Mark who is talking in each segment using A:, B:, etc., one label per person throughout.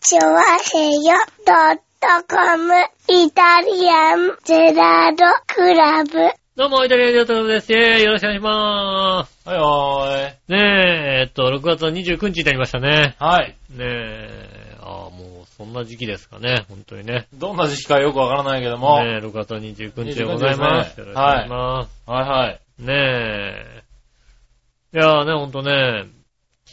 A: チョワヘヨドットコムイタリアンゼラードクラブ。
B: どうも、イタリアンジェラートクラブです。イェーイよろしくお願いしまーす。
C: はいは
B: ねえ、えっと、6月の29日になりましたね。
C: ーい。はい。
B: ねえ、ああ、もう、そんな時期ですかね、本当にね。
C: どんな時期かよくわからないけども。
B: ねえ、6月の29日でございます。
C: 29
B: よろしくお
C: ですね
B: 願いします。
C: はいはい。
B: ねえ。いやーね、ほんとね、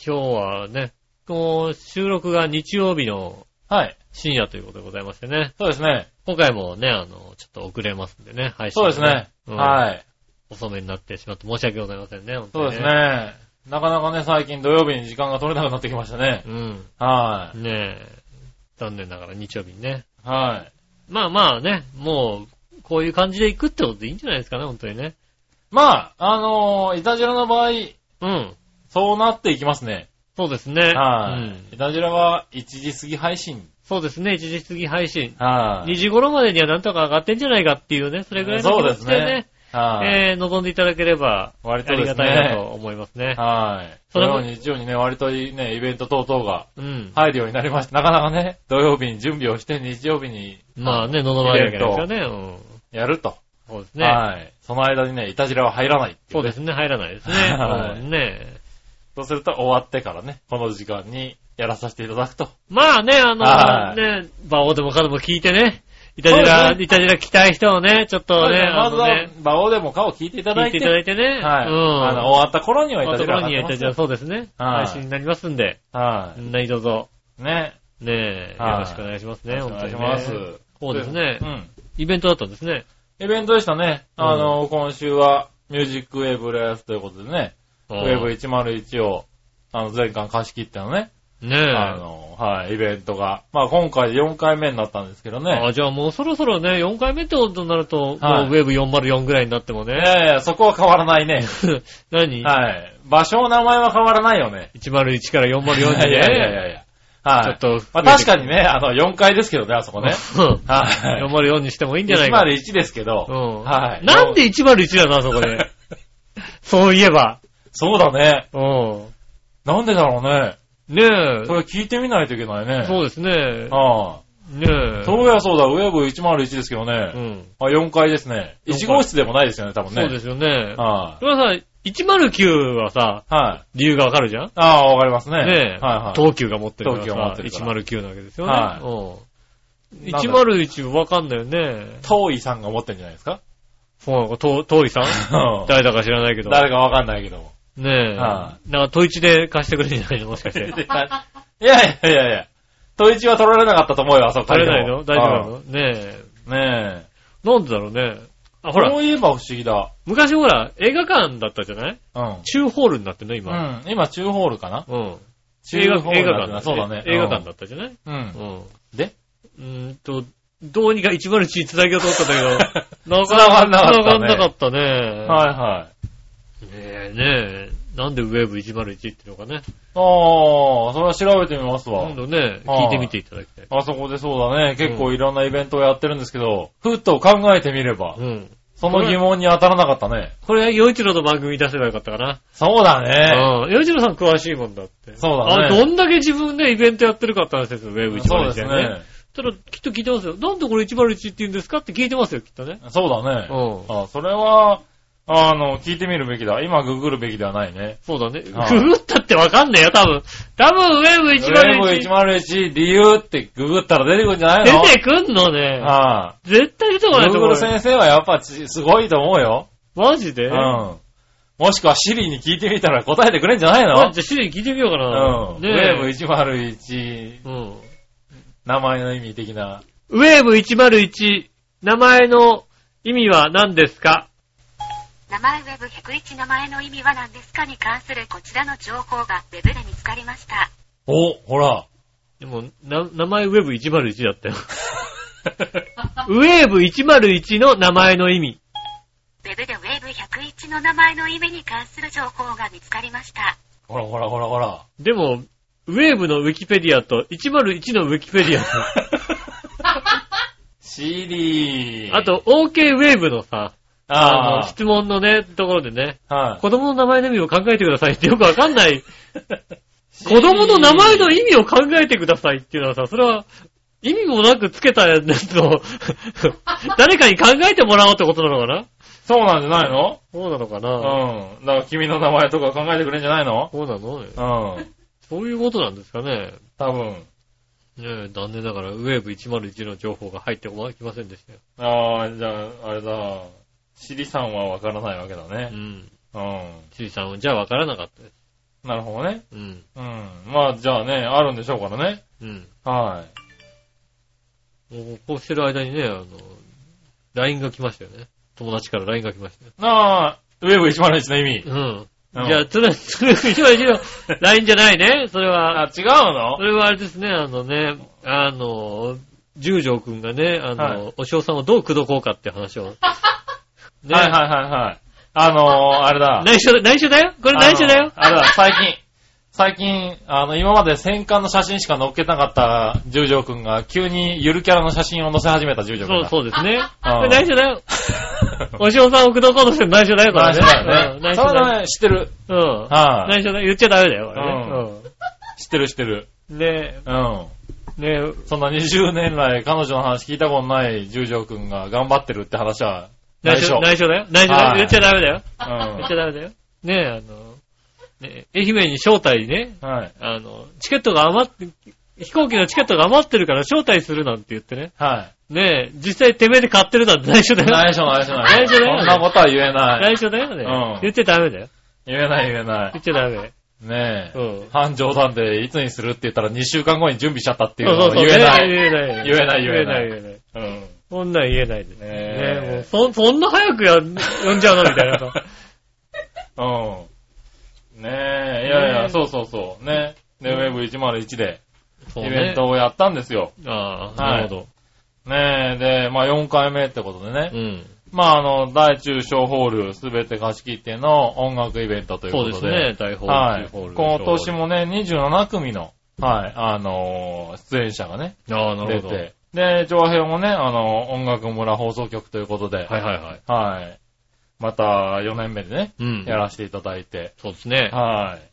B: 今日はね、こう、収録が日曜日の
C: はい。
B: 深夜ということでございましてね。
C: そうですね。
B: 今回もね、あの、ちょっと遅れますんでね、配信
C: そう
B: が、
C: ですね。
B: うん
C: はい。
B: 遅めになってしまって申し訳ございませんね、本当
C: そう
B: に
C: です。ね。なかなかね、最近土曜日に時間が取れなくなってきましたね。
B: うん。
C: は
B: ねえ。残念ながら日曜日にね。
C: い。はい。
B: まあまあね、もう、こういう感じで行くってことでいいんじゃないですかね、本当にね。
C: まあ、あのー、イタジラの場合、
B: うん。
C: そうなっていきますね。
B: そうですね。
C: はい。
B: うん
C: イタジラは1時過ぎ配信。
B: そうですね、一時過ぎ配信。
C: はい。
B: 2時頃までにはなんとか上がってんじゃないかっていうね、それぐらいの気持ちで
C: そうです
B: ね
C: ね、はい。
B: えー、望んでいただければ、
C: 割と
B: あ
C: で
B: り
C: すね
B: がたいなと思いますね。
C: はい。
B: そ
C: そ
B: れ
C: れ
B: も
C: も日曜にね、割といいね、イベント等々が
B: うん。
C: 入るようになりました。なかなかね、土曜日に準備をして日曜日に
B: まあね、喉の前だけですよね。うん。
C: やると。
B: そうですね。
C: はい。その間にね、いたじらは入らないってい
B: そう
C: うね、
B: ですね、入らないですね。
C: はい
B: うんね
C: そうすると終わってからね、この時間にやらさせていただくと。
B: まあね、あの、
C: はい
B: ね、馬王でもかでも聞いてね、いたじ
C: そ
B: ら、
C: うですね
B: いたじら来たい人をね、ちょっとね、あ
C: まず
B: の
C: は
B: ね、、
C: 馬王でも顔を聞いていた
B: 聞
C: だ
B: い
C: い
B: てい
C: て、
B: ただいてね、
C: はい、
B: うん。
C: あの、終わった頃には
B: あ
C: い
B: の
C: た
B: と
C: じ
B: こ
C: ら
B: ろ
C: が
B: に
C: 上
B: い
C: が
B: た
C: って
B: じら、
C: ます
B: そうですね、
C: はい
B: 配信になりますんで、
C: は
B: 何卒ぞ、
C: い。ね。
B: ねえ、
C: はい
B: よろしくお願いしますね、本
C: お
B: 当
C: 願い
B: に
C: し
B: ね
C: ます。
B: そうですね
C: う。ん。
B: イベントだったんですね。
C: イベントでしたね。あの、今週は、ミュージックウェーブレースということでね、ウェーブ101を、あの、前回貸し切ったのね、
B: ね
C: あ
B: え。
C: の、はい、イベントが。まあ、今回で4回目になったんですけどね。
B: あじゃあもうそろそろね、4回目ってことになると、
C: は
B: も
C: い
B: うウェーブ404ぐらいになっても
C: い
B: ね、
C: やいや、そこは変わらないね。
B: 何、
C: はい。場所、名前は変わらないよね。
B: ?101 から404
C: いや
B: に
C: いやいやい
B: ね、
C: やいや。 はい。
B: ちょっと
C: まあ確か にね、あの、4階ですけどね、あそこね。
B: うん
C: はい。
B: 404にしてもいいんじゃないか。
C: 101ですけど。
B: うん。
C: はい。
B: なんで101なのあそこで。 そういえば。
C: そうだね。
B: うん。
C: なんでだろうね。
B: ね
C: それ聞いてみないといけない
B: え。
C: ね。
B: そうですね。
C: あ
B: ねえ。
C: あ。そういやそうだ、ウェーブ101ですけど
B: う
C: ね。
B: ん。
C: あ、4階ですね。
B: 四階
C: 1号室でもないですよね、多分ね。
B: そうですよね。
C: は
B: でもさ、109はさ、
C: い。はい。
B: 理由がわかるじゃん
C: ああ、わかりますね。
B: ねえ。
C: はいはい。
B: 東急が持ってるから
C: 東急が持ってる
B: さ
C: から
B: 109なわけですよね。
C: はい
B: うん。
C: なんだろ
B: 101わかんないよね。
C: 遠いさんが持ってるんじゃないですか
B: そうなのか、と遠いさん
C: うん
B: 誰だか知らないけど。
C: 誰かわかんないけども。
B: ねえ。
C: は
B: なんか、都一で貸してくれるんじゃないのもしかし て。
C: いやいやいやいや。トイチは取られなかったと思うよ、あそこ
B: 取れないの大丈夫なのねえ。
C: 夫なのねえ。
B: なんでだろうね。あ、ほ
C: ほら。そ
B: ら、
C: ういえば不思議だ。
B: 昔ほら、映画館だったじゃない
C: うん。
B: 中ホールになってんの、
C: う
B: 今。
C: ん。今、中ホールかな
B: うん。
C: 中
B: 映画
C: ホー
B: 映
C: ル
B: 画館
C: だな
B: だ
C: そうだね。
B: 映画館だったじゃない
C: うん。う。
B: うんん。
C: で
B: うーんと、どうにか101に繋ぎを取ったんだけど、な
C: 繋がんなかったね
B: 繋がんなかったね。
C: はいはい。
B: い。ねえ、ねえ。なんでウェーブ101ってのかね。
C: ああ、それは調べてみますわ
B: 今。度ね、
C: はい
B: 聞いてみていただきたい。
C: あそこでそうだね。結構いろんなイベントをやってるんですけど、ふっと考えてみれば
B: う、ん。
C: その疑問に当たらなかったね。
B: これ、洋一郎の番組出せばよかったかな。
C: そうだね。
B: うん。洋一郎さん詳しいもんだって。
C: そうだ
B: あ、
C: ね
B: どんだけ自分でイベントやってるかって話ですよ、ウェーブ101
C: そうです
B: ね。
C: ね。
B: ただ、きっと聞いてますよ。なんでこれ101って言うんですかって聞いてますよ、きっとね。
C: そうだね。
B: うん。
C: あ、それは、あの、聞いてみるべきだ。今、ググるべきではないね。
B: そうだね。
C: はい
B: くぐったってわかんねえよ、多分。多分、ウェーブ101
C: 101理由ってググったら出てくるんじゃないの
B: 出てくんのね。
C: あ
B: 絶対出てこ
C: あ。
B: ない
C: グ
B: と
C: ー
B: 思
C: グ
B: う
C: ル
B: よ。
C: 先生はやっぱちすごいと思うよ。
B: マジで
C: うん。もしくはシリに聞いてみたら答えてくれんじゃない
B: まあ
C: の
B: じゃあ、主人に聞いてみようかな。
C: うん。ウェーブ
B: ね
C: 101
B: え。、うん。
C: 名前の意味的な。
B: ウェーブ101、名前の意味は何ですか
D: 名前ウェブ101名前の意味は何ですかに関するこちらの情報がウェブで見つかりました。
C: お、ほら。
B: でも、な、名前ウェブ101だ ったよ。ウェーブ101の名前の意味。
D: ウェブでウェブ101の名前の意味に関する情報が見つかりました。
C: ほらほらほら ほら。
B: でも、ウェーブのウィキペディアと101のウィキペディアと
C: シリ
B: あ、と OK ウェーブのさ、あの、
C: あ
B: 質問のね、ところでね、
C: あ、はい。
B: 子供の名前の意味を考えてくださいってよくわかんない。子供の名前の意味を考えてくださいっていうのはさ、それは、意味もなくつけたやつ を、誰かに考えてもらおうってことなのかな
C: そうなんじゃないの
B: そうなのか
C: う
B: な、
C: ん。だから君の名前とか考えてくれんじゃないの
B: そうなの
C: うん。
B: そういうことなんですかね。
C: 多分。
B: ねえ、残念ながら、ウェーブ101の情報が入ってきませんでしたよ。
C: ああ、じゃあ、あれだ。シリさんはわからないわけだ
B: う
C: ね。
B: ん。
C: う
B: ちいさんはじゃあわからなかったです。
C: ん。なるほどね。
B: うん。
C: うん。まあ、じゃあね、あるんでしょうからね。
B: うん。
C: は
B: もうこうしてる間にね、あの、LINE が来ましたよね。友達から LINE が来ましたよ。
C: い。なあ、ウェブ101の意味。
B: うん。
C: うん
B: じゃあ、つる、つる、一応一応 LINE じゃないね。それは、
C: あ、違うの
B: それはあれですね、あのね、あの、十条くんがね、あの、
C: はい
B: お嬢さんをどう口説こうかって話を。ね
C: はいはいはいはい。あのー、あれだ。
B: 内緒だ、内緒だよこれ内緒だよ
C: あのあれだ、最近、最近、あの、今まで戦艦の写真しか載っけなかった十条くんが、急にゆるキャラの写真を載せ始めた十条くん
B: そう、
C: だ。
B: そうですね。
C: あ
B: これ内緒だよ。お嬢さんを口説こうとしてる内緒だよ、これ
C: 内
B: ね
C: 緒だよ
B: うん
C: ね。
B: 内
C: そ
B: 緒
C: れ
B: だよ。
C: はね、知ってる。
B: うん。
C: はい、
B: 内緒だよ。言っちゃダメだよ、これ
C: うん
B: ね。
C: 知ってる知ってる。
B: うん。で、
C: うん。
B: ね、
C: そんな20年来彼女の話聞いたことない十条くんが頑張ってるって話は、
B: 内緒、内緒だよ。内緒だよ
C: は。い
B: 言っちゃダメだよ。言っち
C: う
B: ゃダメだよ。ねえ、あの、ねえ、愛媛に招待ね、
C: ん。はい。
B: あの、チケットが余って、飛行機のチケットが余ってるから招待するなんて言ってね。
C: はい。
B: ねえ、実際てめえで買ってるなんて内緒だよ。
C: 内緒内緒内緒。
B: 内緒だよ
C: そんなことは言えない。
B: 内緒だよね。
C: うん
B: 言っちゃダメだよ。
C: 言えない言えな
B: 言
C: い。
B: っちゃダメ。
C: ねえ。
B: うん。
C: 半冗談でいつにするって言ったら2週間後に準備しちゃったっていう
B: そう
C: の
B: そう
C: を
B: そう。
C: 言えない。
B: 言えない。
C: 言えない言えない
B: 言えない。
C: うん。
B: こんなん言えないですね。
C: ねえ
B: ねえもうそ、そんな早くや、呼んじゃうのみたいなさ。
C: うん。ねえ、いやい
B: ねえ
C: や、そうそうそう。ね。で、Web101 で
B: そう
C: イ
B: ね
C: ベントをやったんですよ。
B: ああ、
C: は
B: ないるほ
C: ねえ、で、まあ4回目ってことで
B: ど。う
C: ね。
B: ん。
C: まああの、大中小ホールすべて貸し切っての音楽イベントという
B: そう
C: こ
B: で
C: と
B: す
C: で。
B: ね、大ホール。
C: は
B: 中
C: い。
B: ホール
C: 今年。もね、27組の、はい、あのー出演者がね、
B: ああ、な
C: 出
B: るほど。はい
C: て。で、上辺もね、あの音楽村放送局ということで、
B: はいはい。
C: はい。また4年目でね、
B: うん。
C: やらせていただいて、
B: そうですね。
C: はい。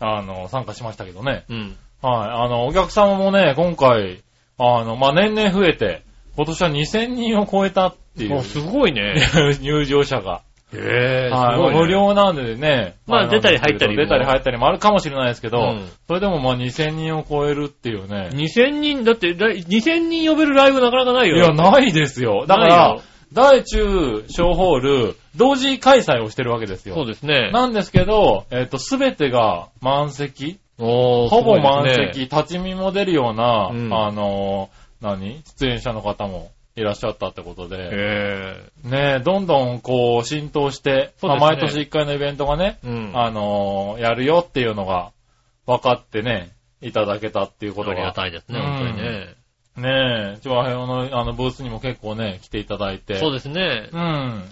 C: あの、参加しましたけどね。
B: うん。
C: はい。あの、お客様もね、今回、あの、まあ、年々増えて、今年は2000人を超えたってい
B: もう
C: う、
B: すごい ね。
C: 入場者が。
B: へえ、
C: はい。
B: すごい、ね。
C: 無料なんでね。
B: まあ
C: れな
B: 出
C: んですけど
B: たり入ったりも
C: 出たり入ったりもあるかもしれないですけど、
B: うん
C: それでもまあ2000人を超えるっていうね。
B: 2000人、だって、来2000人呼べるライブなかなかない
C: い
B: よ。
C: や、ないですよ。だか
B: ない
C: ら
B: よ、
C: 大中小ホール、同時開催をしてるわけですよ。
B: そうですね。
C: なんですけど、えっ、と、すべてが満席
B: おー
C: ほぼ
B: すご
C: 満。
B: いです
C: 席、
B: ね
C: 立ち見も出るような、
B: うん
C: あのー、何出演者の方もいらっしゃったってことで、
B: へえ。
C: ねえどんどんこう浸透して、
B: そうですね
C: まあ毎年1回のイベントがね、
B: うん。
C: あのーやるよっていうのが分かってね、いただけたっていうこと
B: ありが
C: が、
B: たいですね、
C: うん
B: 本当にね。
C: ねえ、調和平和のあのブースにも結構ね、来ていただいて、
B: そう
C: で
B: ですね
C: す。。うん。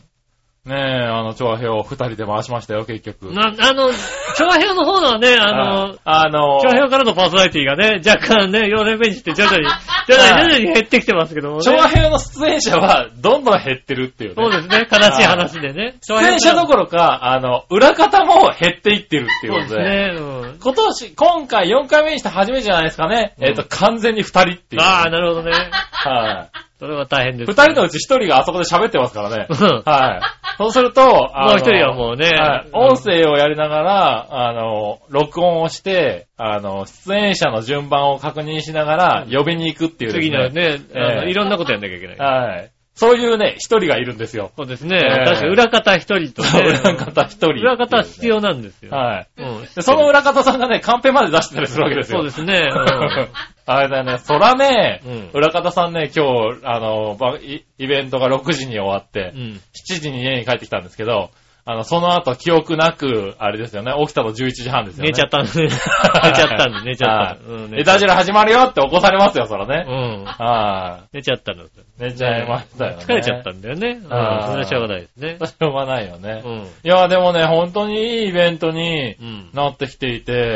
C: ねえ、あの、調和平和を2人で回しましたよ、結局。
B: な、あの、 長編の方のはね、あの、
C: あのー
B: 長編からのパーソナリティがね、若干ね、4連目にして徐 々に、徐々に徐々に減ってきてますけどもね。
C: 昭和平和の出演者はどんどん減ってるっていうね。
B: そうですね、悲しい話でね。
C: 出演者どころか、あの、裏方も減っていってるってい
B: そう
C: う
B: で
C: こ
B: す
C: とで。
B: ね。うん
C: 今年、今回4回目にして初めてじゃないですかね。
B: うん
C: えっ、と、完全に2人っていう。
B: ああ、なるほどね。
C: は
B: それは大変
C: い。
B: です。
C: 2人のうち1人があそこで喋ってま すからね。
B: うん
C: はい。そうすると、あの
B: もう一人はもうね
C: はい
B: うん
C: 音声をやりながら、あの、録音をして、あの、出演者の順番を確認しながら、呼びに行くっていうです、
B: 次のね、あの
C: ええ
B: いろんなことやんなきゃいけない。
C: はい。そういうね、一人がいるんで すよ。
B: そうですね。
C: ええ
B: 確かに裏方一人とね。
C: 裏方一人。
B: 裏方必。要なんですよ。
C: はい。
B: うん
C: でその裏方さんがね、カンペまで出してたりするわけですよ。
B: そうですね。うん
C: あれだよね、そらね、
B: うん
C: 裏方さんね、今日、あの、ばイイベントが6時に終わ って、
B: うん。
C: 7時に家に帰ってきたんですけど、あの、その後、記憶なく、あれですよね、起きたの11時半ですよね。
B: 寝ちゃったんで。寝ちゃったんで、寝ちゃった。うん
C: はい。エタジラ始まるよって起こされますよ、そら
B: う
C: ね。
B: ん。
C: は
B: 寝ちゃったんですよ。
C: い。寝ちゃいましたよね。
B: 疲れちゃったんだよね。うん。それ
C: あー
B: はしょうがないですね。
C: しょうがないよね。
B: うん。
C: いや、でもね、本当にいいイベントに
B: うん。
C: なってきていて、
B: はい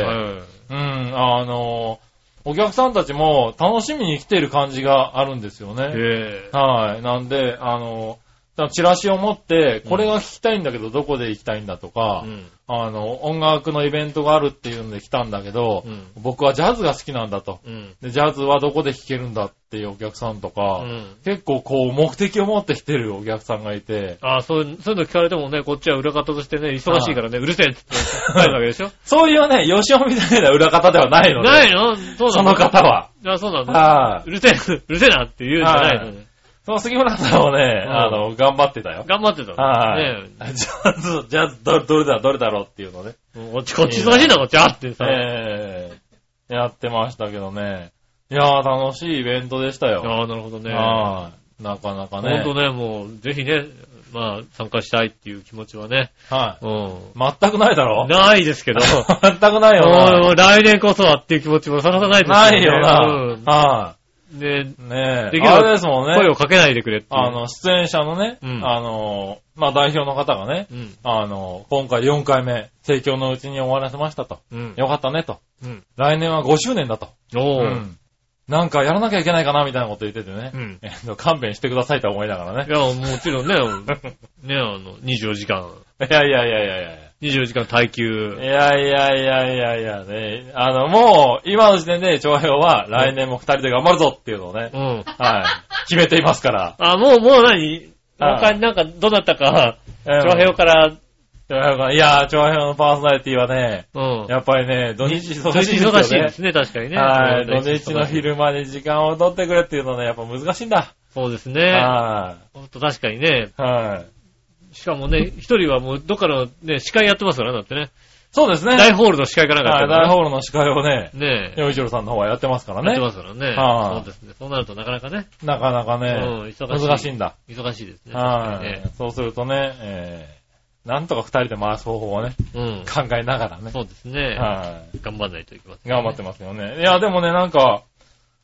C: うん、あの、お客さんたちも楽しみに来ている感じがあるんですよね。
B: へえ
C: はい。なんで、あの、だからチラシを持って、これが聞きたいんだけど、どこで行きたいんだとか、
B: うん。
C: あの、音楽のイベントがあるっていうので来たんだけど、
B: うん
C: 僕はジャズが好きなんだと。
B: うん。
C: で、ジャズはどこで聴けるんだっていうお客さんと
B: う
C: か、
B: ん。
C: 結構こう目的を持って来てるお客さんがいて、
B: ああ、そういう、そういうの聞かれてもね、こっちは裏方としてね、忙しいからね、うるせえって言って帰るわけでしょ
C: そういうね、吉尾みたいな裏方では ないので、
B: ないのそう
C: そ
B: な
C: の方は。
B: ああ、そうなんだ。
C: は
B: うるせえ、うるせえなって言うんじゃないのね。
C: その杉村さんはね、
B: うん
C: あの、頑張ってたよ。
B: 頑張ってたの。
C: はい
B: ね、
C: ジャズ、ジャズ、どどれだ、どれだろうっていうのね。
B: えこっち、こっち忙しいな、こっち、あってさ。
C: ええやってましたけどね。いやー、楽しいイベントでしたよ。
B: ああ、なるほどね。
C: はい。なかなかね。
B: ほんとね、もう、ぜひね、まあ、参加したいっていう気持ちはね。
C: は
B: うん。
C: い。全くないだろ
B: ないです けど、
C: 全 くないよ
B: もう来年こそはっていう気持ちもさらさないです
C: な。ないよな。
B: な。
C: は
B: うん。で、
C: い。ね
B: できれ
C: え。
B: ば
C: あれですもん
B: 声
C: ね。
B: をかけないでくれっていう。
C: あ、の、出演者のね、
B: うん
C: あの、まあ、代表の方がね、
B: うん。
C: あの、今回4回目、提供のうちに終わらせましたと。
B: うん。
C: よかったねと。
B: うん。
C: 来年は5周年だと。
B: お
C: う
B: ー。
C: んなんかやらなきゃいけないかなみたいなこと言っててね。
B: うん。
C: えっと、勘弁してくださいと思いながら
B: い
C: ね。
B: や、もちろんね、 ね、あの、24時間、
C: いやいやいやいやいや。
B: 24時間耐久
C: い。やいやいやいやいやね。あの、もう、今の時点で、長平は来年も二人で頑張るぞっていうのをね、
B: うん。
C: はい、決めていますから。
B: あ、もう、もう何
C: あ
B: 他になんか、どなたか、
C: えー
B: 長平から、
C: 長平がいや、長平のパーソナリティはね、
B: うん。
C: やっぱりね、土日忙しいですよね。
B: 忙しいですね、確かにね。
C: はい、
B: うん
C: 土日の。昼間に時間を取ってくれっていうのはね、やっぱ難しいんだ。
B: そうですね。
C: は
B: ほんと確かにね。
C: い。はい。
B: しかもね、一人はもう、どっかのね、司会やってますからね、だってね。
C: そうですね。
B: 大ホールの司会かなんか
C: は
B: や
C: い、
B: ってる
C: 大ホールの司会をね、
B: からね。ね
C: 洋一郎さんの方はやってますから
B: やって
C: ね。
B: ますからね。
C: は
B: そ
C: いう
B: ですね。そうなるとなかなかね、
C: なかなか
B: うん
C: ね、
B: 忙しい
C: 難しいんだ。
B: 忙しいですね。確かに
C: は
B: ね
C: い。そうするとね、えーなんとか二人で回す方法をね、
B: うん。
C: 考えながらね。
B: そうですね。
C: は
B: 頑張んないといけませ
C: い。
B: んね。
C: 頑張ってますよね。いや、でもね、なんか、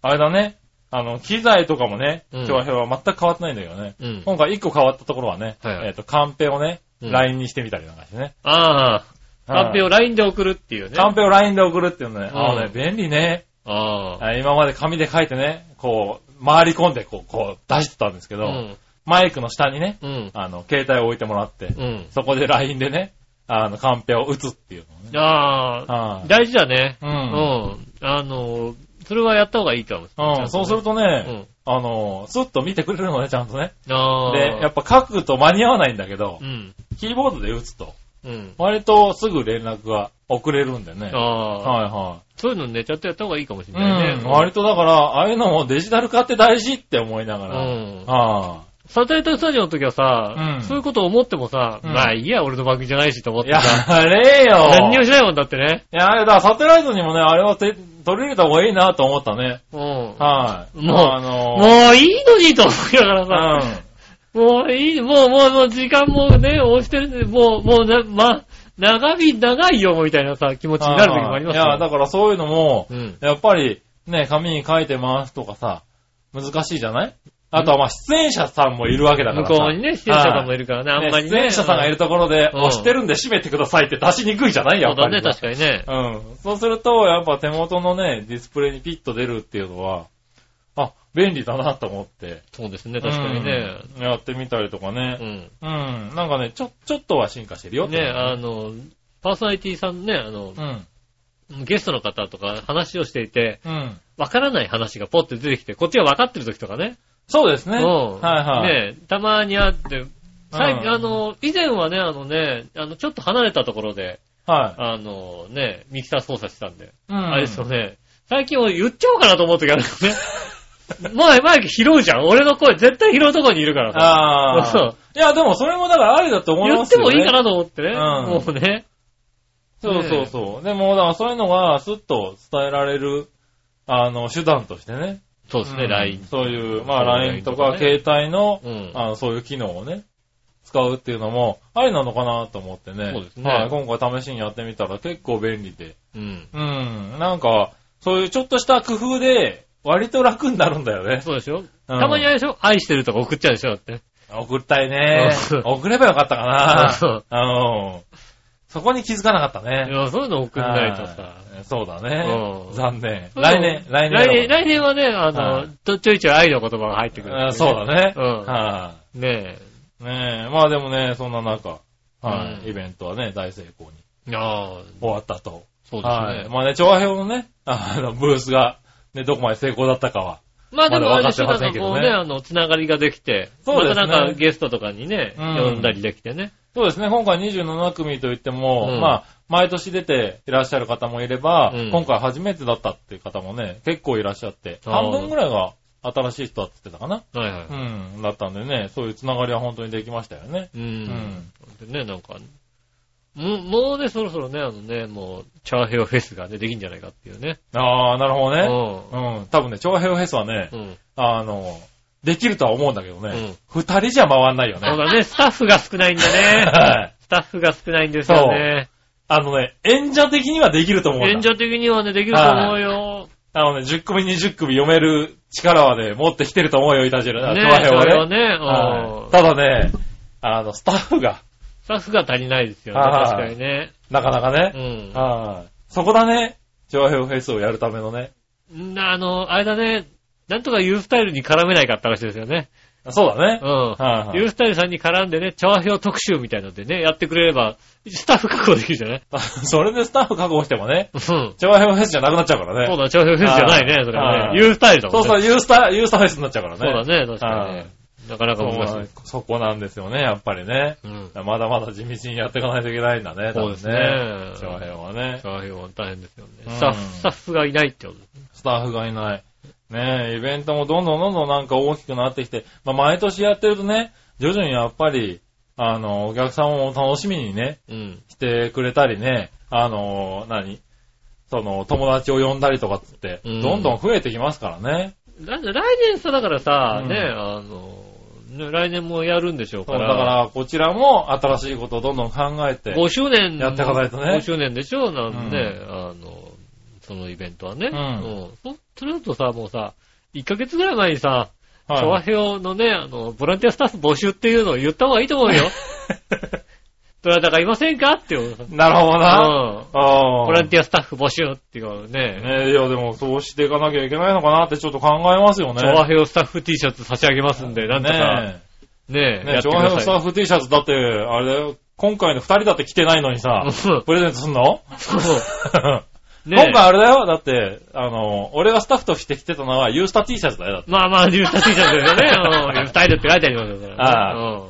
C: あれだね、あの、機材とかもね、
B: うん
C: 今日は全く変わってないんだけどね。
B: うん。
C: 今回一個変わったところはね、
B: はい
C: えっと、カンペをね、
B: うん
C: LINE にしてみたりなんかしてね。
B: ああ、カンペを
C: を、
B: LINE で送るっていうね。
C: カンペを LINE で送るっていうのね、
B: うん
C: あのね、便利ね。
B: ああ。
C: あ今まで紙で書いてね、こう、回り込んで、こう、こう、出してたんですけ
B: う
C: ど、
B: ん。
C: マイクの下にね、
B: うん。
C: あの、携帯を置いてもらって、
B: うん。
C: そこで LINE でね、あの、カンペを打つっていうのね。
B: ああ、
C: はい
B: 大事だね。
C: う。
B: うんん。あの、それはやった方がいいかもしれない。
C: うん、そうするとね、あの、スッと見てくれるのね、ちゃんとね。
B: うん。ああ。
C: で、やっぱ書くと間に合わないんだけど
B: う、ん。
C: キーボードで打つと、
B: うん。
C: 割とすぐ連絡が遅れるんでね。はい
B: ああ。
C: は
B: そういうのね、ちゃんとやった方がいいかもし
C: い。
B: れないね。
C: うん、割とだから、ああいうのもデジタル化って大事って思いなが
B: う
C: ら。
B: ん。
C: あ
B: サテライトスタジオの時はさ、
C: うん
B: そういうことを思ってもさ、
C: うん
B: まあいいや、俺の番組じゃないしと思っ
C: あ。
B: て
C: や
B: さ、
C: れよ
B: 何にも
C: い
B: しないもんだってね。
C: や、だからサテライトにもね、あれはて取り入れた方がいいなと思ったね。
B: うん。
C: はい。
B: もう
C: あの
B: もういいのにと思いながらさ、
C: うん。
B: もういい、もう、もう、もう、時間もね、押してるんで、もう、もうな、ま、長引、長いよ、みたいなさ、気持ちになる時もありますよ。
C: いや、だからそういうのも、
B: うん。
C: やっぱり、ね、紙に書いてますとかさ、難しいじゃないあとはまあ、出演者さんもいるわけだから
B: 向
C: さ。
B: こうにね、出演者さんもいるからね、あんまりね。
C: 出演者さんがいるところで、
B: うん
C: 押してるんで閉めてくださいって出しにくいじゃない
B: うん
C: や
B: そうだ
C: っぱり
B: ね、
C: さ。
B: 確かにね。
C: うん。そうすると、やっぱ手元のね、ディスプレイにピッと出るっていうのは、あ、便利だなと思って。
B: そうですね、確かにね。
C: うん。やってみたりとか
B: う
C: ね。
B: ん。
C: うん。なんかね、ちょ、ちょっとは進化してるよって
B: ね、あの、パーソナリティさんね、あの、
C: うん。
B: ゲストの方とか話をしていて、
C: うん。
B: わからない話がポッて出てきて、こっちがわかってる時とかね。
C: そうですね。
B: う
C: は
B: ん
C: いはい。
B: ねたまにあって、最
C: うん
B: あの、以前はね、あのね、あの、ちょっと離れたところで、
C: はい。
B: あのね、ミキサー操作してたんで。
C: うん。
B: あれですよね。最近俺言っちゃおうかなと思う時あるよね。 前、前拾うじゃん。俺の声絶対拾うとこにいるからさ。
C: ああ。
B: そう。
C: いや、でもそれもだからありだと思い
B: 言
C: ま
B: っ
C: す
B: て
C: よ、ね。
B: もいいかなと思ってね。
C: ん
B: もうね。
C: そうそうそう。でも、だからそういうのがスッと伝えられる、あの、手段としてね。
B: そうですね、
C: うん
B: LINE。
C: そういう、まあ
B: そう
C: LINE とか
B: LINE とかね
C: 携帯の、
B: うん
C: あの、そういう機能をね、使うっていうのも、ありなのかなと思ってね。
B: そうですね
C: はい、今回試しにやってみたら結構便利で。
B: うん。
C: うん。なんか、そういうちょっとした工夫で、割と楽になるんだよね。
B: そうでしょ
C: うん
B: たまにあれでしょ愛してるとか送っちゃうでしょだって。
C: 送ったいね
B: うん。
C: 送ればよかったか
B: そう
C: な。うん。そこに気づかなかった
B: い
C: ね。
B: や、そういうの送んないとさ。
C: はい。そうだね
B: う。ん
C: 残念。来年、来年だ
B: 来
C: ろう
B: 年、来年はね、あ
C: は
B: の、ちょちょいちょい愛の言葉が入ってくる。
C: うんそうだね。
B: うん
C: は
B: ねえ。
C: ねえ、まあでもね、そんな中、は
B: うん
C: い、イベントはね、大成功に
B: ああ、
C: 終わったと。
B: そうですね。
C: はい。まあね、調和表のね、あの、ブースが、ね、どこまで成功だったかは。
B: まあでも、あれでしょ、
C: ま
B: な
C: だ分かってませ
B: ん
C: ん
B: か
C: け
B: こ
C: ど
B: うね、
C: ね
B: あの、つながりができて、
C: そうですね
B: またなんかゲストとかにね、
C: うん
B: 呼んだりできてね。
C: そうですね、今回27組といっても、
B: うん
C: まあ、毎年出ていらっしゃる方もいれば、
B: うん
C: 今回初めてだったっていう方もね、結構いらっしゃって、
B: あー
C: 半分ぐらいが新しい人だって言ってたかな。。
B: はいはいう
C: ん、だったんでね、そういうつながりは本当にできましたよね。
B: う。
C: うんん。
B: でね、なんか、もうもうね、そろそろね、あのね、もう、チャーヘオフェスがね、できんじゃないかっていうね。
C: ああ、なるほどね。
B: う
C: うん、多分ね、長平フェスはね、
B: ん。うん。
C: あの、できるとは思うんだけどね、二人じゃ回んないよ
B: そう
C: ね。
B: だね、スタッフが少ないんだ
C: は
B: ね
C: い。
B: スタッフが少ないんですよね。
C: あのね、演者的にはできると思うんだ。
B: 演者的にはね、できると思うよ。
C: あのね、10組20組読める力はね、持ってきてると思うよ、イタジェラ。
B: ね
C: 長平
B: それは
C: はね。
B: ね、
C: は
B: う
C: い
B: ん
C: ただね、あの、スタッフが、
B: スタッフが足りないですよね、
C: はい
B: 確かにね。
C: なかなか
B: う
C: ね、
B: ん。
C: はいそこだね、長平フェスをやるためのね。
B: んあの、あれだね、なんとかユースタイルに絡めないかった話ですよね。
C: そうだね
B: う。ん。
C: はいはい
B: ユースタイルさんに絡んでね、調和表特集みたいのでね、やってくれれば、スタッフ確保できるじゃない
C: それでスタッフ確保してもね、
B: うん。そう
C: 長平フェスじゃなくなっちゃうからね。
B: だね、調和表フェスじゃないね、それは
C: は
B: ね。
C: い
B: ユースタイルだもん
C: そう
B: ね。
C: そう、ユースタ、ユースタフェスになっちゃうからね。
B: そうだね、確かにね。なかなか
C: そう
B: 難
C: な
B: し
C: ん
B: い。
C: そこなんですよね、やっぱりね。
B: うん。
C: まだまだ地道にやっていかないといけないんだね、
B: そうですね
C: 多分ね長編はね
B: 調。和表は大変ですよね。
C: うん
B: スタッフ、スタッフがいないってことですね。
C: スタッフがいない。ねえ、イベントもどんどんどんどんなんか大きくなってきて、まあ毎年やってるとね、徐々にやっぱり、あの、お客さんも楽しみにね、
B: うん。
C: してくれたりね、あの、何その、友達を呼んだりとかっつって、
B: うん
C: どんどん増えてきますからね。
B: だって来年さ、だからさ、
C: うん
B: ね、あの、ね来年もやるんでしょう
C: そ
B: か。
C: うだからら、こちらも新しいことをどんどん考えて。
B: 5周年。
C: やっていかないとね
B: 5周年でしょなんで、あの、そのイベントはね。
C: うん
B: うん。それだとさ、もうさ、1ヶ月ぐらい前にさ、
C: はい
B: 調和票のね、あの、ボランティアスタッフ募集っていうのを言った方がいいと思う よ。どなたかいませんかっていう。
C: なるほどな。
B: うん。
C: ああ。
B: ボランティアスタッフ募集っていうのをね、
C: ねいやでもそうしていかなきゃいけないのかなってちょっと考えますよね。
B: 調和票スタッフ T シャツ差し上げますんで、なんとか、
C: ね
B: ねや
C: え。ね
B: って
C: 調
B: く
C: 和
B: だ
C: 表スタ
B: さ
C: ッフ T シャツだって、あれだよ、今回の二人だって着てないのにさ
B: い。、 そう
C: プレゼントすんの
B: そう。
C: 今
B: ね
C: 回あれだよ、だって、あの、俺がスタッフとして着てたのはユースタ T シャツだよ、だって。
B: まあまあ、リュースタ T シャツ ですよね。うん。リュースタイルって書いてありますよ、それはね
C: あ
B: うん。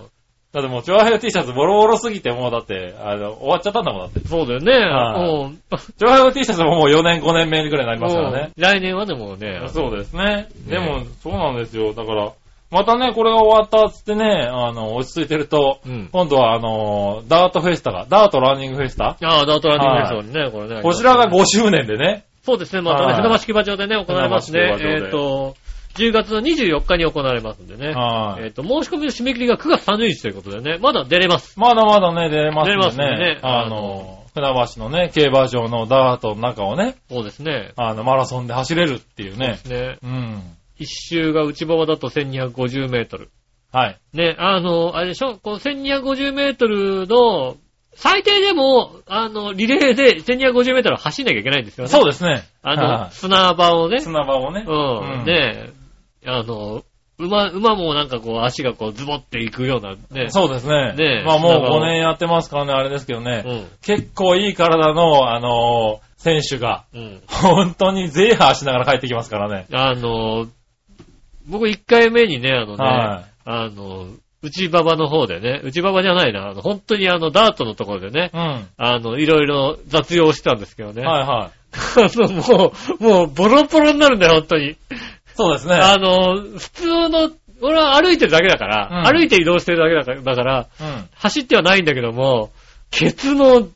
C: だってもう調和表 T シャツボロボロすぎてもうだって、あの、終わっちゃったんだもんだって。
B: そうだよね。
C: は
B: うん
C: 調和表 T シャツももう4年5年目ぐらいになりますからね。
B: 来年はでもね、
C: そうですね。
B: ね
C: でも、そうなんですよ。だから、またね、これが終わったっつってね、あの、落ち着いてると、
B: うん
C: 今度はあの、ダートフェスタが、ダートランニングフェスタ、
B: ああ、ダートランニングフェスタにね、これね。
C: こちらが5周年でね、
B: そうですね、またね、
C: はい
B: 船橋競馬場でね、行われますね。
C: 船橋競馬場で
B: えっと、10月の24日に行われますんでね。
C: はい
B: えっと、申し込みの締め切りが9月30日ということでね、まだ出れます。
C: まだまだね、出れますん
B: 出れ
C: で
B: ま
C: ね、
B: すんでね
C: あの、船橋のね、競馬場のダートの中をね、
B: そうですね。
C: あの、マラソンで走れるっていうね、
B: ね、
C: うん。
B: 一周が内馬場だと1250メートル。
C: はい。
B: ね、あの、あれでしょ、この1250メートルの、最低でも、あの、リレーで1250メートル走んなきゃいけないんですよね。
C: そうですね。
B: あ
C: は
B: の、砂場をね
C: い、砂場をね、
B: うん。ねえ、あの、馬、馬もなんかこう足がこうズボっていくようなね。
C: そうですね。
B: ね
C: まあも
B: 砂場を
C: う5年やってますからね、あれですけどね、
B: うん。
C: 結構いい体の、あのー選手が、
B: うん。
C: 本当にゼーハーしながら帰ってきますからね。
B: あの、僕1回目にね、あのね、
C: はい
B: あの、内馬場の方でね、内馬場じゃないな、あの、本当にあの、ダートのところでね、
C: うん。は
B: あの、いろいろ雑用してたんですけど
C: い
B: ね。
C: はい。
B: あの、 もう、もう、ボロボロになるんだよ、本当に。
C: そうですね。
B: あの、普通の、俺は歩いてるだけだから、
C: うん
B: 歩いて移動してるだけだから、だから、
C: うん。
B: 走ってはないんだけども、ケツの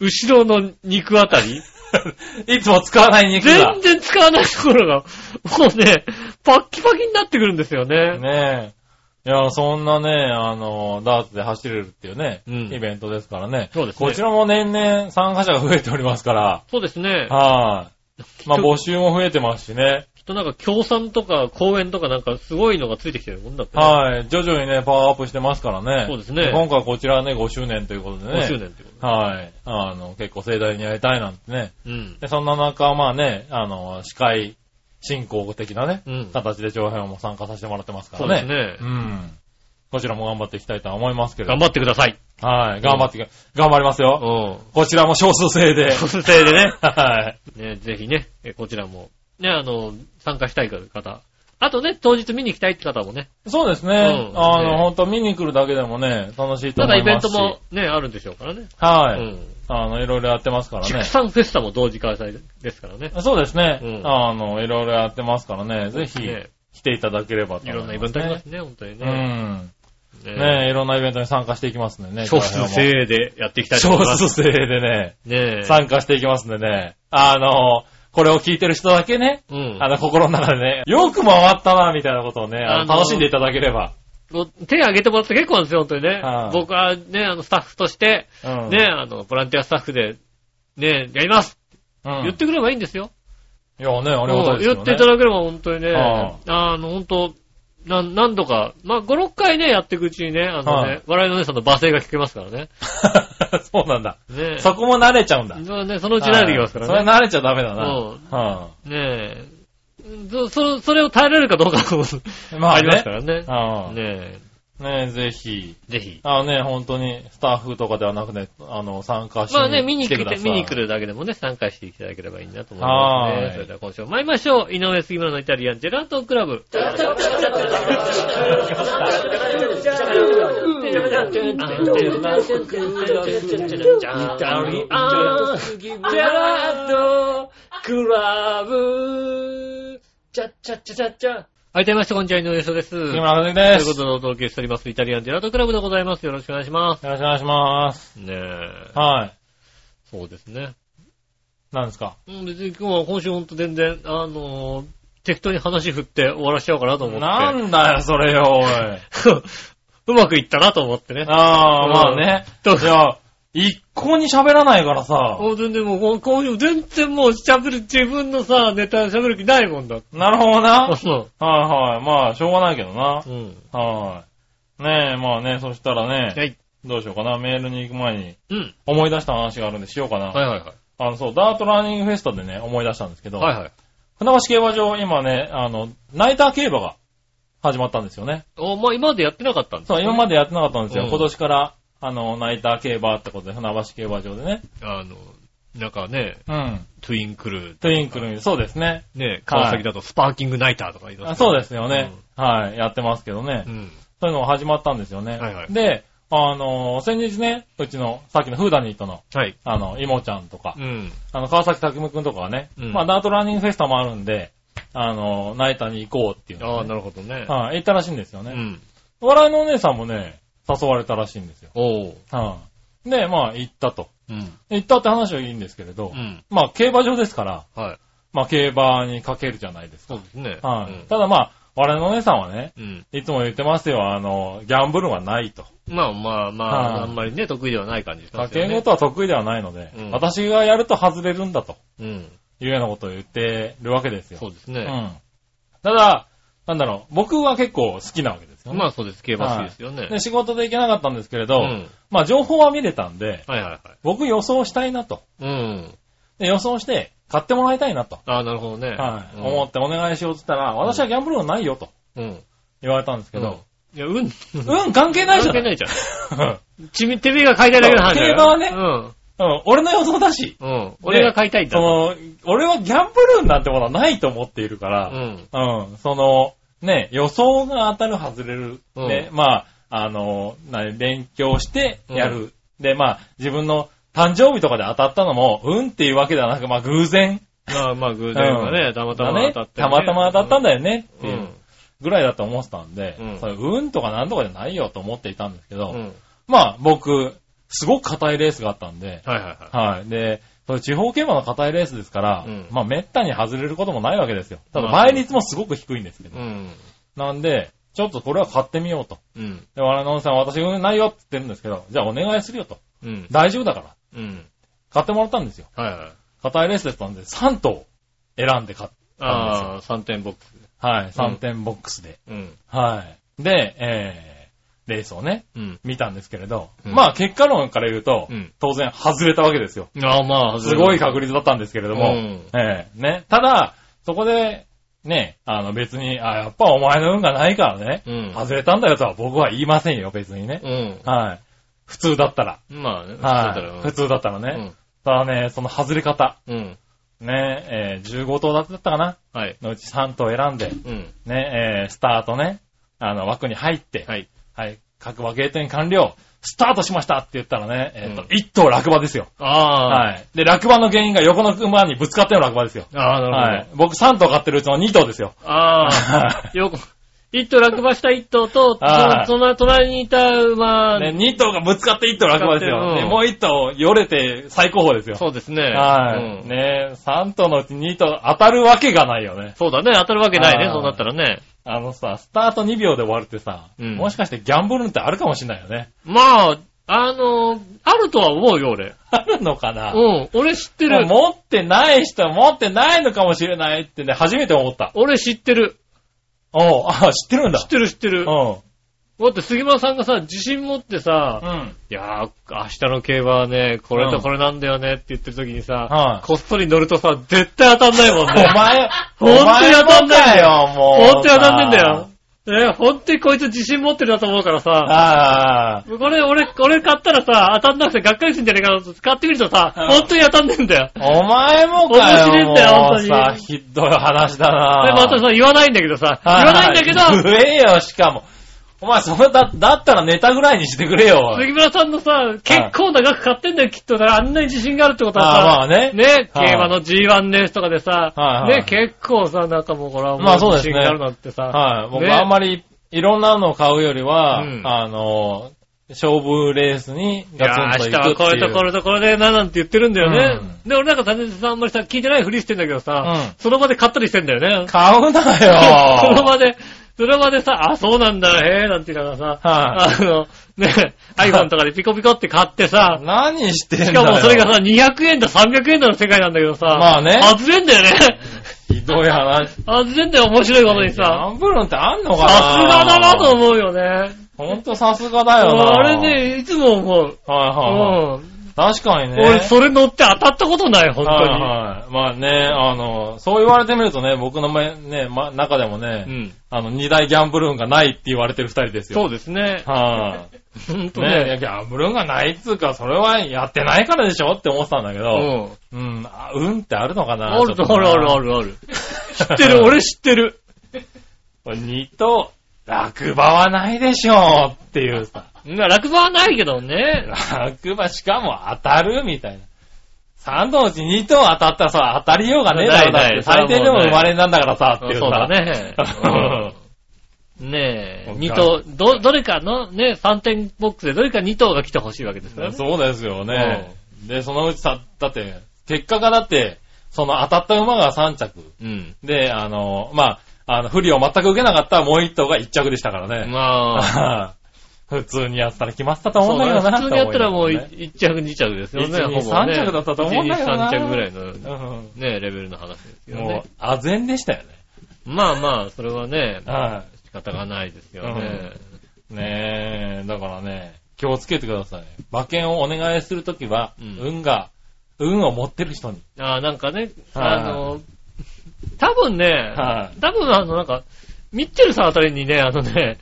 B: 後ろの肉あたり、
C: いつも使わない肉が
B: 全。然使わないところが、もうね、パッキパキになってくるんですよね。
C: ねえ。いや、そんなね、あの、ダーツで走れるっていうね、
B: うん
C: イベントですからね。
B: そうですね
C: こちらも年々参加者が増えておりますから、
B: そうですね。
C: はい。まあ、募集も増えてますしね。
B: きっとなんか協賛とか公演とかなんかすごいのがついてきてるもんだって、ね。
C: はい。徐々にね、パワーアップしてますからね。
B: そうですね
C: 今回こちらはね、5周年ということでね。
B: 5周年ってこ
C: はい。あの、結構盛大にやりたいなんてね。
B: と。うん。
C: で、そんな中、まあね、あの、司会進行的なね、
B: うん
C: 形で長編も参加させてもらってますか
B: そ
C: ら
B: う
C: ね。
B: ですね
C: う。ん。こちらも頑張っていきたいとは思いますけれど
B: 頑
C: も。
B: 張ってください。
C: はい。頑張ってく、頑張ります
B: う
C: よ。
B: ん。
C: こちらも少数制で。
B: そしてでね、
C: はい。
B: ね、ぜひね、えこちらも、ね、あの、参加したい方。あとね、当日見に行きたいって方もね、
C: そうですね。
B: うん
C: あの、
B: ね
C: ほんと見に来るだけでもね、楽しいと
B: た
C: 思
B: だ
C: い
B: イベン
C: ます
B: ト
C: し。
B: もね、あるんでしょうからね。
C: はい。
B: うん。
C: あの、いろいろやってますから
B: 畜
C: ね。
B: 産フェスタも同時開催ですからね。
C: そうですね。
B: うん
C: あの、いろいろやってますからね。ぜひ、
B: ね
C: 来ていただければと
B: い
C: 思い
B: ろ
C: ま
B: ん
C: す、
B: なイベントあ
C: ね。
B: りますね、本当に
C: う
B: ね。
C: ん。
B: ね
C: ねえ、いろんなイベントに参加していきますんでね。
B: 少数精鋭でやっていきたいと思い
C: 少
B: ます。
C: 数制でね、
B: ねえ。
C: 参加していきますんでね。あの、これを聞いてる人だけね、
B: うん
C: あ。の、心の中でね、よく回ったな、みたいなことをね、あの
B: あの
C: 楽しんでいただければ。
B: もう手挙げてもらって結構なんですよ、本当にね
C: はい。
B: 僕はね、あの、スタッフとして、
C: うん
B: ね、あの、ボランティアスタッフで、ね、やります
C: うん
B: 言ってくればいいんですよ。
C: いやね、ありがたいですよね。
B: 言っていただければ本当にね、
C: は
B: あの、本当なん何度か、まあ、5、6回ね、やっていくうちにね、あのね、
C: はい
B: 笑いのお姉さんの罵声が聞けますからね。
C: そうなんだ。
B: ね
C: そこも慣れちゃうんだ。
B: そねそのうち慣れてきますか
C: は
B: ら
C: い
B: ね。
C: それ慣れちゃダメだな。
B: うん
C: は
B: ねえ。そ、そ、それを耐えられるかどうかも
C: いまあ
B: あ
C: ね
B: りますからね。
C: うん
B: ね
C: ねえ、ぜひ。
B: え、ぜひ。
C: あのね、本当に、スタッフとかではなくね、あの、参加して
B: まあね、見に来
C: くだ
B: て、
C: さい
B: 見に来るだけでもね、参加していただければいいなと思います
C: は
B: ね
C: い。
B: それでは今週も参りましょう。井上杉村のイタリアンジェラートクラブ。はい、どうも、こんにちは、井上翔です。と
C: 木
B: いう
C: 村和樹です。
B: ことで、お届けしております、イタリアンジェラートクラブでございます。よろしくお願いしま
C: よろしくお願いします。
B: す。ねえ、
C: はい。
B: そうですね。
C: 何ですか
B: うん別に今日は今週ほんと全然、あのー適当に話振って終わらしちゃおうかなと思って。
C: なんだよ、それよ、おい。
B: うまくいったなと思ってね。
C: ああ、まあ ね。
B: どう
C: いや、一向に喋らないからさ。
B: もう全然もうこう、こういう、全然もう喋る、自分のさ、ネタ喋る気ないもんだ。
C: なるほどな。はい
B: そ
C: はい。まあ、しょうがないけどな
B: う。。うん。
C: はい。ねえ、まあね、そしたら
B: は
C: ね、
B: い。
C: どうしようかな。メールに行く前に
B: うん。
C: 思い出した話があるんでしようかな。
B: いはいは
C: あの、そう、ダートランニングフェスタでね、思い出したんですけ
B: い
C: ど、
B: はいはい。
C: 船橋競馬場、今ね、あの、ナイター競馬が始まったんですよね。
B: お、まあ今までやってなかったんです
C: そう、今までやってなかったんですよ。
B: うん
C: 今年から、あの、ナイター競馬ってことで、船橋競馬場でね。
B: あの、なんかね、
C: うん。
B: トゥインクルー、
C: トゥインクルに、そうですね。
B: ね、川崎だとスパーキングナイターとか言い
C: あ
B: ます
C: そうですよね、はい、やってますけどね。
B: うん。
C: そういうのが始まったんですよね。
B: はいはい
C: で、あの先日ね、うちの、さっきのフーダニットの、
B: はい。
C: あの、イモちゃんとか、
B: うん。
C: あの、川崎匠くんとかはね、
B: うん
C: まあ、ダートランニングフェスタもあるんで、あの、ナイターに行こうっていう
B: あ
C: の
B: あ、
C: で
B: なる
C: ね、
B: ほどね。
C: はい、行ったらしいんですよ
B: う
C: ね。
B: ん。
C: 笑いのお姉さんもね、誘われたらしいんですよ。
B: おう。
C: はいで、まあ、行ったと。
B: うん。
C: 行ったって話はいいんですけれど、
B: うん。
C: まあ、競馬場ですから、
B: はい。
C: まあ、競馬にかけるじゃないですか。
B: そうですね。
C: はいただまあ、我々のお姉さんはね、
B: うん。うん。
C: いつも言ってますよ、あの、ギャンブルはないと。
B: まあまあま
C: はい
B: あ、あんまりね、得意ではない感じです
C: 賭
B: よ
C: け
B: ね。
C: 事は得意ではないので、
B: うん
C: 私がやると外れるんだと
B: うん。
C: いうようなことを言ってるわけですよ。
B: そうです
C: う
B: ね。
C: ん。ただ、なんだろう、僕は結構好きなわけですよね。
B: まあそうです。競馬好きですよね。
C: で仕事で行けなかったんですけれど、
B: うん
C: まあ情報は見れたんで、
B: はいはいはい。
C: 僕予想したいなと。
B: うん。
C: で予想して、買ってもらいたいなと。
B: ああ、なるほどね。
C: はい。
B: うん
C: 思ってお願いしようって言ったら、私はギャンブルはないよと
B: うん。
C: 言われたんですけ
B: け
C: ど
B: ど、、いや、運、
C: うん、関係ないじゃ
B: 関係
C: ない
B: ないじゃん。ちみ、てめえが買いたいだけの話だよ。
C: そう競 うん、俺の予想だし、
B: うん。うん。俺が買いたいんだ
C: そ。の、俺はギャンブルなんてものはないと思っているか
B: う
C: ら、
B: ん。
C: うん、その、ね、予想が当たる外れる、
B: うん
C: ね、まあ、あの、な勉強してやる、で、まあ、自分の誕生日とかで当たったのも、うんっていうわけではなく、まあ、偶然、
B: まあまあ、偶然がね、たまた
C: だ
B: ま
C: ね、
B: 当たって。
C: たまたま当たったんだよねって
B: う。
C: いうんぐらいだと思ってたんで、
B: うん
C: それ運とかなんとかじゃないよと思っていたんですけど、
B: うん。
C: まあ、僕、すごく硬いレースがあったんで、
B: はいはいは
C: はい。で、そういう地方競馬の硬いレースですから、
B: うん
C: まあ、めったに外れることもないわけですよ。ただ、
B: まあ
C: 倍率もすごく低いんですけ
B: い。
C: ど。
B: うん。
C: なんで、ちょっとこれは買ってみようと。
B: うん。
C: で、我々のおじさんは私、うん、ないよって言ってるんですけど、じゃあお願いするよと。
B: うん。
C: 大丈夫だから。
B: うん。
C: 買ってもらったんですよ。
B: はいはい。
C: 硬いレースだったんで、3頭選んで買ったんですよ。
B: ああ、3点ボックス。
C: はい。3点ボックスで。
B: うん。
C: はい。で、えー、レースをね、
B: うん。
C: 見たんですけれど、
B: うん
C: まあ、結果論から言うと、
B: うん
C: 当然外れたわけですよ。
B: ああ、まあ、
C: すごい確率だったんですけれども、
B: うん
C: ええね。ただ、そこで、ね、あの別に、あ、やっぱお前の運がないからね、
E: うん
C: 外れたんだよとは僕は言いませんよ、別にね。
E: うん。
C: はい。普通だったら。
E: まあね、
C: はい。普
E: 普通
C: 通だったら
E: だったら
C: ね。ただね、その外れ方。
E: うん。うん。
C: ね、えー15頭だったかな
E: はい。
C: のうち3頭選んで、
E: うん。
C: ね、えースタートね、あの枠に入って、
E: はい。
C: はい。各馬経点完了、スタートしましたって言ったらね、えっ、と、
E: うん
C: 1頭落馬ですよ。
E: ああ。
C: はい。で、落馬の原因が横の馬にぶつかっての落馬ですよ。
E: ああ、なるほど。
C: はい。僕3頭買ってるうちの2頭で すよ。
B: ああ、
C: は
B: よく、一頭落馬した一頭と、
C: はい
B: その隣にいた馬、
C: い。ね、2頭がぶつかって1頭落馬です
B: ぶつかっ
C: よ。
B: てる
C: ね、もう1頭よれて最高峰ですよ。
E: そうですね。
C: はい。
E: うん
C: ね、3頭のうち2頭当たるわけがないよね。
E: そうだね、当たるわけない
C: あ
E: ね、
C: ー
E: そうなったらね。
C: あのさ、スタート2秒で終わるってさ、
E: うん
C: もしかしてギャンブルってあるかもしれないよね。
B: まあ、あの、あるとは思うよ、俺。
C: あるのかな
B: うん、俺知ってる。
C: 持ってない人持ってないのかもしれないってね、初めて思った。
B: 俺知ってる。
C: おう、あ、知ってるんだ。
B: 知ってる知ってる。
C: う
B: だって杉村さんがさ、自信持ってさ、
C: ん。うん。
B: いやー、明日の競馬はね、これとこれなんだよねって言ってる時にさ、
C: はい
B: こっそり乗るとさ、絶対当たんないもん
C: お
B: ね。
C: 前、
B: 本当に当たんない
C: よ、も
B: 本
C: う。
B: 当に当たってんだよ。。ね、本当にこいつ自信持ってるなと思うからさ、
C: ああ。
B: これ俺、俺買ったらさ、当たんなくてがっかりするんじゃねえかなと思って買ってみるとさ、
C: うん
B: 本当に当たんねえんだよ。で、
C: お前もかよ。
B: 面白いんだよ
C: もう
B: 本当に
C: さ、ひどい話だな。
B: またさ、言わないんだけどさ、言
C: は
B: わないんだけど、
C: 言えよ、しかも。お前、それだ、だったらネタぐらいにしてくれよ。おい
B: 杉村さんのさ、結構な額買ってんだよ、きっと。だからあんなに自信があるってこと
C: ああ、ま
B: は
C: あね
B: さ、。ね、
C: はい
B: 競馬の G1 レースとかでさ
C: は、いはい
B: ね、結構さ、なんかもうこれは
C: まあ
B: も
C: そううで
B: 自
C: す
B: 信
C: ね
B: があるなんてさ、
C: はい。僕
B: ね
C: あんまり、いろんなのを買うよりは、
E: うん
C: あの、勝負レースに
B: いや
C: ガ
B: ー、
C: ツン
B: 明
C: と
B: 日
C: 行
B: は
C: く
B: こ
C: って
B: れ
C: いう。
B: とこれとこれでな、なんて言ってるんだよね。で、俺なんか全然さ、あんまりさ、聞いてないふりしてんだけど
C: うん
B: さ、その場で買ったりしてんだよね。
C: 買う な
B: その
C: よ
B: 場で、その場でさ、あ、そうなんだ、へえ、なんて言いながらさ、
C: は
B: あの、ね、iPhone とかでピコピコって買ってさ、
C: 何してんだよ
B: しかもそれがさ、200円だ、300円だの世界なんだけどさ、
C: まあね
B: 外れんだよね。
C: ひどい話。
B: 外れんだよ、面白いことに
C: ギャ
B: さ。
C: ンブルンってあんのか
B: さ
C: な
B: すがだなと思うよね。
C: ほんとさすがだよな。
B: あれ。ね、いつも思う。
C: はいはいはい。
B: うん。
C: 確かにね。
B: 俺、それ乗って当たったことない、本当
C: はい
B: に。
C: はい。まあね、あの、そう言われてみるとね、僕の前ね、ま、中でもね、
E: うん。
C: あの、二大ギャンブルーンがないって言われてる二人ですよ。
E: そう
C: う
E: ですね。
C: はい、
E: ほんと
C: ねいや
E: ね。
C: ギャンブルーンがないっつうか、それはやってないからでしょって思ってたんだけ
E: う
C: ど、
E: ん。
C: うん、あ運ってあるのかな
E: あるあるあるあ。るある。
C: 知
E: 知って る、。俺知ってる。
C: 二と、落馬はないでしょっていうさ。
E: まあ、落馬はないけどね。
C: 落馬しかも当たるみたいな。三頭のうち二頭当たったらさ、当たりようがねえだろだっ
E: ないな
C: て、
E: い
C: 最低でも生まれなんだからさ、っていうさ。
E: そうだね。
C: うん
E: うんねえ
C: う、ん
E: 二頭、ど、どれかのね、3点ボックスでどれか2頭が来てほしいわけですからね。
C: そうですよね。で、そのうちさ、だって、結果がだって、その当たった馬が3着。
E: うん。
C: で、あの、まあ、あの、不利を全く受けなかったもう1頭が1着でしたからね。
E: まあ、
C: 普通にやったら決まったと
E: そ
C: 思う
E: うん
C: だけ
E: だね
C: どな。
E: 普通にやったらもう
C: と思いますね
E: 1着2着ですよね。
C: 1 2 3着だったと思うんだけど
E: 1
C: な
E: 2 3着ぐらいのね、レ
C: う
E: ベルの話ですけ
C: ん
E: ど
C: も
E: ね
C: う。、あぜんでしたよね。
E: まあまあ、それはね、
C: は
E: 仕方がないですよね。
C: い。ねえ、だからね、気をつけてください。馬券をお願いするときは、
E: うん
C: 運が、運を持ってる人に。
E: ああ、なんかね、
C: はい
E: あの、多分ね、
C: はい
E: 多分あの、なんか、ミッチェルさんあたりにね、あのね、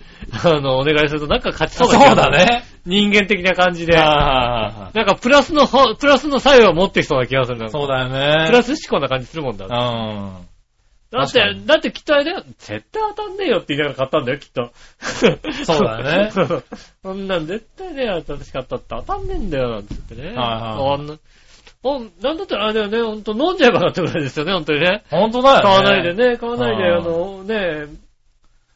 E: あの、お願いするとなんか勝ちそうな気が
C: そうだ。ね。
E: 人間的な感じで。
C: ああ
E: なんかプラスのほ、プラスの作用を持ってきそうな気がするな。
C: そう
E: だ。
C: だよ ね。
E: プラス思考な感じするもんだ。だ
C: うん。
E: っ
C: 確か
E: て
C: に、
E: だってきっとあれだよ。絶対当たんねえよって言いながら買ったんだよ、きっと。
C: そうだね
E: そう。 そんなん絶対ね、私買ったって当たんねえんだよ、なんつってね。
C: いはい
E: あんなお、なんだったらあれだよね、ほんと飲んじゃえばよかったぐらいですよね、ほんとにね。
C: 本当だよね。
E: 買わないで。ね、買わないで、
C: うん
E: あの、ね、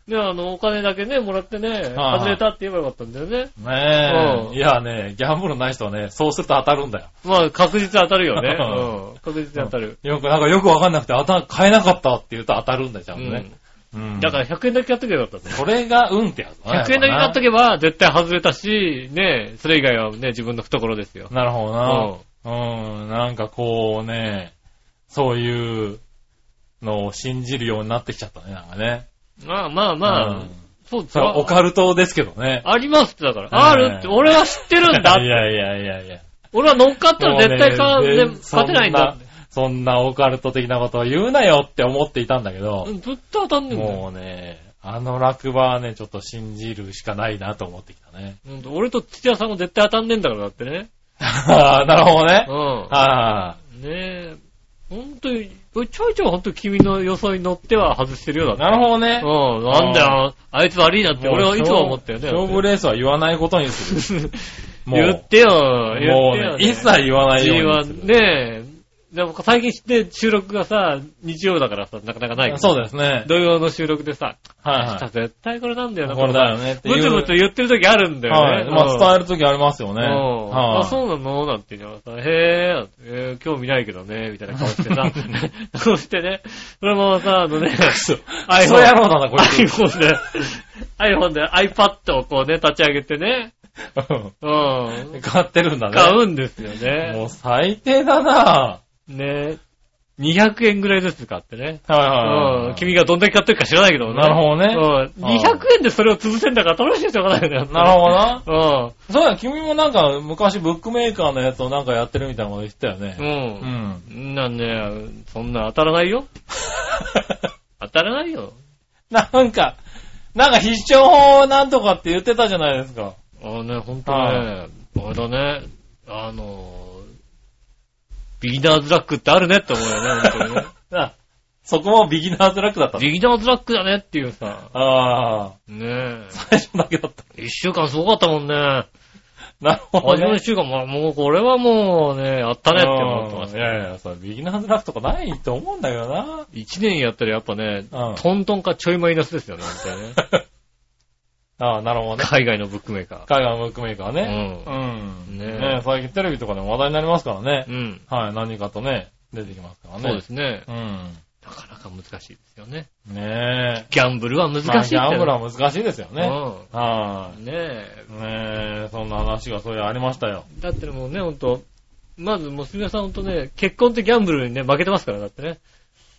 E: ね、あの、お金だけね、もらってね、
C: はい
E: 外れたって言えばよかったんだよね。
C: ね
E: うん
C: え。いやね、ギャンブルない人はね、そうすると当たるんだよ。
E: まあ、確実当たるよね。
C: う ん
E: うん確実当たる。
C: よく、なんかよくわかんなくて、当た、買えなかったって言うと当たるんだよ、ちゃん
E: う
C: と
E: ん
C: ね。。うん
E: だから100円だけ買っとけばよかったね。
C: それが運ってやつだね
E: 100円だけ買っとけ
C: や
E: ば絶対外れたし、ねそれ以外はね、自分の懐ですよ
C: ぱ。ななるほどな。うん。なんかこうね、そういうのを信じるようになってきちゃったね、なんかね。
E: まあまあまあ、
C: うん
E: そうです
C: それはオカルトですけどね。
E: ありますってだから。
C: は
E: あ
C: い
E: るって、俺は知ってるんだっ
C: い
E: て。
C: やいやいやいやいや。
E: 俺は乗っかったら絶対
C: も
E: か、
C: うね
E: ね、勝てないんだ。
C: そそんなオカルト的なことを言うなよって思っていたんだけど、
B: ずっと当たんねえんだよ。
C: もうね、あの落馬はね、ちょっと信じるしかないなと思ってきたね。
B: ほんと俺と土屋さんも絶対当たんねえんだから、だってね。
C: あ あ、なるほどね。
B: う
C: ああ、
B: ん。ねえ。ほんとに、俺ちょいちょいほんと君の予想に乗っては外してるようだった。
C: なるほどね。
B: うん、なんだよ、あいつ悪いなって俺はいつも思ったよね。
C: 勝負レースは言わないことにする。 もう
B: 言ってよ、言
C: も
B: っ
C: う
B: て
C: ね
B: よ、、
C: 一切言わないよう
B: G1
C: にする。
B: ねえ、でも最近して収録がさ、日曜だからさ、なかなかないから。
C: そうですね。
B: 土曜の収録でさ、
C: はい
B: 明
C: は
B: 日絶対これなんだよ
C: い。
B: な、
C: これだよねって
B: ブ
C: いう。
B: ツブツ言ってる時あるんだ
C: は
B: よ
C: い。
B: ね。
C: まあ、
B: え
C: 伝えるときありますよね。
B: あ、
C: はい。
B: そうなのなんて言いながらさ、へえ、なんてえー興味ないけどね、みたいな顔して さ、そうしてね、そのままさ、あのね、
C: ク
B: iPhone
C: ソ野郎だな、こいつ。
B: iPhone で、iPhone で iPad をこうね、立ち上げてね、 うん、
C: 買ってるんだね。
B: 買うんですよ
C: も
B: ね。
C: う最低だな
B: ね200円ぐらいずつ買ってね。
C: はいはいは
B: う
C: い。
B: ん、君がどんだけ買ってるか知らないけどね。
C: なるほどね
B: うん。200円でそれを潰せんだから楽しいでしょうがないよね。
C: なるほどな。
B: ほ
C: そうだ、君もなんか昔ブックメーカーのやつをなんかやってるみたいなこと言ってたよ
B: う
C: ね。
B: ん。
C: う
B: うん。
C: ん。
B: なんね、そんな当たらないよ。当たらないよ。
C: なんか、なんか必勝法なんとかって言ってたじゃないですか。
B: あのね、ほんと
C: は
B: ね、あれだね、あの、ビギナーズラックってあるねって思うよね、ほんとに ね。
C: あそこもビギナーズラックだった。
B: ビギナーズラックだねっていうさ、
C: ああ、
B: ね
C: 最初だけだった。
B: え、一週間すごかったもんね。
C: なるほ
B: 初め
C: ど
B: の
C: ね
B: 一。週間も、もうこれはもうね、あったねって思ってました
C: うんいやいや、それビギナーズラックとかないと思うんだけどな。
B: 一年やったらやっぱね、
C: うん
B: トントンかちょいマイナスですよね、本当にね
C: ああ、なるほどね。
B: 海外のブックメーカ
C: 海外のブックメーカー
B: ー。う
C: ね。
B: ん。
C: うん。
B: ねえ
C: ねえ最近テレビとかでも話題になりますからね
B: う。ん。
C: はい、何かとね、出てきますからね。
B: そうですね。
C: うん。
B: なかなか難しいですよね。
C: ねえ。
B: ギャンブルは難しい
C: まあ
B: って
C: ギャンブラーは難しいですよね。は
B: うん。ねえ
C: い。。ねえ、そんな話がそういうありましたよ。
B: だってもうね、ほんと、まず娘さんほんとね、結婚ってギャンブルにね、負けてますから、だってね。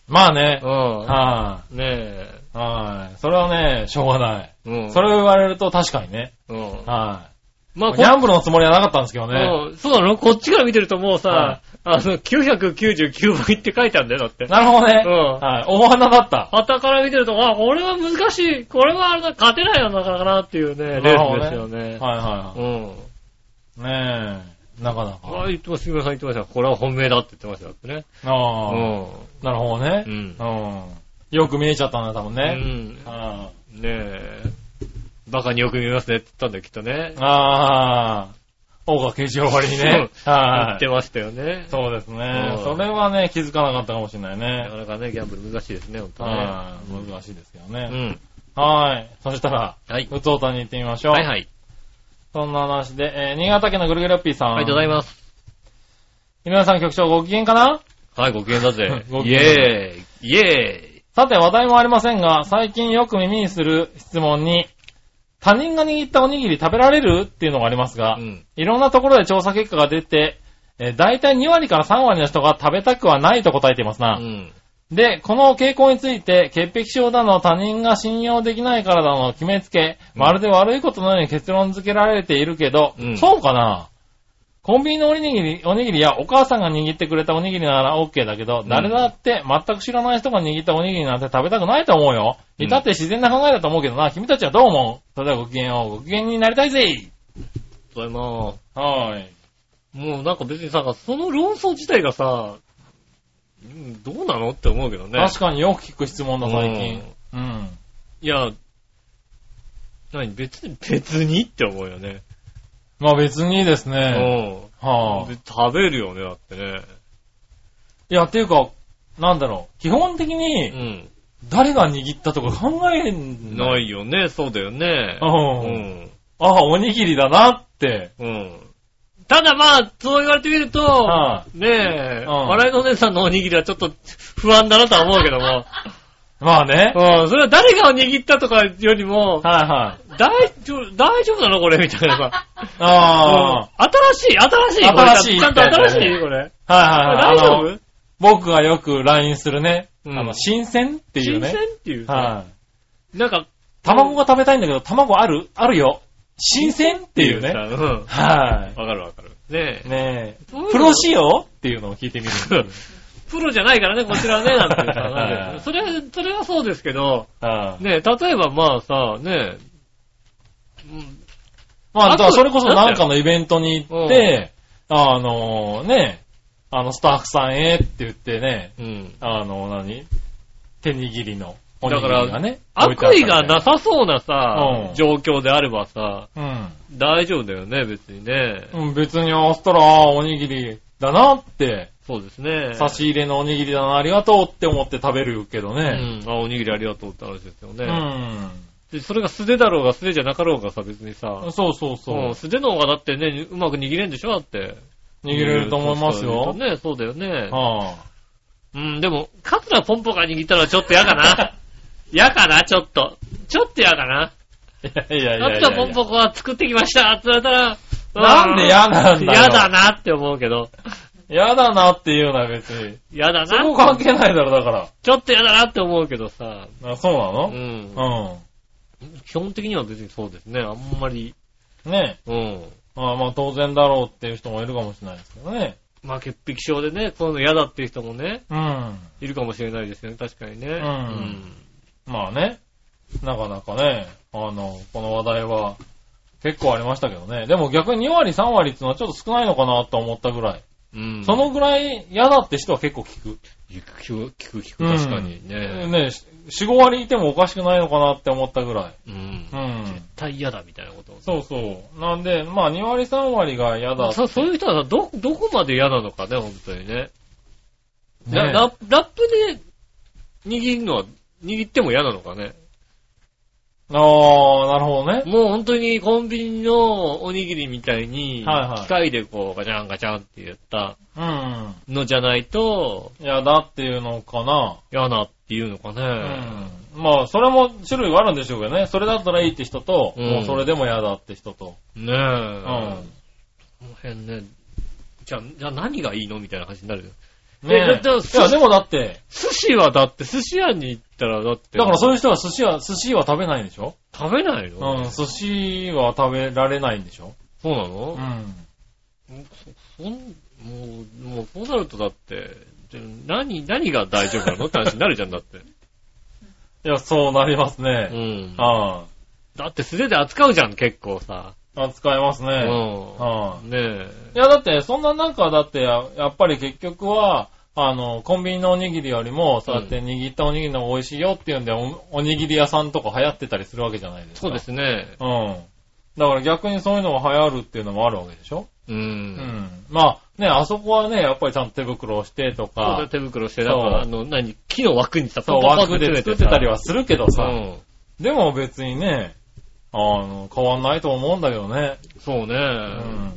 C: まあね
B: う。ん。
C: は
B: ねえ。
C: い。はい。それはね、しょうがない。
B: うん。
C: それを言われると確かにね。
B: うん。
C: は
B: まあ、
C: い。ギャンブルのつもりはなかったんですけどね。
B: うんそうなのこっちから見てるともう
C: は
B: さ、あの、999倍って書いてあるんだよ、だって。
C: なるほどね。
B: うん
C: はい。大花だった。
B: 旗から見てると、あ、これは難しい。これはあれだ、勝てないよ、なかなかなっていうね、レースですよね。
C: はいは
B: うん。
C: いはい。ねえ。なかなか。
B: あ、言ってました、杉村さん言ってました。これは本命だって言ってましたよってね。う
C: ああ。
B: ん。
C: なるほどね。
B: うん
C: うん。よく見えちゃったんだ、多分
B: う
C: ね。
B: ん。
C: あ
B: ねえ。バカによく見えますねって言ったんだよ、きっとね
C: あ。。ああ。大川慶次郎割にね。
B: 言
C: は
B: って
C: い。
B: ましたよね。
C: そうですね
B: う。ん
C: それはね、気づかなかったかもしれない
B: なか
C: ね。
B: なかね、ギャンブル難しいですね、ほんとね。
C: はい。難しいですけど
B: う
C: ね。
B: ん。
C: はい。そしたら、
B: はい。
C: うつおたに行ってみましょう。
B: はいはい。
C: そんな話で、えー新潟県のぐるぐるラッピーさん。
B: ありがとうございます。
C: 井上さん局長ご機嫌かな
B: はい、ご機嫌だぜ
C: 。ご機
B: イ
C: 嫌
B: ェーイ。イェーイ。
C: さて、話題もありませんが、最近よく耳にする質問に、他人が握ったおにぎり食べられるっていうのがありますが、
B: うん
C: いろんなところで調査結果が出て、えー大体2割から3割の人が食べたくはないと答えています
B: う
C: な。
B: ん。
C: で、この傾向について、潔癖症だの、他人が信用できないからだのを決めつけ、
B: うん
C: まるで悪いことのように結論付けられているけど、
B: うん
C: そうかなコンビニのおにぎり、おにぎりやお母さんが握ってくれたおにぎりなら OK だけど、
B: ん
C: 誰だって全く知らない人が握ったおにぎりなんて食べたくないと思うよ。
B: うん
C: いたって自然な考えだと思うけどな、君たちはどう思うそれではご機嫌を、ご機嫌になりたいぜ
B: ございます。
C: はーい。
B: もうなんか別にさ、その論争自体がさ、うんどうなのって思うけどね。
C: 確かによく聞く質問だ、最近。うん。
B: いや、何別に、別にって思うよね。
C: まあ別にですね。
B: う
C: は
B: ん
C: い。
B: で食べるよね、だってね。
C: いや、っていうか、なんだろう。基本的
B: う
C: に、
B: ん。
C: 誰が握ったとか考え。
B: ないいよね、そうだよね
C: う。。
B: うんん。
C: ああ、おにぎりだなって。
B: うん。ただまあ、そう言われてみると、
C: は
B: ねえ、
C: うん
B: 笑いのお姉さんのおにぎりはちょっと不安だなとは思うけども、
C: まあね。
B: うん、それは誰が握ったとかよりも、
C: はいはい。
B: 大丈夫、大丈夫なのこれみたいなさ。
C: あ
B: 新しい、新しい、これ
C: 新しい
B: ちゃんと新しい、これ。
C: あ。はいはいは
B: 大
C: い。
B: 丈夫
C: あの僕がよく LINE するね。
B: うん
C: あの、新鮮っていう
B: 新鮮
C: ね。
B: っていうさ。
C: はい。
B: なんか、
C: 卵が食べたいんだけど、卵あるあるよ。新鮮っていう
B: さ
C: ね。
B: うん。わ
C: は
B: かるわかる。ね
C: い。ねえ。
B: え。
C: プロ
B: シ
C: 仕様っていうのを聞いてみる。
B: ププロじゃないからね、こちらはね、なんて さ
C: はい
B: それは、それはそうですけど、
C: ああ
B: ね、例えばまあさ、ね、うん
C: まあ、だからそれこそ
B: だって
C: なんかのイベントに行って、あの、ね、あの、スタッフさんへって言ってね、
B: うん。
C: あの、何手握りのおに
B: だ
C: ぎ
B: から
C: りがね。
B: 悪意がな
C: さ、
B: さそうなさ、
C: うん
B: 状況であればさ、
C: うん。
B: 大丈夫だよね、別にね。
C: うん、別にあしたら、ああおにぎりだなって、
B: そうですね。
C: 差し入れのおにぎりだな、ありがとうって思って食べるけど
B: う
C: ね。
B: ん。あ、おにぎりありがとうって話ですよ
C: う
B: ね。
C: ん。
B: でそれが素手だろうが素手じゃなかろうがさ、別にさ、
C: そうそうそう。
B: うん素手の方がだってね、うまく握れんでしょだって。
C: 握れると思いますよ。
B: ね、そうだよね。
C: は
B: うん、でも、カツラポンポが握ったのはちょっと嫌か な。嫌かな、ちょっと。ちょっと嫌かな。
C: あ、 いやいやいや
B: カ
C: い
B: ツラ
C: や
B: ポンポコは作ってきましたって言われたら、
C: なんで嫌なんだよ
B: 嫌だなって思うけど。
C: やだなっていうのは別に。
B: 嫌だ
C: そこ
B: な。
C: 関係ないだろ、だか
B: ちょっと嫌だなって思うけどさ。
C: ら。あそうな
B: う
C: の、
B: ん。
C: う
B: 基本的には別にそうですね。あんまり。
C: ん。ね
B: うん。
C: ああまあ当然だろうっていう人もいるかもしれないですけどね。
B: まあ、潔癖症でね、こういうの嫌だっていう人もね、
C: うん。
B: いるかもしれないですよね。確かにね。うん
C: まあね。なかなかね、あの、この話題は結構ありましたけどね。でも逆に2割、3割っていうのはちょっと少ないのかなと思ったぐらい。
B: うん。
C: そのぐらい嫌だって人は結構聞く。
B: 聞く、聞く、聞く、確かにね。
C: ね4、5割いてもおかしくないのかなって思ったぐら
B: う
C: い。
B: ん
C: う。ん。
B: 絶対嫌だみたいなことを
C: そうそう。なんで、まあ2割、3割が嫌だ。
B: そそういう人はさど、どこまで嫌なのかね、本当にね。ラ
C: ね
B: ラッラップで握るのは、握っても嫌なのかね。
C: ああ、なるほどね。
B: もう本当にコンビニのおにぎりみたいに、
C: はいはい
B: 機械でこうガチャンガチャンってやった
C: うん。
B: のじゃないと
C: 嫌だっていうのかな。
B: 嫌なっていうのか
C: う
B: ね。
C: ん。まあ、それも種類があるんでしょうけどね。それだったらいいって人と、
B: うん
C: もうそれでも嫌だって人と。
B: ねえ。こ
C: うん。
B: の辺ね。じゃあ、じゃあ何がいいのみたいな話になるよ。
C: ね
B: えだだ
C: いや、でもだって、
B: 寿司はだって、寿司屋に行ったらだって。
C: だからそう
B: れ
C: いう人は寿司は、寿司は食べないんでしょ
B: 食べないの
C: うん。寿司は食べられないんでしょ
B: そうな
C: う
B: の
C: ん。
B: そんもう、もう、こうなるとだって、で何、何が大丈夫なのって話になるじゃんだって。
C: いや、そうなりま す
B: う
C: ね。
B: ん。
C: は
B: だって素手で扱うじゃん、結構さ。
C: い。扱います
B: う
C: ね。
B: ん。
C: はい。
B: ねえ。
C: いや、だって、そんななんか、だって、ややっぱり結局は、あの、コンビニのおにぎりよりも、そうやって握ったおにぎりの方が美味しいよっていうんで、おおにぎり屋さんとか流行ってたりするわけじゃないですか。
B: そうで。すね。
C: うん。だから逆にそういうのが流行るっていうのもあるわけでしょ
B: う。
C: うんん。まあ、ね、あそこはね、やっぱりちゃんと手袋をして
B: そ
C: と
B: うだ
C: か、
B: 手袋して、なんか、あの、何、木の枠にさ、
C: そう、
B: ポンポンポン
C: 枠で作ってたりはするけど
B: さ。う
C: さ、
B: ん。
C: でも別にね、あの、変わんないと思うんだけどね。
B: そうね。
C: うん。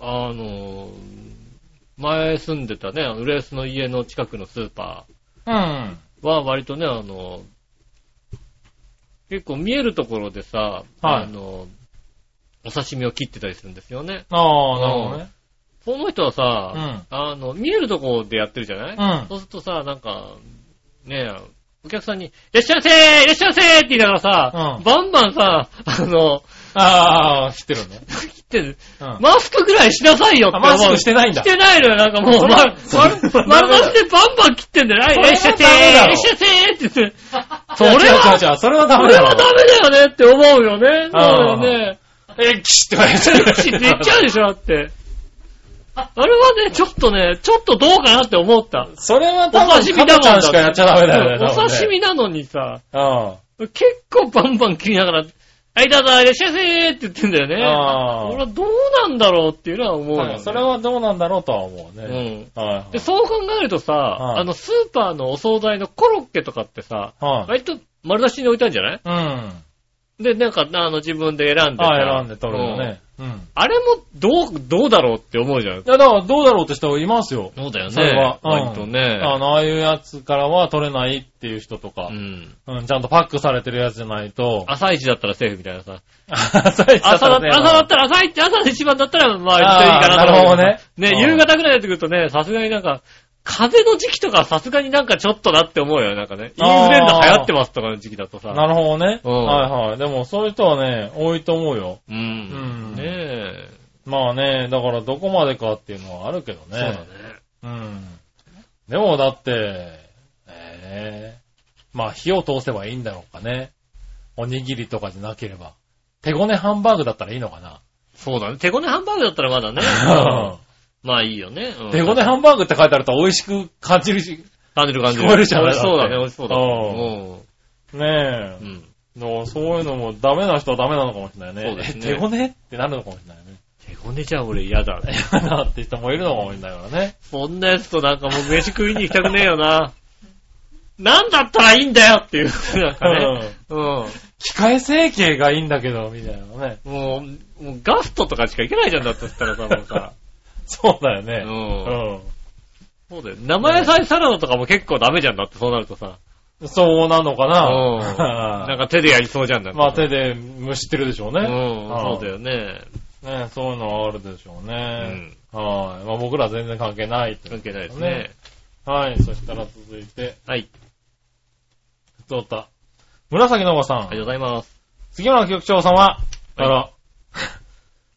B: あの、前住んでたね、ウレースの家の近くのスーパ
C: うん。
B: ーは割とね、あの、結構見えるところでさ、
C: はい
B: あの、お刺身を切ってたりするんですよね。
C: ああ、なるほどね。
B: その人はさ、
C: うん
B: あの、見えるところでやってるじゃない、
C: うん。
B: そうするとさ、なんか、ねえ、お客さんに、いらっしゃいませーいらっしゃいませーって言いながらさ、
C: うん
B: バンバンさ、あの、
C: ああ、知っ てるね。
B: 切ってる、
C: うん。
B: マスクぐらいしなさいよって
C: あ
B: 思う。
C: マスクしてないんだ
B: してないのよ、なんかもう、ま、ま、丸出してバンバン切ってんだよ。はいい
C: それ
B: ら
C: は
B: っしゃいませー
C: ダメだ
B: い
C: ろ
B: らっしゃいませーって言って、そ
C: そ
B: れ
C: れ
B: は
C: は、違う違う違うそれはダ
B: こ
C: メ
B: れ
C: だ
B: はダ
C: ろ。
B: メだよねって思うよね。そうだよね。
C: え、キシって言われちゃ
B: 口出ちゃうでしょ、だって。あれはね、ちょっとね、ちょっとどうかなって思った。
C: それは
B: お
C: 多分、
B: 刺身だもん
C: ちゃ
B: だ
C: んしかやっちゃダメだよね。
B: お刺身
C: 身
B: なのにさ、
C: あ
B: 結構バンバン切りながら、はい、どうぞ、いらっしゃいませーって言ってんだよね。
C: ああ
B: 俺はどうなんだろうっていうのは思うよ、
C: あ。
B: ね。
C: それはどうなんだろうとは思
B: う
C: うね。
B: ん。
C: はい
B: で、そう考えるとさ、
C: い
B: あの、スーパーのお惣菜のコロッケとかってさ、
C: はい。
B: 割と丸出しに置いたんじゃない
C: うん。
B: で、なんか、あの、自分で選んでさ。
C: はい、選んで取るよ
B: うん
C: ね。うん。
B: あれも、どう、どうだろうって思うじゃん。
C: いや、だからどうだろうって人いますよ。
B: そうだよね。
C: それはうん
B: 割とね。
C: あの、ああいうやつからは取れないっていう人とか
B: う、ん。
C: うん、ちゃんとパックされてるやつじゃないと、
B: 朝一だったらセーフみたいなさ。
C: 朝
B: 朝だ
C: だ
B: 朝だったら、朝一、朝の一番だったら、まあ、いいかなと思うけ
C: あーなるほどね
B: ね、
C: うん
B: 夕方ぐらいになってくるとね、さすがになんか、風邪の時期とかさすがになんかちょっとなって思うよね。なんかね、インフルエンザ流行ってますとかの時期だとさ。
C: なるほどね。
B: うん
C: はいはい。でも、そういう人はね、多いと思うよ。
B: う
C: うん
B: ん。ねえ。
C: まあね、だからどこまでかっていうのはあるけどね。
B: そうだね。
C: うん。でもだって、ええまあ火を通せばいいんだろうかね。おにぎりとかじゃなければ。手ごねハンバーグだったらいいのかな。
B: そうだね。手ごねハンバーグだったらま だね。
C: 手
B: まあいいよね。うん
C: ごねハンバーグって書いてあると美味しく感じるし。
B: 感じる感じる。
C: 聞こえるじゃん
B: 美味しそうだね、美味しそうだ。
C: うね
B: うんうん。
C: え。のそういうのもダメな人はダメなのかもしれないね。
B: そうですね
C: 手ごねってなるのかもしれないね。
B: 手ごねじゃ俺嫌だね。
C: 嫌だって人もいるのかもしれないからね。
B: そんなやつとなんかもう飯食いに行きたくねえよな。なんだったらいいんだよっていう。なんかね。うん。
C: 機械成形がいいんだけど、みたいなね。
B: もう、もうガストとかしか行けないじゃんだって言ったらさ、もうさ。
C: そうだよ
B: う
C: ね。
B: ん。
C: うん。
B: そうだよ。生野菜サラダとかも結構ダメじゃんだって、そうなるとさ。
C: そうなのか
B: うん。
C: な。
B: なんか手でやりそうじゃんだって。
C: まあ手で蒸してるでしょうね。
B: うん。
C: ん
B: そうだよね。
C: ねそういうのはあるでしょう
B: う
C: ね。
B: ん。
C: はい。まあ僕らは全然関係ないって
B: 関係ないですね。
C: はい。そしたら続いて、
B: はい。
C: どうた紫のおばさ
B: あり
C: ん。
B: がとうございます。
C: 杉村局長様。あら。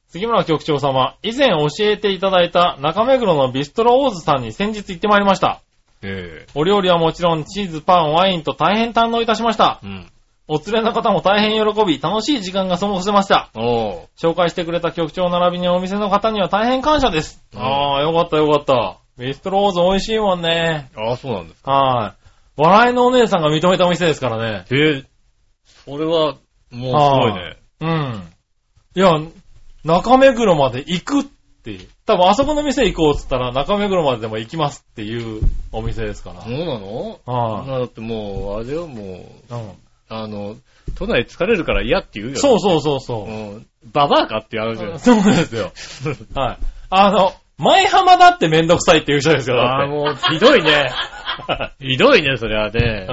C: 杉村局長様、以前教えていただいた中目黒のビストロオーズさんに先日行ってまいりました。
B: え
C: お料理はもちろんチーズ、パン、ワインと大変堪能いたしました
B: え。。うん。
C: お連れの方も大変喜び、楽しい時間が過ごせました。
B: おー。
C: 紹介してくれた局長並びにお店の方には大変感謝です。
B: うん
C: ああ、よかったよかった。ビストローズ美味しいもんね。
B: ああ、そうなんです
C: はい。笑いのお姉さんが認めたお店ですからね。
B: へえ、それは、もうすごいね。
C: うん。いや、中目黒まで行くって、多分あそこの店行こうっつったら中目黒まででも行きますっていうお店ですから。
B: そうなの
C: は
B: なだってもう、あれよ、もう、
C: い。うん
B: あの、都内疲れるから嫌って言うよね。
C: そうそうそうそうう。
B: ん。ババアかってやるじゃん。
C: そうですよ。はい。あの、前浜だってめんどくさいっていう人ですよ、
B: ああ、
C: だって。
B: もう、ひどいね。ひどいね、それはね。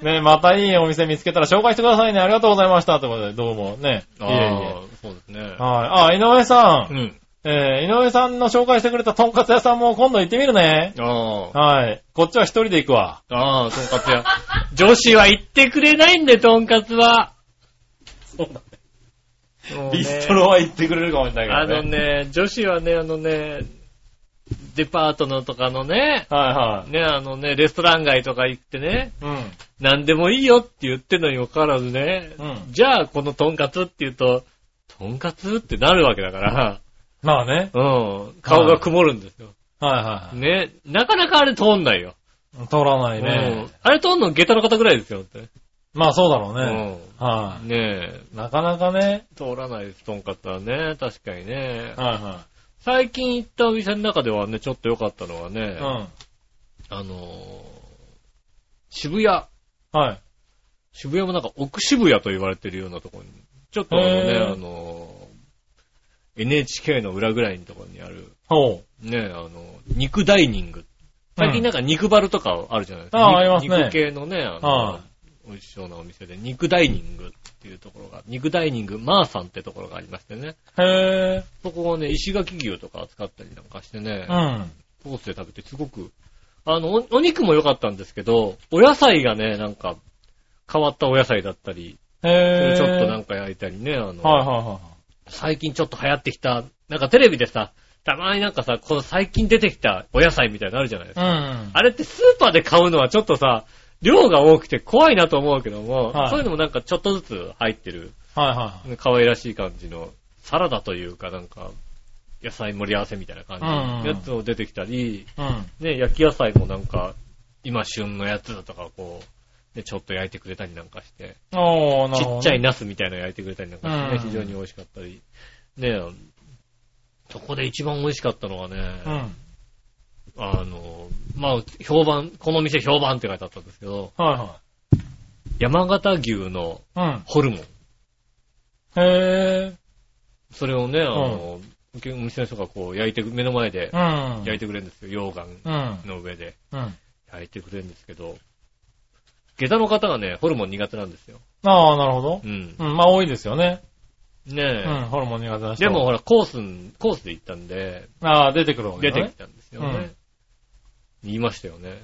C: うん。ねまたいいお店見つけたら紹介してくださいね。ありがとうございました。ということで、どうもね。いえいえ。
B: ああ、そうですね。
C: はい。あ、井上さ。
B: うんん。
C: えー、井上さんの紹介してくれたとんかつ屋さんも今度行ってみるね。
B: ああ。
C: はい。こっちは一人で行くわ。
B: ああ、とんかつ屋。女子は行ってくれないんで、とんかつは。
C: そうだ
B: もうね
C: ビストロは行ってくれるかもしれな
B: あ
C: いけど
B: の
C: ね。
B: ね、女子はね、あのね、デパートのとかのね、
C: は
B: ね、あのね、レストラン街とか行ってね、
C: いはい。
B: 何でもいいよって言ってんのにもかかわらずね、
C: うん
B: じゃあこのトンカツって言うと、トンカツってなるわけだから、
C: うん。まあね。
B: うん、顔が曇るんですよ。
C: はいはいは
B: ね、なかなかあれ通んないよ。
C: い。通らな
B: う
C: い
B: ん
C: ね。
B: あれ通んの下駄の方ぐらいですよって。
C: まあそうだろう
B: う
C: ね。
B: ん
C: は
B: ねえ、
C: い。なかなかね。
B: 通らないです、トンカツはね、確かにね。
C: は
B: 最近行ったお店の中ではね、ちょっと良かったのは
C: いう
B: ね、
C: ん。
B: あのー渋谷。
C: はい。
B: 渋谷もなんか奥渋谷と言われてるようなところに、ちょっとあのね
C: へ、ー
B: あの、NHK の裏ぐらいのところにある、
C: ほう。
B: ね、あの、肉ダイニング。最近なんか肉バルとかあるじゃないですか。
C: ああ
B: 肉
C: ありますね
B: 肉系のね、あの、
C: は
B: 美味しそうなお店で、肉ダイニングっていうところが、肉ダイニングマーさんってところがありましてね。
C: へ
B: そこをね、石垣牛とか使ったりなんかしてね
C: ぇ、うん。
B: コースで食べてすごく、あの、おお肉も良かったんですけど、お野菜がね、なんか、変わったお野菜だったり、そ
C: へ
B: れ
C: ぇ
B: ちょっとなん
C: か。
B: か焼いたりね、あの、
C: はいはいはい。
B: 最近ちょっと流行ってきた、なんかテレビでさ、たまになんかさ、この最近出てきたお野菜みたいなのあるじゃないです
C: う
B: か。
C: ん。
B: あれってスーパーで買うのはちょっとさ、量が多くて怖いなと思うけども、
C: はい
B: そういうのもなんかちょっとずつ入ってる、
C: はいはい。
B: 可愛らしい感じの、サラダというかなんか、野菜盛り合わせみたいな感じ
C: うんうんうん
B: のやつも出てきたり、
C: うん。
B: ね、焼き野菜もなんか、今旬のやつだとかこう、ね、ちょっと焼いてくれたりなんかして、
C: おー、な
B: ち
C: るほど。
B: っちゃい。ナスみたいなの焼いてくれたりなんかしてね、
C: うん
B: 非常に美味しかったり。ねえ、そこで一番美味しかったのはね、
C: うん。
B: あの、まあ、評判、この店評判って書いてあったんですけど、
C: は
B: 山形牛の
C: いはい。うん。
B: ホルモン。
C: へ
B: それをね、あの、お店の人がこう焼いてく、目の前で
C: ぇうん。
B: 焼いてくれるんですよ、溶岩
C: うん。
B: の上で
C: うん。
B: 焼いてくれるんですけど、下駄の方がね、ホルモン苦手なんですよ。
C: ああ、なるほど
B: う。ん。
C: うん、まあ多いですよね。
B: ね
C: う
B: え。
C: ん、ホルモン苦手な人。
B: でも、ほら、コースん、コースで行ったんで、
C: ああ、出てくるわけ
B: 出
C: だね
B: てきたんですよね。
C: うん
B: 言いましたよね。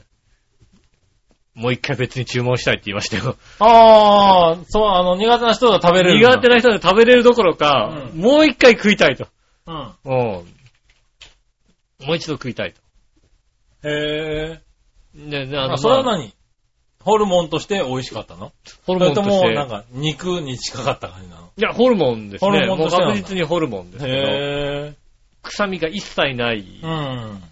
B: もう一回別に注文したいって言いましたよ。
C: ああ、そう、あの、苦手な人が食べれる。
B: 苦手な人で食べれるどころか、
C: うん
B: もう一回食いたいと。
C: うん。
B: うん。もう一度食いたいと。
C: へへ
B: で、ね
C: ぇ
B: あ
C: ー。
B: の、
C: あそれは
B: まあ
C: 何ホルモンとして美味しかったの
B: ホ
C: そ
B: ルモ
C: れ
B: ンと
C: と
B: し
C: も、
B: て。
C: なんか、肉に近かった感じなの
B: いや、ホルモンです
C: ホ
B: ね。
C: ルモン
B: も
C: と
B: う
C: してなんだ
B: 確実にホルモンですけど、
C: へ
B: 臭みが一切ない。
C: ぇー。うん。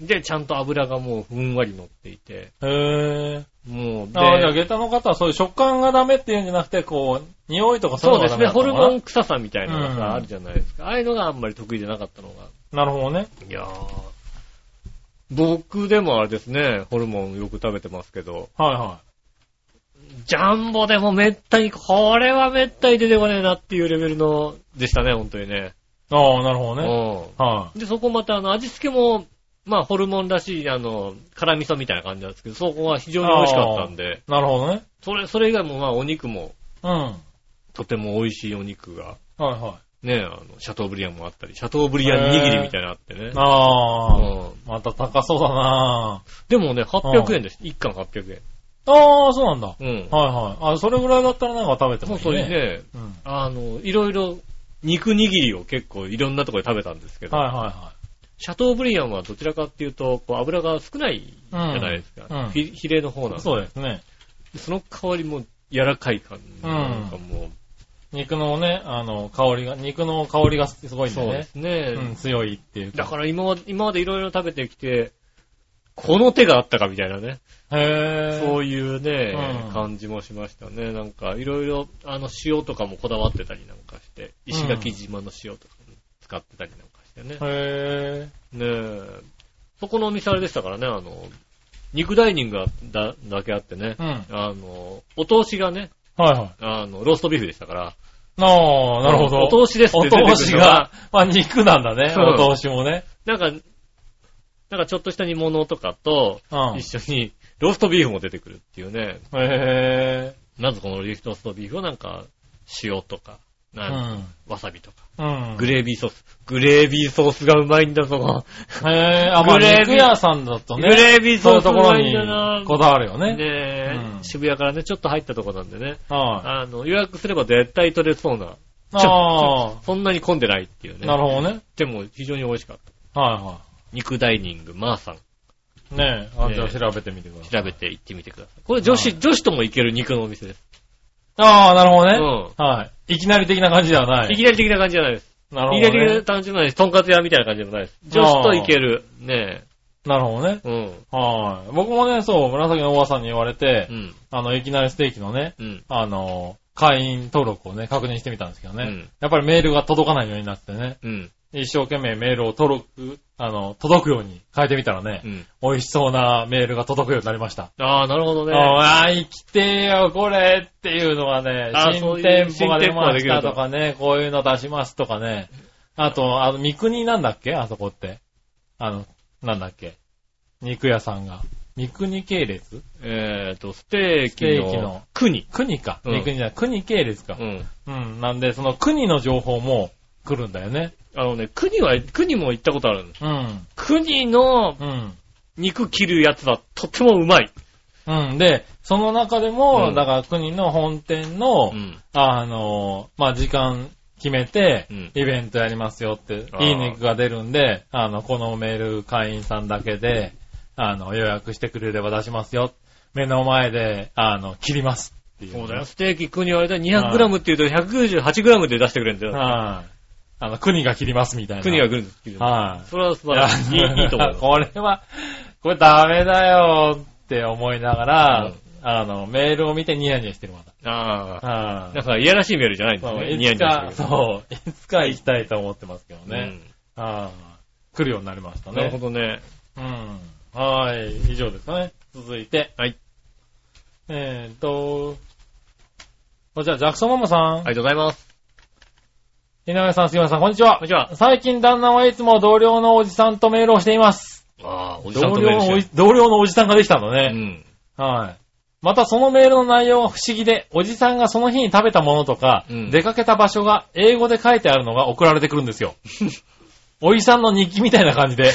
B: で、ちゃんと油がもうふんわり乗っていて、
C: へぇー。
B: もう、で、
C: ああ、じゃあ、下駄の方はそういう食感がダメっていうんじゃなくて、こう、匂いとかそうい
B: そうう
C: の
B: で
C: がダ
B: す
C: メ
B: ね、ホル
C: だったのかな
B: モン臭さみたいなのが
C: うん
B: さ、あるじゃないですか。ああいうのがあんまり得意じゃなかったのが。
C: なるほどね。
B: いやー、僕でもあれですね、ホルモンよく食べてますけど、
C: はいは
B: ジャンボでもめったに、これはめったに出てこねえなっていうレベルの、でしたね、本当にね。
C: い。ああ、なるほどね。
B: う
C: は
B: ん。で、そこまたあの、味付けも、まあ、ホルモンらしい、あの、辛味噌みたいな感じなんですけど、そこは非常に美味しかったんで、
C: い。なるほどね。
B: それ、それ以外もまあ、お肉も、
C: うん。はい
B: とても美味しいお肉が、
C: は
B: ねあの、シャトーブリアンもあったり、シャトーブリアン握りみたいなのあってね
C: い。。ああ、
B: うん、
C: また高そうだな
B: でもね、800円です。1貫800円。
C: ああ、そうなんだ。はい
B: うん。
C: はい。あそれぐらいだったらなんか食べて
B: もう
C: もいいね。
B: それね、
C: うん。
B: あの、いろいろ、肉握りを結構いろんなところで食べたんですけど、
C: はいは
B: シャトーブリアンはどちらかっていうと、こう油が少ないじ
C: いはい。
B: ゃないですか。
C: うん
B: フィヒレの方なんで。
C: そうですね。
B: その代わりも柔らかい感じ。
C: うん
B: なんかも
C: 肉のね、あの、香りが、肉の香りがすご
B: う、
C: いんだ
B: そうで
C: ね。
B: すね。
C: うん、強いっていう
B: だから今まで、今までいろいろ食べてきて、この手があったかみたいなね。
C: へぇー。
B: そういうね、
C: うん
B: 感じもしましたね。なんか、いろいろ、あの、塩とかもこだわってたりなんかして、石垣島の塩とかも使ってたりなんかしてね。
C: へ
B: ねえ。そこのお店あれでしたからね、あの、肉ダイニングがだだけあってね
C: ぇー。う、ん。はい
B: あの、お通しがね、
C: はい。
B: あの、ローストビーフでしたから、
C: ああ、なるほど。
B: お通しですって出てくるの
C: お通しが、まあ肉なんだね。
B: そう
C: お通しもね。
B: なんか、なんかちょっとした煮物とかと、
C: うん。
B: 一緒に、ローストビーフも出てくるっていうね、
C: へ
B: まずこのローストビーフをなんか、塩とか、
C: ぇ
B: なんか
C: ー。
B: わさびとか。
C: うん。うん。
B: グレービーソース。グレービーソースがうまいんだぞ。
C: へぇー。あ、ま
B: グ
C: あ
B: レービー
C: 肉屋さんだと
B: グ
C: ね。
B: レービー
C: そ
B: ソー
C: ういう
B: スう
C: ところ
B: まいん
C: に
B: だな。
C: こだわるよ
B: ね
C: ね。
B: え、
C: うん
B: 渋谷からね、ちょっと入ったとこなんでね。
C: はい。
B: あの、予約すれば絶対取れそうな。ちょ
C: あ
B: そんなに混んでないっていう
C: あ、
B: ね。
C: なるほどね。
B: でも非常に美味しかった。
C: は
B: 肉ダイニング、マーさん。
C: いはい。ねえ、あ
B: ね
C: じゃあ
B: え
C: 調べてみてください。
B: 調べて行ってみてください。これ女子、
C: は
B: 女子とも行ける肉のお店です。
C: ああ、なるほどね。
B: う
C: はい。いきなり的な感じではないい。
B: きなり的な感じじゃないです。
C: なる
B: い
C: ほ
B: きな
C: ど
B: り的
C: ね
B: な。感じじゃないです。とんかつ屋みたいな感じでもないです。女子と行ける。ね
C: なるほどね。
B: え。うん。
C: はい。僕もね、そう、紫のおばさんに言われて
B: う、ん。
C: あの、いきなりステーキのね、
B: うん。
C: あの、会員登録をね、確認してみたんですけどね。
B: うん
C: やっぱりメールが届かないようになってね、
B: うん。
C: 一生懸命メールを登録、あの、届くように変えてみたらね
B: う、ん。
C: 美味しそうなメールが届くようになりました。
B: ああ、なるほどね。
C: ああ、生きてえよ、これっていうのがね、
B: あーそ
C: 新
B: うい
C: 店
B: う
C: 舗が
B: 新
C: 出まし
B: 店舗ができ
C: た
B: ると
C: とかね、こういうの出しますとかね。あと、あの、三国なんだっけあそこって。あの、なんだっけ肉屋さんが。三国系列
B: えっ、と、ステーキ
C: ステーキ
B: の
C: の
B: 国。
C: 国か。
B: うん
C: 三国じゃない、国系列か
B: う。ん。
C: うん、なんで、その国の情報も来るんだよね。
B: あのね、国は、国も行ったことあるんです。
C: うん、
B: 国の
C: うん。
B: 肉切るやつはとてもうまい。
C: うん、で、その中でも、
B: うん
C: だから国の本店の、
B: うん。
C: あの、まあ、時間決めて
B: うん、
C: イベントやりますよって、
B: あー
C: いい肉が出るんで、あの、このメール会員さんだけで、あの、予約してくれれば出しますよ。目の前で、あの、切りますっていう。
B: そうだよ。。ステーキ国はあれだ、200g って言うと 198g で出してくれるんだよ。
C: はい。あの、国が切りますみたいな。
B: 国が来るんですけど。
C: はい。
B: それは素晴らしい。 いいいいと思います。
C: これは、これダメだよって思いながら、
B: うん
C: あの、メールを見てニヤニヤしてるまだ。
B: あ
C: は
B: あ。
C: い
B: なんか、いやらしいメールじゃないんです
C: そう
B: ね。
C: いつか、
B: う。
C: そう、いつか行きたいと思ってますけどね。
B: ね、
C: はい来るようになりましたね。
B: なるほどね。
C: うん。はい、以上ですかね。続いて。
B: はい。
C: えーっと、こちら、ジャクソンママさん。
B: ありがとうございます。
C: 井上さん、杉村さん、こんにち
B: こ
C: は。
B: んにちは
C: 最近旦那はいつも同僚のおじさんとメールをしています。
B: ああ、おじさん
C: 同
B: とメー
C: 僚
B: ル
C: のお
B: し
C: じ、同僚のおじさんができたの
B: て
C: ね。
B: るうん。
C: はい。またそのメールの内容が不思議で、おじさんがその日に食べたものとか、
B: うん
C: 出かけた場所が英語で書いてあるのが送られてくるん ですよ。おじさんの日記みたいな感じ で。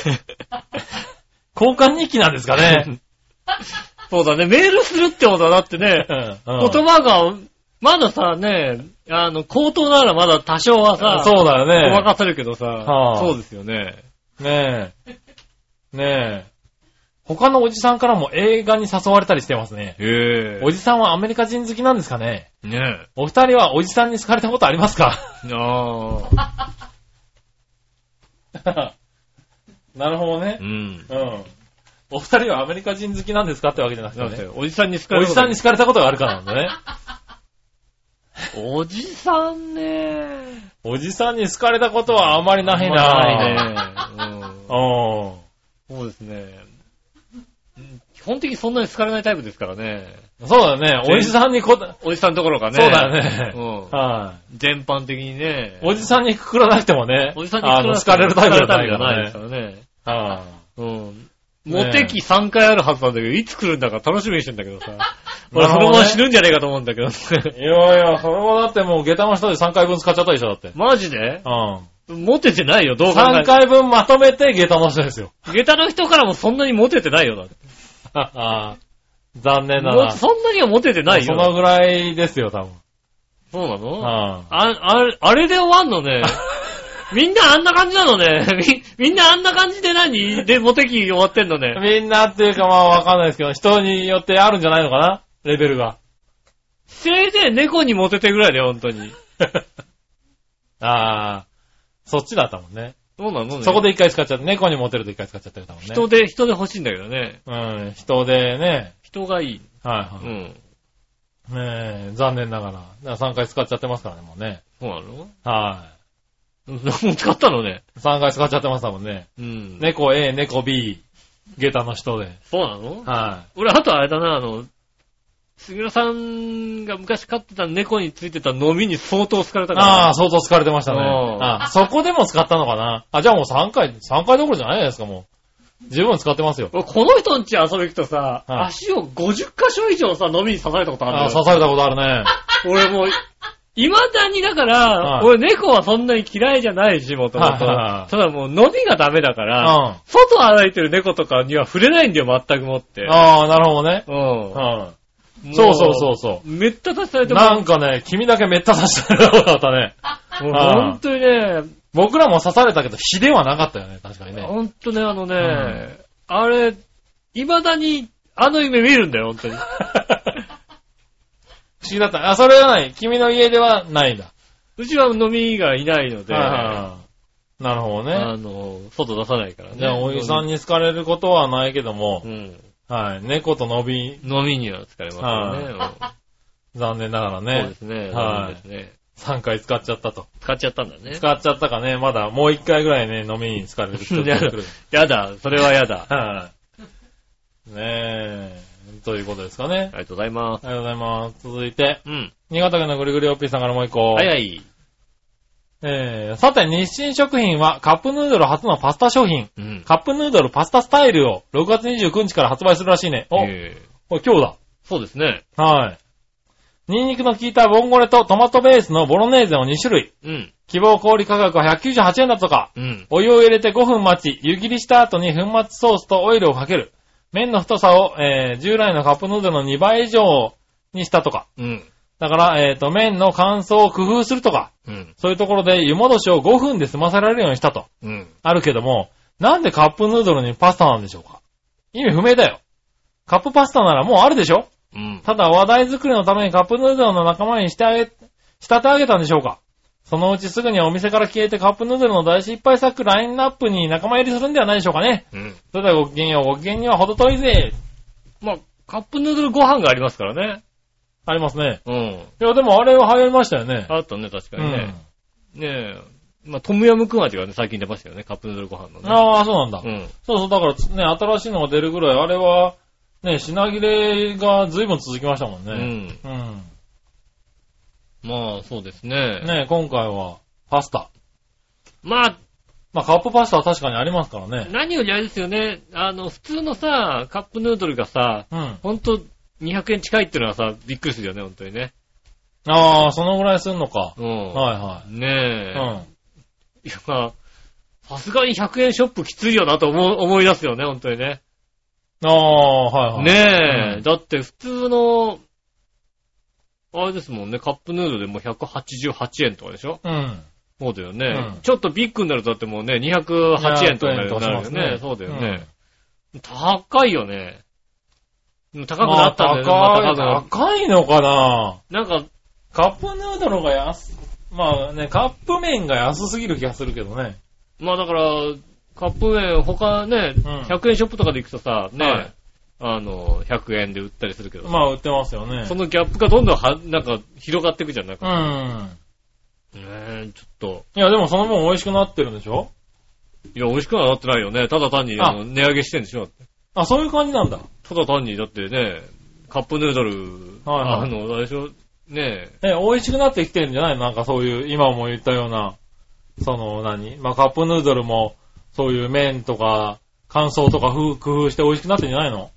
C: 交換日記なんですか ね。
B: そうだね、メールするってことはだってね
C: う、んうん
B: 言葉が、まださ、ね、あの、口頭ならまだ多少はさ、
C: そうだ
B: ご
C: よ
B: ま
C: ね。
B: かせるけどさ、
C: はあ
B: そうですよね。
C: ねえ。ねえ。他のおじさんからも映画に誘われたりしてますね。
B: へ
C: おじさんはアメリカ人好きなんですかね
B: え。ね
C: お二人はおじさんに好かれたことありますか
B: え。ああ。
C: なるほどね
B: う。ん。
C: うん。お二人はアメリカ人好きなんですかってわけじゃなくて
B: だって、
C: ね。
B: おじさんに好かれ
C: お
B: る
C: じさんに好かれたことがあるからなんだね。
B: おじさんね。
C: おじさんに好かれたことはあまりないな
B: ないね。うん
C: うん。
B: そうですね。うん基本的にそんなに好かれないタイプですからね。
C: そうだね。おじさんにこだ、
B: おじさんどころかね。
C: そうだね
B: う
C: は
B: ん。全般的にね
C: い。。おじさんにくくらなくてもね。
B: おじさんに
C: あの好かれるタイプじゃ
B: 好か
C: な
B: れ
C: い
B: るタイプじゃ
C: か
B: ない
C: ら
B: です
C: ね
B: か。らね。
C: は
B: うん。
C: ねえ
B: モテ期3回あるはずなんだけど、いつ来るんだか楽しみにしてんだけ どさ。俺
C: なる
B: そ
C: ほ
B: の
C: どね
B: まま死ぬんじゃねえかと思うんだけどね。
C: い。いやいや、それはだってもう下駄の人で3回分使っちゃったでしょ、だって。
B: マジで
C: う
B: モテてないよ、
C: ん。
B: 動画
C: 3回分まとめて下駄の人ですよ。
B: 下駄の人からもそんなにモテてないよ、だって。
C: あー残念だ
B: もう
C: な。
B: そんなにはモテてない
C: その
B: よ。
C: ぐらいですよ、多分。
B: そうなの
C: うん
B: あ、あれ、あれで終わんの ね。みんなあんな感じなのね。み、みんなあんな感じで何で、モテ期終わってんのね。
C: みんなっていうかまあわかんないですけど、人によってあるんじゃないのかなレベルが。
B: せいぜい猫にモテてぐらいだよ、本当に。
C: ああ、そっちだったもんね。
B: そうなのね。
C: そこで一回使っちゃって、猫にモテると一回使っちゃってるもんね。
B: 人で、人で欲しいんだけどね。
C: うん、人でね。
B: 人がいい。
C: は
B: う
C: いはい。
B: ん。
C: ねえ、残念ながら。だから3回使っちゃってますからね、もうね。
B: そうなの
C: は
B: もう使ったのね。
C: い。3回使っちゃってましたもんね。
B: うん。
C: 猫 A、猫 B、下駄の人で。
B: そうなの
C: は
B: 俺、あとあれだな、あの、杉浦さんが昔飼ってた猫についてた飲みに相当好かれ
C: い。
B: たから。
C: ああ、相当疲れてましたね。
B: うん
C: あそこでも使ったのかな。あ、じゃあもう3回、3回どころじゃないですか、もう。十分使ってますよ。
B: 俺この人んち遊び行くとさ、
C: はい
B: 足を50箇所以上さ、飲みに刺されたことあるんだ
C: あ
B: よ
C: あ、刺されたことあるね。
B: 俺もう、未だにだから、
C: はい
B: 俺猫はそんなに嫌いじゃないし、もともと。
C: はいはいはい
B: ただもう飲みがダメだから、
C: うん
B: 外歩いてる猫とかには触れないんだよ、全くもって。
C: ああ、なるほどね。
B: うん。
C: うん。そうそうそうそ
B: めった出され
C: う。
B: てもら
C: なんかね、君だけめった刺してることだったね。
B: もう
C: あー
B: 本当にね、
C: 僕らも刺されたけど、火ではなかったよね、確かに ね。
B: 本当ね、あのね、
C: ん
B: あれ、未だに、あの夢見るんだよ、本当 に。
C: 不思議だった。あ、それはない。君の家ではないんだ。
B: うちは飲みがいないので、
C: はいはいはいなるほど
B: あ
C: ね。
B: の、外出さないからね。
C: じゃあ、おじさんに好かれることはないけども
B: う、ん。
C: はい。猫と伸び、
B: 飲みには疲れますよね。
C: 残念ながら
B: うんそうで
C: ね
B: す、ね。
C: はい
B: そうですね
C: 3回使っちゃったと。
B: 使っちゃったんだね。
C: 使っちゃったかね、まだもう1回ぐらいね、飲みに疲れ る人が来る。
B: やだ、それはやだ。
C: はい。ねえ、ということですかね
B: あ。りがとうございます。
C: ありがとうございます。続いて、
B: うん。
C: 新潟県のぐりぐりおっぴーさんからもう一個。
B: 早い。
C: えー、さて、日清食品はカップヌードル初のパスタ商品、
B: うん。
C: カップヌードルパスタスタイルを6月29日から発売するらしいね。お、
B: えー
C: これ今日
B: そうですね。
C: だ。はい。ニンニクの効いたボンゴレとトマトベースのボロネーゼを2種類。
B: うん。
C: 希望小売価格は198円だとか。
B: うん。
C: お湯を入れて5分待ち、湯切りした後に粉末ソースとオイルをかける。麺の太さを、えー、従来のカップヌードルの2倍以上にしたとか。
B: うん。
C: だから、えっ、と、麺の乾燥を工夫するとか。
B: うん。
C: そういうところで湯戻しを5分で済ませられるようにしたと。
B: うん。
C: あるけども、なんでカップヌードルにパスタなんでしょうか意味不明だよ。カップパスタならもうあるでしょ
B: うん。
C: ただ話題作りのためにカップヌードルの仲間にしてあげ、仕立て上げたんでしょうかそのうちすぐにお店から消えてカップヌードルの大失敗作ラインナップに仲間入りするんではないでしょうかね
B: うん。
C: それではごきげんよう、ごきげんには程遠いぜ。
B: まあ、カップヌードルご飯がありますからね。
C: ありますね。
B: うん。
C: いや、でもあれは流行りましたよね。
B: あったね、確か
C: う
B: にね
C: ん。。
B: ねえ。まあ、トムヤムクン味がね、最近出ましたよね、カップヌードルご飯のね。
C: ああ、そうなんだ。
B: うん。
C: そうそう、だからつね、新しいのが出るぐらい、あれは、ね、品切れが随分続きましたもん
B: う
C: ね。
B: ん。
C: うん。
B: まあ、そうですね。
C: ね、今回は、パスタ。
B: まあ、
C: まあ、カップパスタは確かにありますからね。
B: 何よりあれですよね。あの、普通のさ、カップヌードルがさ、
C: うん。
B: ほんと200円近いっていうのはさ、びっくりするよね、ほんとにね。
C: ああ、そのぐらいすんのか。
B: うん。
C: はいは
B: ねえ
C: い。。う
B: いや、まあ、さすがに100円ショップきついよなと思う思い出すよね、ほんとにね。
C: ん。ああ、はいはい。。
B: ねえ、
C: うん
B: だって普通の、あれですもんね、カップヌードルでもう188円とかでしょ
C: うん。
B: そうだよね、
C: うん
B: ちょっとビッグになるとだってもうね、208円とかになるよ
C: 208円とかしますね
B: ね。そうだよね。高いよね。うん高くなったんだよね。また
C: ま
B: 多
C: あ
B: 分
C: 高い、高いのかな
B: なんか、
C: カップヌードルが安、まあね、カップ麺が安すぎる気がするけどね。
B: まあだから、カップ麺、他ね、
C: ん
B: 100円ショップとかで行くとさ、ね、
C: はい
B: あの、100円で売ったりするけどさ、
C: まあ売ってますよね
B: そ。のギャップがどんどんは、なんか、広がっていくじゃん。なん
C: う
B: か、
C: ん。
B: ねえちょっと、
C: いや、でもその分美味しくなってるんでしょ
B: いや、美味しくはなってないよね。ただ単に、あの、値上げしてんでしょ。
C: あ、そういう感じなんだ。
B: ただ単に、だってね、カップヌードル、
C: はいはい
B: あの、あれでしょ、ねえ、
C: え、美味しくなってきてるんじゃないなんかそういう、今も言ったような、その何まあカップヌードルも、そういう麺とか、乾燥とかふう工夫して美味しくなってんじゃないの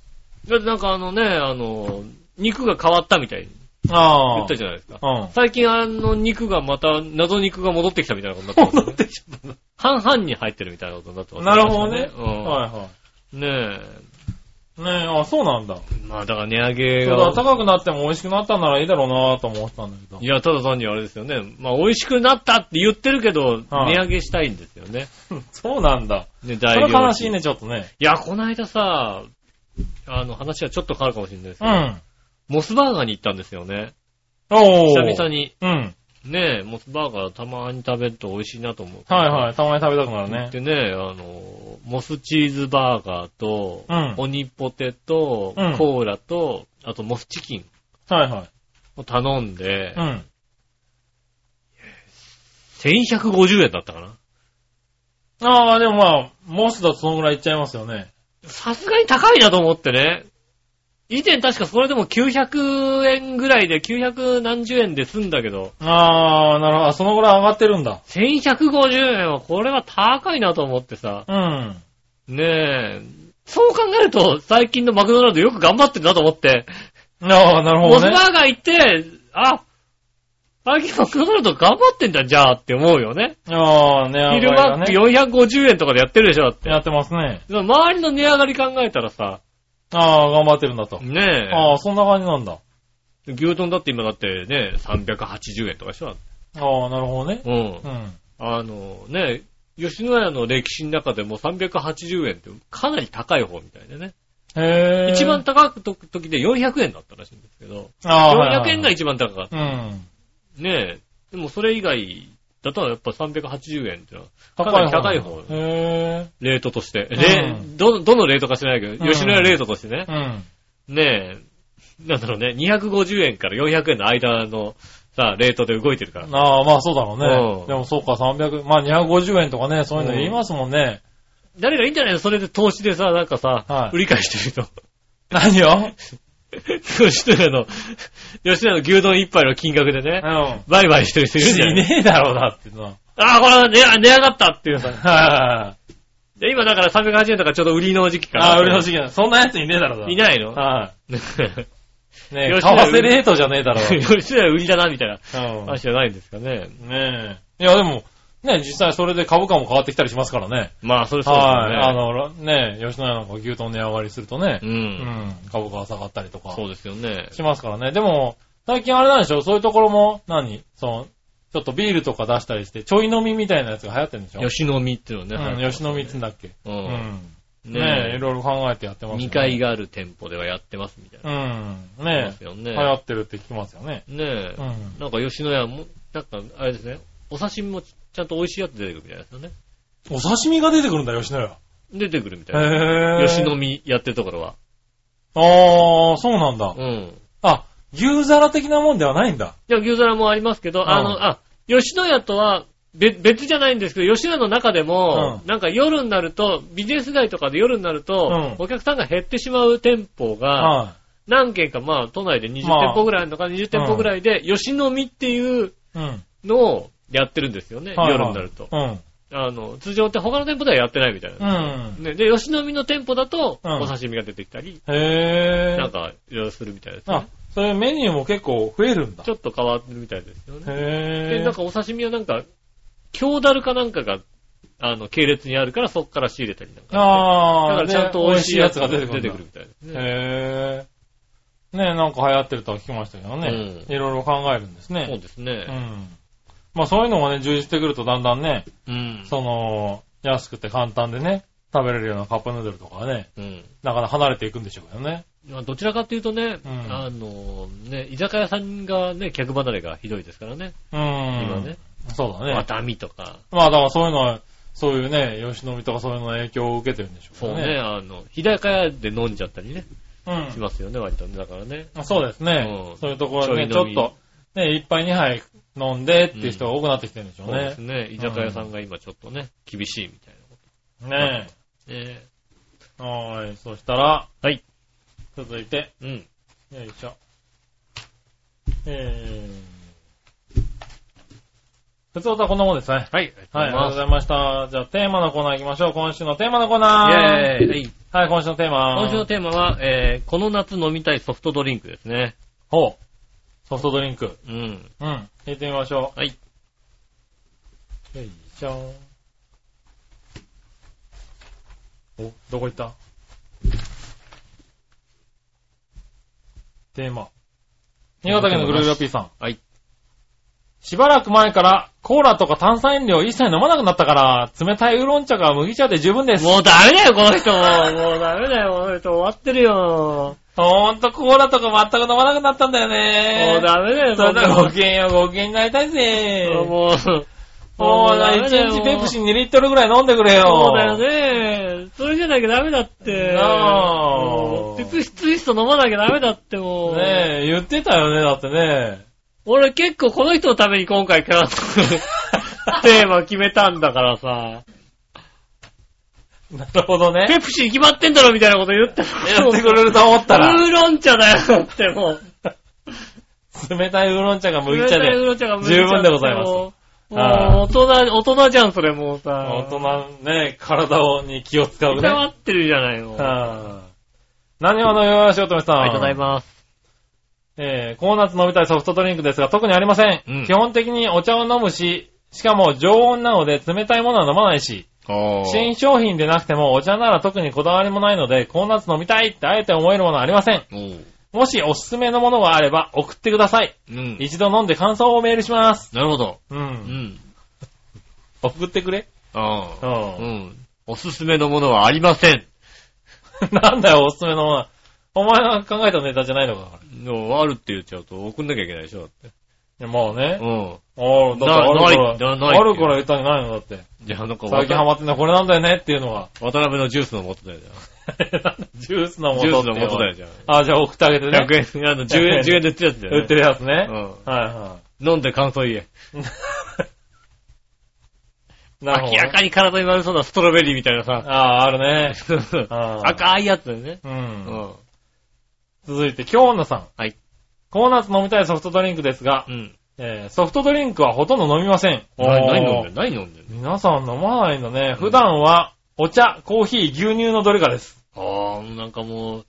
B: だってなんかあのね、あの、肉が変わったみたいに
C: あ
B: 言
C: あ
B: った。じゃないですか。
C: うん。
B: 最近あの肉がまた、謎肉が戻ってきたみたいなことになってます、ね。戻ってきた。半々に入ってるみたいなことになってます
C: なるほどね。
B: う
C: はいは
B: ん。ね
C: い。ねえ、あ、そうなんだ。
B: え。まあだから値上げ
C: そうだ、
B: が。
C: 高くなっても美味しくなったんならいいだろうなと思ってたんだけど
B: い。や、ただ単にあれですよね。まあ美味しくなったって言ってるけど、
C: は
B: 値
C: い
B: 上げしたいんですよね。
C: そうなんだ。
B: ね、
C: そ
B: 大
C: れ悲しいね、。ちょっとね。
B: いや、この間さ、あの話はちょっと変わるかもしれないですけ
C: う
B: ど、
C: ん。
B: モスバーガーに行ったんですよね。
C: お
B: 久
C: ー。
B: 々に。
C: うん。
B: ねえ、モスバーガーたまに食べると美味しいなと思う。
C: はいはい。たまに食べたくなるね。
B: でね、あの、モスチーズバーガーと、
C: うん
B: オニポテと、
C: うん
B: コーラと、あとモスチキン
C: はいはい。
B: を頼んで、
C: うん。
B: 1150円だったかな。
C: ああ、でもまあ、モスだとそのぐらいいっちゃいますよね。
B: さすがに高いなと思ってね。以前確かそれでも900円ぐらいで、900何十円で済んだけど、
C: ああ、なるほど。そのぐらい上がってるんだ。
B: 1150円はこれは高いなと思ってさ、
C: うん。
B: ねえ、そう考えると最近のマクドナルドよく頑張ってるなと思って、
C: ああ、なる
B: モ
C: ほ
B: ス
C: ど
B: バ
C: ね。
B: ーガー行って、あ、最近マクドナルド頑張ってんだじゃあって思うよね。
C: ああ、値上
B: 昼
C: が
B: マッ
C: りが
B: ク
C: ね。
B: 450円とかでやってるでしょだって。
C: やってますね。
B: 周りの値上がり考えたらさ、
C: ああ、頑張ってるんだと。
B: ね
C: ああ、そんな感じなんだ。
B: え、牛丼だって今だってね、380円とかでしょ
C: ああ、なるほどね。
B: うん
C: う。ん。
B: あのね、吉野家の歴史の中でも380円ってかなり高い方みたいでね。
C: へえ。
B: 一番高くと時で400円だったらしいんですけど、
C: ああ、はいはい
B: 400円が一番高かった。
C: うん。
B: ねえ、でもそれ以外だとやっぱ380円ってのは
C: 高
B: か
C: い方。
B: なり高い方
C: へえ。
B: レートとして。
C: ん
B: レど、どのレートか知らないけど、
C: うん
B: 吉野家レートとしてね
C: う。ん。
B: ねえ、なんだろうね、250円から400円の間のさ、レートで動いてるから。
C: ああ、まあそうだろうね。
B: うん
C: でもそうか、300、まあ250円とかね、そういうの言いますもんね。
B: 誰がいいんじゃないのそれで投資でさ、なんかさ、
C: はい
B: 売り買いしてると。
C: 何よ
B: 吉野家の、吉野家の牛丼一杯の金額でね
C: う、ん。
B: 売買してる人いるじゃ
C: い
B: ん。
C: ねえだろうなってな。
B: ああ、これは値上値上がったっていうさ。
C: は
B: で、今だから380円とかちょうど売りの時期
C: い。
B: かな。
C: ああ、俺の時期だ。そんなやついねえだろうな。
B: いないの
C: はい。ねえ、
B: 吉
C: 買
B: 田
C: わせレートじゃねえだろ
B: 吉野家売りだな、みたいな
C: う。
B: 話じゃないんですかね。
C: うん。ねえ。いや、でも、ね、実際それで株価も変わってきたりしますからね。
B: まあ、それそうです
C: はい。あ
B: よね。
C: の、ねえ、吉野家なんか牛丼値上がりするとね
B: う、。
C: うんん、株価が下がったりとか
B: そうですよね。
C: しますからね。でも、最近あれなんでしょそういうところも、何その、ちょっとビールとか出したりして、ちょい飲みみたいなやつが流行ってるんでしょ
B: 吉野美っていうのはね。
C: うん、吉野みつんだっけ。
B: う。
C: うんん。ねえ、い
B: ね
C: ろいろ考えてやって
B: え。
C: ますよね。
B: 2階がある店舗ではやってますみたいな。
C: うん。
B: あり
C: ね
B: ますよ
C: え、
B: ね
C: 流。行ってるって聞きますよね。
B: ね
C: う
B: え。
C: ん。
B: なんか吉野家も、なんか、あれですね。お刺身もちゃんと美味しいやつ出てくるみたいですよね。
C: お刺身が出てくるんだ、吉野
B: 出てくるみたいな。
C: 家。へえ。
B: 吉野。美やってるところは。
C: ああ、そうなんだ
B: う。ん。
C: あ、牛皿的なもんではないんだ。
B: いや、牛皿もありますけど、あ
C: う
B: の、
C: ん
B: あ、吉野家とは別、別じゃないんですけど、吉野家の中でも、
C: う
B: なんか夜になると、ビジネス街とかで夜になると、
C: う
B: お客さんが減ってしまう店舗が、
C: は
B: 何軒か、まあ、都内で20店
C: まあ
B: 舗ぐらいあるのか、20店舗ぐらいで、吉野美っていう
C: い。うん。
B: のをやってるんですよね、
C: はいはい
B: 夜になると。
C: うん。
B: あの、通常って他の店舗ではやってないみたいな。
C: うん。
B: ねで、吉野美の店舗だと、
C: うん
B: お刺身が出てきたり、
C: へ
B: なん
C: え。
B: か、いろいろするみたいですね、
C: あ、そういうメニューも結構増えるんだ
B: ち。ょっと変わってるみたいですよね。
C: へ
B: で、
C: え。
B: なんかお刺身はなんか、京だるかなんかが、あの、系列にあるから、そっから仕入れたりなんかして。だ
C: あ
B: か
C: あ、
B: らちゃんと美味しいやつが出
C: 出
B: て
C: て
B: く
C: く
B: る
C: る。
B: みたいですね。
C: へえ。ねえ、なんか流行ってるとは聞きましたけどね。
B: うん
C: いろいろ考えるんですね。
B: そうです
C: う
B: ね。
C: ん。まあそういうのがね、充実してくるとだんだんね、
B: うん。
C: その、安くて簡単でね、食べれるようなカップヌードルとかはね、
B: うん。
C: なかなか離れていくんでしょうけどね。
B: まあどちらかというとね、
C: うん
B: あの、ね、居酒屋さんがね、客離れがひどいですからね。
C: う
B: 今
C: ん。
B: ね。
C: そうだね。
B: まあ、ダミとか、
C: まあだからそういうのは、そういうね、吉野美とかそういうのの影響を受けてるんでしょう
B: そう
C: ね。
B: ね、あの、日高屋で飲んじゃったりね、し
C: ね。
B: ますよね、割とね。だからね。
C: うん。そうですね。
B: うん
C: そういうところでね、ち
B: ちょい飲
C: ょっ
B: み
C: と、ね、一杯二杯飲んでっていう人が多くなってきてるんでしょう
B: そうで
C: ね
B: す。ね。居酒屋さんが今ちょっとね、厳しいみたいなこ
C: ね
B: と。ね
C: え。はーい。そしたら、
B: はい。
C: 続いて、
B: うん。
C: よいしょ。えー。普通はこんなもんですね。
B: はい、あり
C: はい、ありがとうございました。じゃあ、テーマのコーナー行きましょう。今週のテーマのコー
B: イェー
C: ナー。
B: イ。はい。
C: はい、今週のテーマ。
B: 今週のテーマは、えー、この夏飲みたいソフトドリンクですね。
C: ほう。ソフトドリンク。
B: うん。
C: うん。入れてみましょ
B: はい。
C: う。よいしょ。お、どこ行ったテーマ。新潟県のグルーラピーさん。
B: はい。
C: しばらく前から、コーラとか炭酸飲料一切飲まなくなったから、冷たいウーロン茶か麦茶で十分です。
B: もうダメだよ、この人もう。もうダメだよ、この人終わってるよ。
C: ほんとコーラとか全く飲まなくなったんだよね。
B: もうダメだよ、
C: それだ
B: も
C: ご機嫌よ、ご機嫌になりたいぜ。
B: う。もう、
C: もう
B: ダ
C: な、
B: メ
C: 一
B: だよ
C: 日ペプシ2リットルぐらい飲んでくれよ。
B: そうだよね。それじゃなきゃダメだって。
C: なあ
B: もうツイストツイスト飲まなきゃダメだってもう。
C: ねえ、言ってたよね、だってね。
B: 俺結構この人のために今回から、 テーマ決めたんだからさ。
C: なるほどね。
B: ペプシに決まってんだろみたいなこと言ってた
C: やってくれると思ったら、
B: ウーロン茶だよだってもう。
C: 冷たいウーロン茶が麦茶
B: 冷たいウー
C: で。
B: ロン茶が麦茶
C: 十分でございます
B: もう
C: はい
B: もう大人、大人じゃん、それもうさ。
C: 大人ね、体をに気を使うね。
B: 伝わ
C: は
B: ってるじゃないの。あ
C: あ何をのよしおとめさん。
B: りがとうございます。
C: えー、コーナツ飲みたいソフトドリンクですが、特にありません。
B: うん
C: 基本的にお茶を飲むし、しかも常温なので冷たいものは飲まないし、新商品でなくてもお茶なら特にこだわりもないので、コーナツ飲みたいってあえて思えるものはありません。もしおすすめのものがあれば送ってください。
B: うん。
C: 一度飲んで感想をメールします。
B: なるほど。
C: う。
B: うんん。
C: 送ってくれ。
B: あ
C: う。
B: あ。うんん。おすすめのものはありません。
C: なんだよ、おすすめのもの。お前が考えたネタじゃないのか。だか
B: のあるって言っちゃうと送んなきゃいけないでしょ。だって
C: らいやまあね。
B: うん。
C: ある、だってあるか
B: なな
C: ら
B: いないっていう
C: あるから言ったんじゃないのだって。
B: じゃあなんか、
C: 最近ハマってんのはこれなんだよねっていうの は。
B: 渡辺のジュースの元だよ。
C: ジュースの
B: ジュー
C: 元
B: ス
C: っ
B: の
C: ていう
B: 元だよ、じゃあ。
C: あ、じゃあ送ってあげてね。
B: 100円、あの、10円、10円で売って るやつだよ、ね。
C: 売ってるやつね。
B: うん
C: はいは
B: 飲んで感想言え。
C: い。なるほど
B: 明ら
C: ね。
B: かに体に悪そうなストロベリーみたいなさ。
C: ああー、あるね。あー
B: 赤いやつだよね。
C: う。
B: うんん。
C: 続いて、京女さん。
B: はい。
C: コーナツ飲みたいソフトドリンクですが
B: う、ん。
C: えーソフトドリンクはほとんど飲みません。
B: な何飲んで
C: おー
B: る何飲んでる
C: 皆さん飲まないのね。普段は、お茶、コーヒー、牛乳のどれかです。
B: ああ、なんかもう、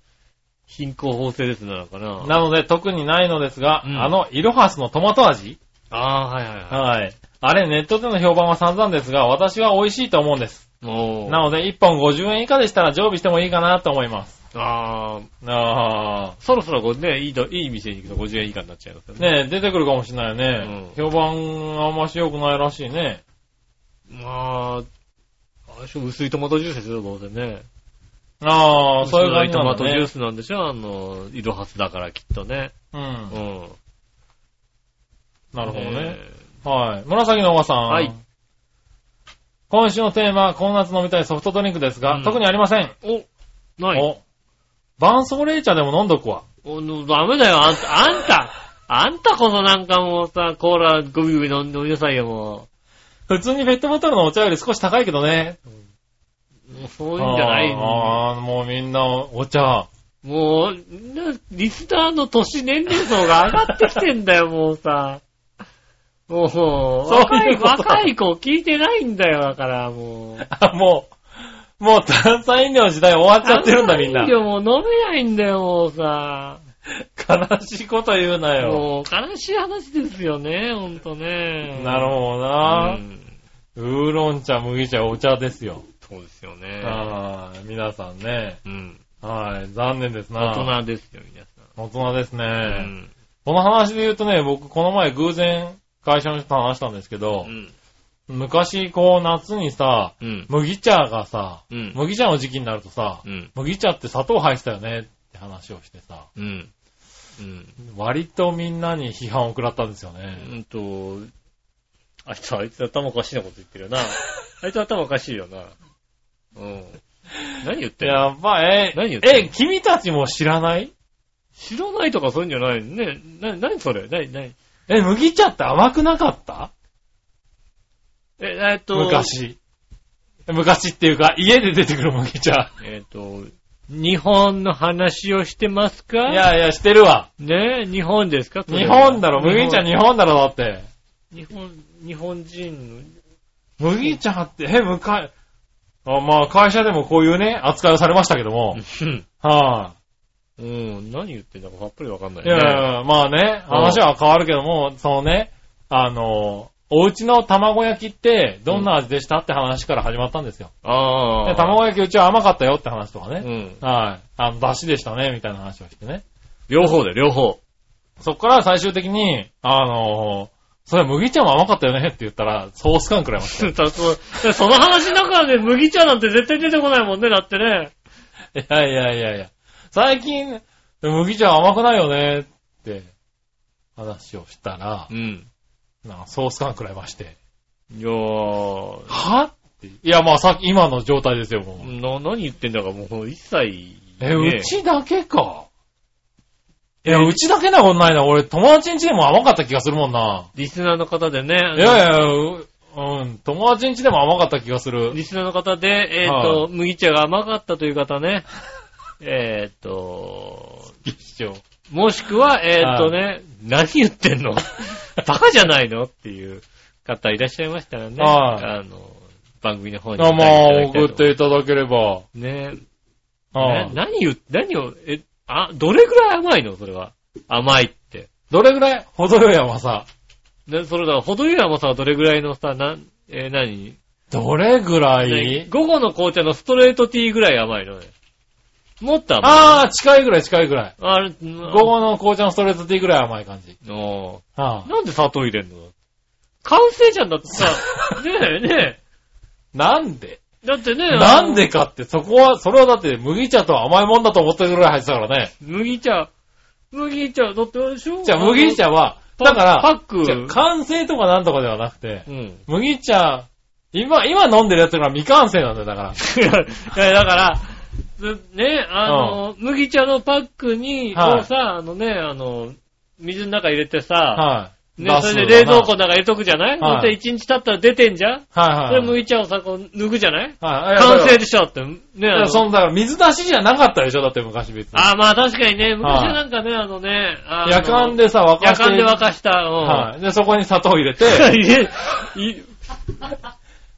B: 貧困法制ですなのかな。
C: なので、特にないのですが、
B: うん
C: あの、イロハスのトマト味
B: ああ、はいはいは
C: はい。あれ、ネットでの評判は散々ですが、私は美味しいと思うんです。
B: い。もう、
C: なので、1本50円以下でしたら常備してもいいかなと思います。
B: ああ、
C: あ
B: そろそろこうね、いいと、いい店に行くと50円以下になっちゃいますよ
C: あ。
B: ね。
C: ねえ、出てくるかもしれないね。評判あんまし良くないらしいね。
B: まあ、あれでしょ薄いトマトジュースですよ、どうせね。
C: ああ、そういう
B: 薄
C: 感
B: い
C: じ
B: ト
C: な
B: マ
C: ん
B: ト
C: だ
B: ジュー
C: ね。
B: スなんでしょあの、色はずだからきっとね。
C: うん。
B: うん。
C: なるほどね。
B: え
C: はい。紫のおばさん。
B: はい。
C: 今週のテーマ、この夏飲みたいソフトドリンクですが、
B: うん
C: 特にありません。
B: ー。お、ない。
C: お、伴奏冷茶でも飲んどくわ。
B: おのダメだよ、あんた、あんた、あんたこそなんかもうさ、コーラゴビゴビ飲んでみなさいよ、も
C: 普通にペットボトルのお茶より少し高いけどね。
B: う。もうそういうんじゃないの。
C: あーあー、もうみんなお茶。
B: もう、なリスナーの年年齢層が上がってきてんだよ、もうさ。もう、若
C: うい
B: いう
C: こと
B: 若い子聞いてないんだよ、だから、 もう。
C: あ、もう、もう炭酸飲料の時代終わっちゃってるんだみんな。
B: いや、もう飲めないんだよ、もうさ。
C: 悲しいこと言うなよ。
B: もう、悲しい話ですよね、ほんとね。
C: なる
B: ほ
C: ほどな、
B: うん
C: ウーロン茶、麦茶、お茶ですよ。
B: そうですよね。
C: あー皆さんね。
B: うん。
C: はい、残念ですな。
B: 大人ですよ、皆さん。
C: 大人ですね。
B: うん。
C: この話で言うとね、僕この前偶然会社の人と話したんですけど、
B: うん。
C: 昔、こう、夏にさ、
B: うん。
C: 麦茶がさ、
B: うん。
C: 麦茶の時期になるとさ、
B: うん。
C: 麦茶って砂糖入ってたよねって話をしてさ、
B: うん。うん。
C: 割とみんなに批判を食らったんですよ
B: う
C: ね。
B: んと、あいつ、あいつ頭おかしいなこと言って るよな。あいつ頭おかしいよな。うん。何言ってんの
C: やばい、
B: 何言
C: え
B: っ、てん
C: え
B: の、
C: 君たちも知らない
B: 知らないとかそういうんじゃないね。な、なにそれなになに
C: え、麦茶って甘くなかった
B: え、えっと、。
C: 昔。昔っていうか、家で出てくる麦茶。
B: えっと、日本の話をしてます
C: い
B: か
C: やいや、してるわ。
B: ね日本ですか
C: 日本だろ、麦茶。日本だろ、だって。
B: 日本、日本人
C: 麦茶って、え、むか、あまあ、会社でもこういうね、扱いをされましたけども。
B: の、
C: は
B: うん、何言ってんだかさっぱりわかんない
C: い。い
B: ね。
C: やいや、まあね、話は変わるけども、そのね、あの、お家の卵焼きって、どんな味でしたって話から始まったんですよ。
B: ああ。
C: で卵焼きうちは甘かったよって話とか
B: う
C: ね。
B: ん。
C: はい。あの、出汁でしたね、みたいな話をしてね。
B: 両方で、両方。
C: そっから最終的に、あの、それ麦茶も甘かったよねって言ったら、ソース感くらいましたよ。
B: だそうその話の中で麦茶なんて絶対出てこないもんね、だってね。
C: いやいやいやいや。最近、麦茶甘くないよねって話をしたら、
B: ん。
C: なんかソース感食らいまして。
B: いやー、
C: はって。いや、まあさっき、今の状態ですよ、もう。
B: な、何言ってんだかもう一切、
C: え、
B: ね
C: うちだけか。いや、うちだけなことないな。俺、友達ん家でも甘かった気がするもんな。
B: リスナーの方でね、
C: いやいや、ううん、友達ん家でも甘かった気がする。
B: リスナーの方で、えっ、と、麦茶が甘かったという方 ね、えっと、
C: 一緒。
B: もしくは、えっとね、何言って んのバカじゃないのっていう方いらっしゃいましたらね、
C: はい
B: あの、番組の方に
C: あまあ、
B: お便
C: 送
B: りいただきたいと思います
C: っていただければ。
B: ね
C: はい
B: ね何言う、何を、え、あ、どれぐらい甘いのそれは。甘いって。
C: どれぐらい程よい甘さ。
B: ね、それだ、程よい甘さはどれぐらいのさ、なん、えー何、
C: どれぐら
B: ね
C: い
B: 午後の紅茶のストレートティーぐらい甘いのね。もっと甘い。
C: ああ、近いぐらい近いぐらい。
B: あれ、
C: 午
B: 午
C: 後の紅茶のストレートティーぐらい甘い感じ。
B: の。
C: はあ、
B: なんで砂糖入れんの完成じゃんだって さ、ねえね
C: なんで
B: え。だってね、あ
C: な
B: の
C: んでかって、そこは、それはだって麦茶と甘いもんだと思ってるぐらい入ってたからね。
B: 麦茶、麦茶、だってあれでしょ
C: じゃあ麦茶は、だから、
B: パック
C: じゃあ完成とかなんとかではなくて、
B: うん。
C: 麦茶、今、今飲んでるやつが未完成なんだよ、だから。
B: いや、だから、ずね、あの、麦茶のパックに、
C: はい
B: をさ、あのね、あの、水の中入れてさ、
C: はい。
B: ね、
C: 出
B: そ
C: す
B: れで冷蔵庫の中入れとくじゃない
C: はい
B: そして一日経ったら出てんじゃん
C: はい
B: そ
C: はい
B: れ
C: はい。
B: 麦茶をさ、こう、抜くじゃない
C: はい。いや
B: 完成でしょって、ね、
C: だ
B: あ
C: から
B: の
C: そんだから水出しじゃなかったでしょだって昔別に。
B: あ、まあ確かにね、昔
C: は
B: はいなんかね、あのね、あの
C: 夜間でさ、沸か
B: 夜
C: して。
B: 間で沸かした、うん。
C: はい。で、そこに砂糖 入れて、
B: いえい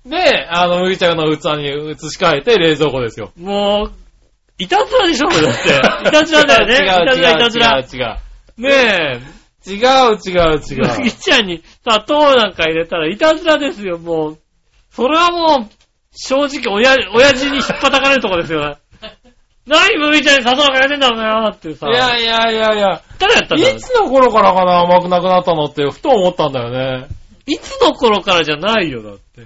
C: で、あの、麦茶の器に移し替えて冷蔵庫ですよ。
B: もう、 いたずらでしょこれだって。 いたずらだよね。いたずら、いたずら。
C: 違う
B: ねえ、
C: 違う違う違う違う違う違う違
B: 麦
C: う。
B: 茶に砂糖なんか入れたらいたずらですよ、もう。それはもう、正直、親、親父に引っ叩かれるとこです よね。何麦茶に砂糖なんか入れてんだろうなっていうさ。
C: いやいやいやいや、
B: 誰やったんだろう
C: いつの頃からかな甘くなくなったのってふと思ったんだよね。
B: いつの頃からじゃないよ、だって。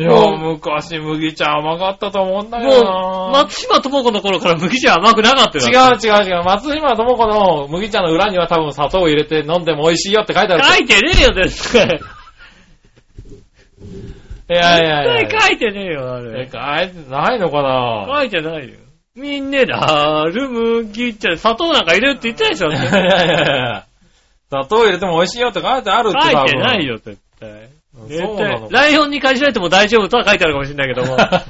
C: いや、昔麦茶甘かったと思うんだけど
B: もう、
C: な。
B: 松島智子の頃から麦茶甘くなかったよ。
C: 違う違う違う。松島智子の麦茶の裏には多分砂糖を入れて飲んでも美味しいよって書いてある。
B: 書いてねえよ、絶対。
C: いやいやいやい
B: 絶
C: や。
B: 対書いてねえよ、あれ。
C: え書いてないのかな
B: 書いてないよ。みんなで、ある麦茶、砂糖なんか入れるって言ってないでしょ、
C: いやいやいやいや。砂糖入れても美味しいよって書いてあるって
B: 書
C: 多分
B: いてない。よ、絶対。
C: そう
B: 絶
C: なの
B: 対。ライオンにかじられても大丈夫とは書いてあるかもしれないけど も。
C: いや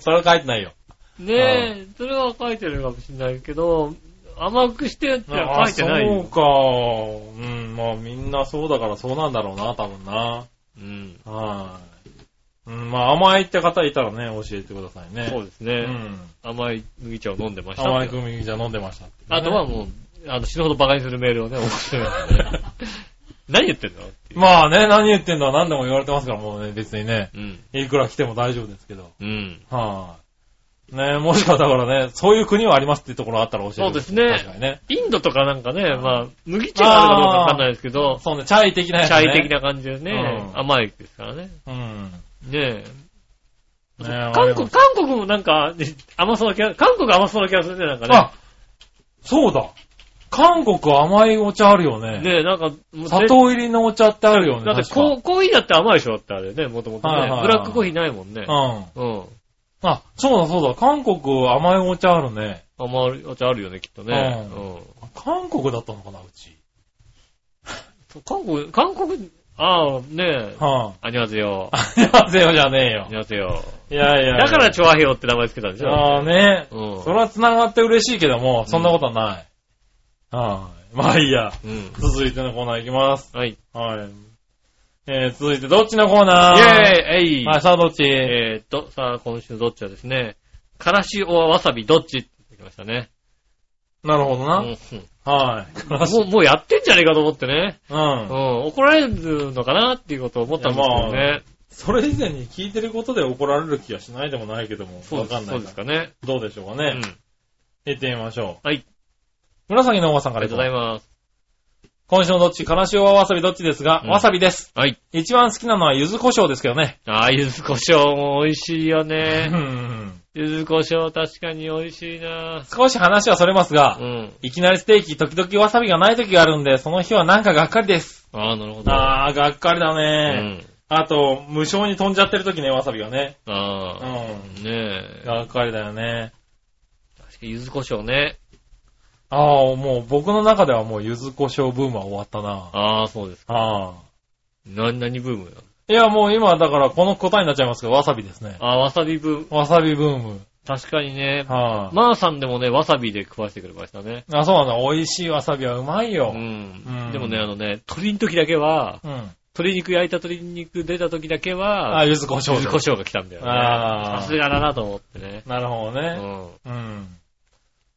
C: それは書いてないよ。
B: ねえ、それは書いてるかもしれないけど、甘くしてっては書いてない
C: あ
B: よ。
C: そうか。うん、まあみんなそうだからそうなんだろうな、多分な。
B: うん。
C: はい。うん、まあ甘いって方いたらね、教えてくださいね。
B: そうです
C: う
B: ね。
C: ん。
B: 甘い麦茶を飲んでました。
C: 甘い麦茶飲んでましたってね、
B: あとはもう、あの、死ぬほど馬鹿にするメールをね、送ってるんで 何言ってんのっていう
C: まあね、何言ってんだ何でも言われてますから、もうね、別にね、
B: うん。
C: いくら来ても大丈夫ですけど。
B: うん。
C: はい、ねえ、もしかしたらだからね、そういう国はありますっていうところがあったら教えて
B: そうですね
C: 確かにね。
B: インドとかなんかね、まあ、麦茶があるかどうかわかんないですけど、
C: そうね、チャイ的なやつ、
B: チャ
C: ね。
B: イ的。な感じでね、
C: うん
B: 甘いですからね。
C: うん。ね
B: ねえ。
C: え
B: 韓国、韓国もなんか、ね甘そうな気が、韓国甘そうな気がするね、なんかね。
C: あ、そうだ。韓国甘いお茶あるよね。
B: ねえ、なんか、もう
C: 砂糖入りのお茶ってあるよね。
B: だって
C: 確か
B: ココーヒーだって甘いでしょだってあれね、もともと
C: はいはいは
B: ね。
C: い
B: ブラックコーヒーないもんね。
C: うん。
B: うん。
C: あ、そうだそうだ。韓国甘いお茶あるね。
B: 甘いお茶あるよね、きっとね。
C: う
B: うん。
C: 韓国だったのかな、うち。
B: そう韓国、韓国、ああ、ねえ。
C: は
B: あにわせよ
C: ぁ、。 あ。いや、ゼロじゃねえ
B: あ
C: よ
B: に。わせよ。
C: いやいやいや。
B: だから、チョアヘヨって名前つけたんでしょ
C: ああね。
B: うん
C: それは繋がって嬉しいけども、そんなことはない。はい。まあいいや。
B: うん。
C: 続いてのコーナーいきます。
B: はい。イ
C: はい。えー、続いてどっちのコー
B: ェー
C: ナー
B: イえい
C: はい、さあどっち
B: えーっと、さあ、今週どっちはですね、からしおわさびどっちってきましたね。
C: なるほどな。
B: うん
C: はい。悲しい
B: もう、もうやってんじゃねえかと思ってね。
C: う
B: うんん。。怒られるのかなっていうことを思ったんですけど
C: いやま
B: ね。
C: それ以前に聞いてることで怒られる気がしないでもないけども、
B: そう
C: わ
B: で
C: か
B: す
C: んな
B: そう
C: い
B: です
C: か
B: かね。
C: ら。どうでしょうか
B: う
C: ね。
B: ん。
C: 行ってみましょう。
B: はい。
C: 紫のおばさん
B: あ
C: か
B: り
C: ら
B: がとうござい
C: ま
B: ま
C: す。
B: す。
C: 今週のどっち、悲しおはわさびどっちですが、
B: うん
C: わさびです。
B: はい。
C: 一番好きなのは柚子胡椒ですけどね。
B: ああ、ゆず胡椒も美味しいよ
C: う
B: ね。
C: ん。
B: ゆず胡椒確かに美味しいな
C: 少し話はそれますが、
B: うん。
C: いきなりステーキ、時々わさびがない時があるんで、その日はなんかがっかりです。
B: ああ、なるほど。
C: あー、がっかりだ
B: う
C: ね。
B: ん。
C: あと、無償に飛んじゃってる時ね、わさびがね。う
B: あ
C: ん。
B: あ、ねえ。
C: がっかりだよね。
B: 確かに柚子胡椒ね。
C: ああ、もう僕の中ではもう柚子胡椒ブームは終わったな。
B: ああ、そうです。
C: ああ。
B: 何、何ブーム
C: いや、もう今だからこの答えになっちゃいますけど、わさびですね。
B: ああ、わさびブーム。
C: わさびブーム。
B: 確かにね。
C: はあ。
B: まーさんでもね、わさびで食わしてくれましたね。
C: あ、そうなんだ。美味しいわさびはうまいうよ。
B: ん
C: うん
B: でもね、あのね、鶏の時だけは、
C: うん。
B: 鶏肉焼いた鶏肉出た時だけは、
C: あ、柚子胡椒
B: 柚
C: で。
B: 子胡椒が来たんだよね。
C: あー
B: さすがだなと思ってね。
C: なるほど
B: う
C: ね。
B: ん。
C: うん。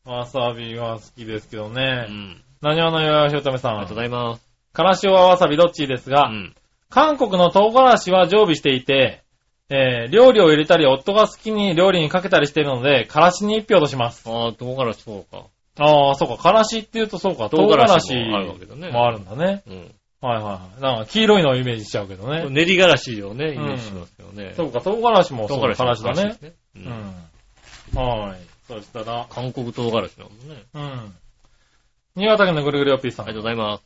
C: わさびは好きですけど
B: う
C: ね。
B: ん。
C: 何話のよしおとめさ
B: ありがとうご
C: ん。
B: ざいます。
C: からしはわさびどっちです
B: う
C: が、
B: ん。
C: 韓国の唐辛子は常備していて、えー、料理を入れたり、夫が好きに料理にかけたりしているので、からしに一票とします。
B: ああ、唐辛子そうか。
C: ああ、そうか、からしって言うとそうか、唐
B: 唐
C: 辛
B: 辛
C: 子
B: 子もあるわけだね
C: もあるんだね。
B: うん。
C: はいはいはい。なんか黄色いのをイメージしちゃうけどね。
B: 練り辛子をね、イメージしますよね。
C: そうか、唐辛子もそう
B: 唐辛子
C: からしだね。
B: ね。う。
C: うんん。はい。そしたら、
B: 韓国唐辛子なのね。
C: うん。新潟県のぐるぐるよっぴーさ。
B: ありがとうんございます。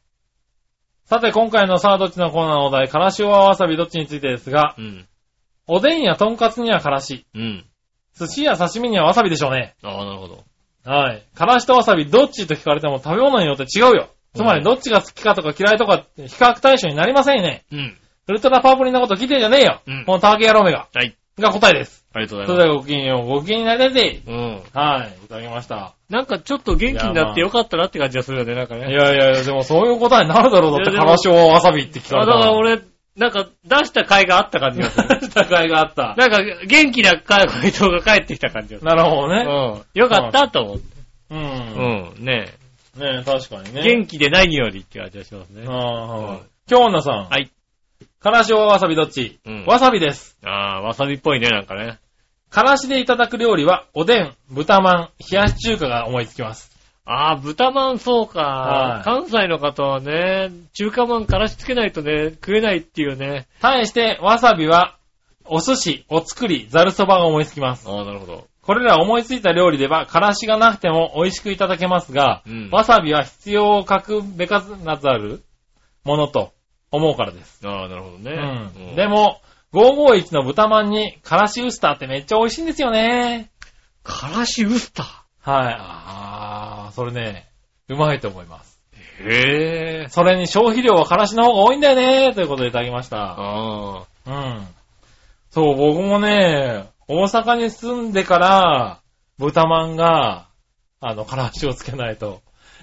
C: さて、今回のさあどっちのコーナーのお題、からしはわさびどっちについてですが、
B: うん。
C: おでんやとんかつにはからし、
B: うん。
C: 寿司や刺身にはわさびでしょうね。
B: ああ、なるほど。
C: はい。からしとわさびどっちと聞かれても食べ物によって違うよ。つま
B: う
C: り
B: ん
C: どっちが好きかとか嫌いとかって比較対象になりませんよね。
B: うん。
C: ウルトラパープリンのこと聞いてんじゃねえよ。
B: うん
C: このターゲ野郎めが。
B: はい。
C: が答えです。
B: ありがとうご
C: そ
B: ざ
C: れ
B: い
C: で
B: ます。
C: はごきげんよう。ごきげんになりたい。
B: うん。
C: はい。いただきました。
B: なんかちょっと元気になってよかったなって感じがするよね、なんか
C: い
B: ね。
C: やいやいや、でもそういう答えになるだろう。だって、
B: いやでも
C: からしをわさびって聞か
B: あ
C: れ
B: だ
C: た
B: から、俺、なんか出した甲斐があった感じがす る。
C: 戦いがあった。
B: なんか元気な回回答が返ってきた感じがする。
C: なるほど
B: う
C: ね。
B: ん。よかったと思って。
C: う。
B: うんん。ね
C: ねえ、確かに
B: え
C: ね。
B: 元気で何よりって感じがしますね。
C: ああ
B: うん、
C: 今日女さん。
B: はい。
C: からしをわさびどっち
B: うん
C: わさびです。
B: ああ、わさびっぽいね、なんかね。
C: からしでいただく料理は、おでん、豚まん、冷やし中華が思いつきます。
B: ああ、豚まんそうか、
C: はい
B: 関西の方はね、中華まんからしつけないとね、食えないっていうね。
C: 対して、わさびは、お寿司、お作り、ざるそばが思いつきます。
B: ああ、なるほど。
C: これら思いついた料理では、からしがなくても美味しくいただけますが、
B: うん
C: わさびは必要を欠くべかなざるものと思うからです。
B: ああ、なるほどね。
C: うんで、も、551の豚まんに、からしウスターってめっちゃ美味しいんですよね。
B: からしウスター。
C: はい。あー、それね、うまいと思います。
B: へえ。
C: それに消費量はからしの方が多いんだよね、ということでいただきました。
B: ああ。
C: うん。そう、僕もね、大阪に住んでから、豚まんが、あの、からしをつけないと。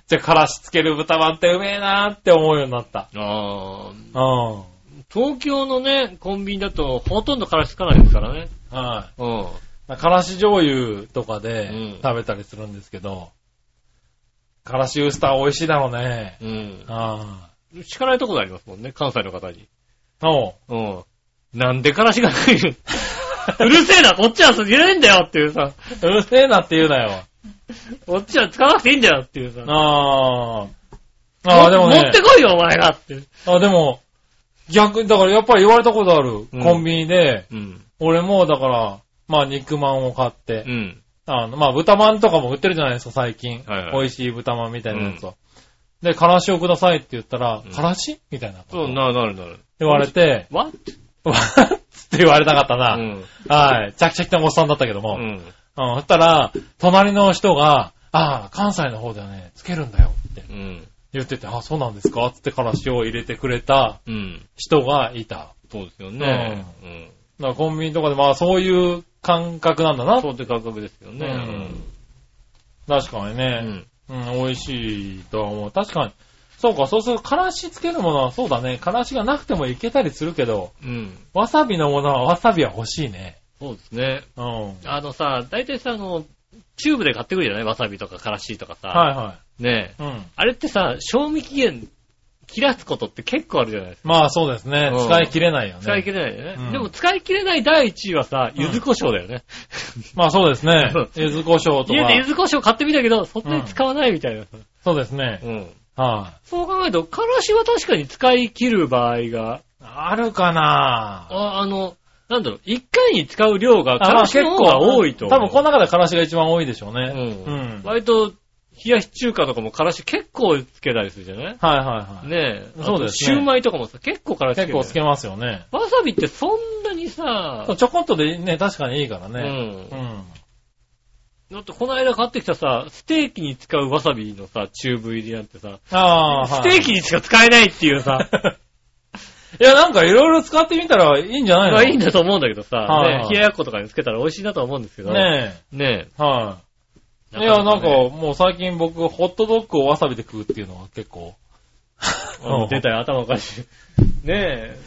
C: じゃあ、からしつける豚まんってうめえなーって思うようになった。
B: ああ。
C: うん。
B: 東京のね、コンビニだとほとんどからしつかないですからね。
C: は
B: うん。
C: い。からし醤油とか
B: う
C: で
B: ん
C: 食べたりするんですけど、からしウスター美味しいだろうね。
B: うん。
C: あ
B: 敷かないところありますもんね、関西の方に。
C: あ。おう。
B: うん。なんでからしがないうるせえな、こっちは入れないんだよっていうさ、
C: うるせえなって言うなよ。
B: こっちは使わなくていいんだよっていうさ。
C: あー。あー、でもね。
B: 持ってこいよ、お前らって。
C: あ、でも、逆に、だからやっぱり言われたことある。
E: うん
C: コンビニで、
E: うん。
C: 俺もだから、まあ肉まんを買って、
E: うん。
C: あの、まあ豚まんとかも売ってるじゃないですか、最近。
E: はいはい
C: 美味しい豚まんみたいなやつを。で、からしをくださいって言ったら、
E: うん
C: からしみたいな。
E: そう、な、なるなる。
C: 言われて、
B: わ
C: わっつって言われたかったな。
E: うん。
C: はい。チャキチャキなおっさんだったけど
E: う
C: も。うん。
E: ん。
C: そしたら、隣の人が、ああ、関西の方ではね、つけるんだよって
E: うん。
C: 言ってて、あ、そうなんですかつってからしを入れてくれた
E: うん。
C: 人がいた。
E: そうですよね。うん。
C: だからコンビニとかで、まあそういう感覚なんだな。
E: そうって感覚ですよね。
C: 確かに
E: う
C: ね、
E: ん。
C: うん。美味しいとは思う。確かに。そうか、そうすると、からしつけるものはそうだね。からしがなくてもいけたりするけど、
E: うん。
C: わさびのものはわさびは欲しいね。
B: そうですね。
C: うん。はい
B: あのさ、大体さ、あの、チューブで買ってくるじゃないわさびとかからしとかさ。
C: は
B: ねえ。
C: い。うん。
B: あれってさ、賞味期限切らすことって結構あるじゃないですか。
C: まあそうですね。
B: うん
C: 使い切れないよね。
B: 使い切れないよね。
C: うん
B: でも使い切れない第1位はさ、
C: うん
B: 柚子胡椒だよね。
C: まあそうですね
B: そう。
C: 柚子胡椒と
B: 家
C: か
B: で。柚子胡椒買ってみたけど、そんなに使わないみたいなさ。
C: そうですね。
E: うん。
C: はい。
B: そう考えると、からしは確かに使い切る場合が、
C: あるかな
B: ああの、なんだろう、一回に使う量が
C: あ
B: か
C: まあ
B: らしの方が多いと思
C: 多
B: う。
C: 分この中でからしが一番多いでしょう
E: う
C: ね。
E: ん。
C: うん。はい
B: 割と、冷やし中華とかもからし結構つけたりするじゃない
C: はいはい。
B: ねえ。
C: そうで
B: あと
C: すね
B: シューマイとかもさ、結構からしつけ
C: 結
B: る
C: 構つけますよね。
B: わさびってそんなにさ、
C: ちょこっとでね、確かにいいからね。
B: う。
C: うんん。
B: だってこの間買ってきたさ、ステーキに使うわさびのさ、チューブ入りなんてさ、
C: ああ、
B: ス
C: はい。
B: テーキにしか使えないっていう さ、
C: いや、なんかいろいろ使ってみたらいいんじゃないの
B: まあいいんだと思うんだけどさ、
C: はい
B: ねえ冷ややっことかにつけたら美味しいなとは思うんですけど。
C: ね
B: ね
C: え。はい。いや、なんか、もう最近僕、ホットドッグをわさびで食うっていうのは結構。
B: うん出たよ、頭おかしい。ねえ。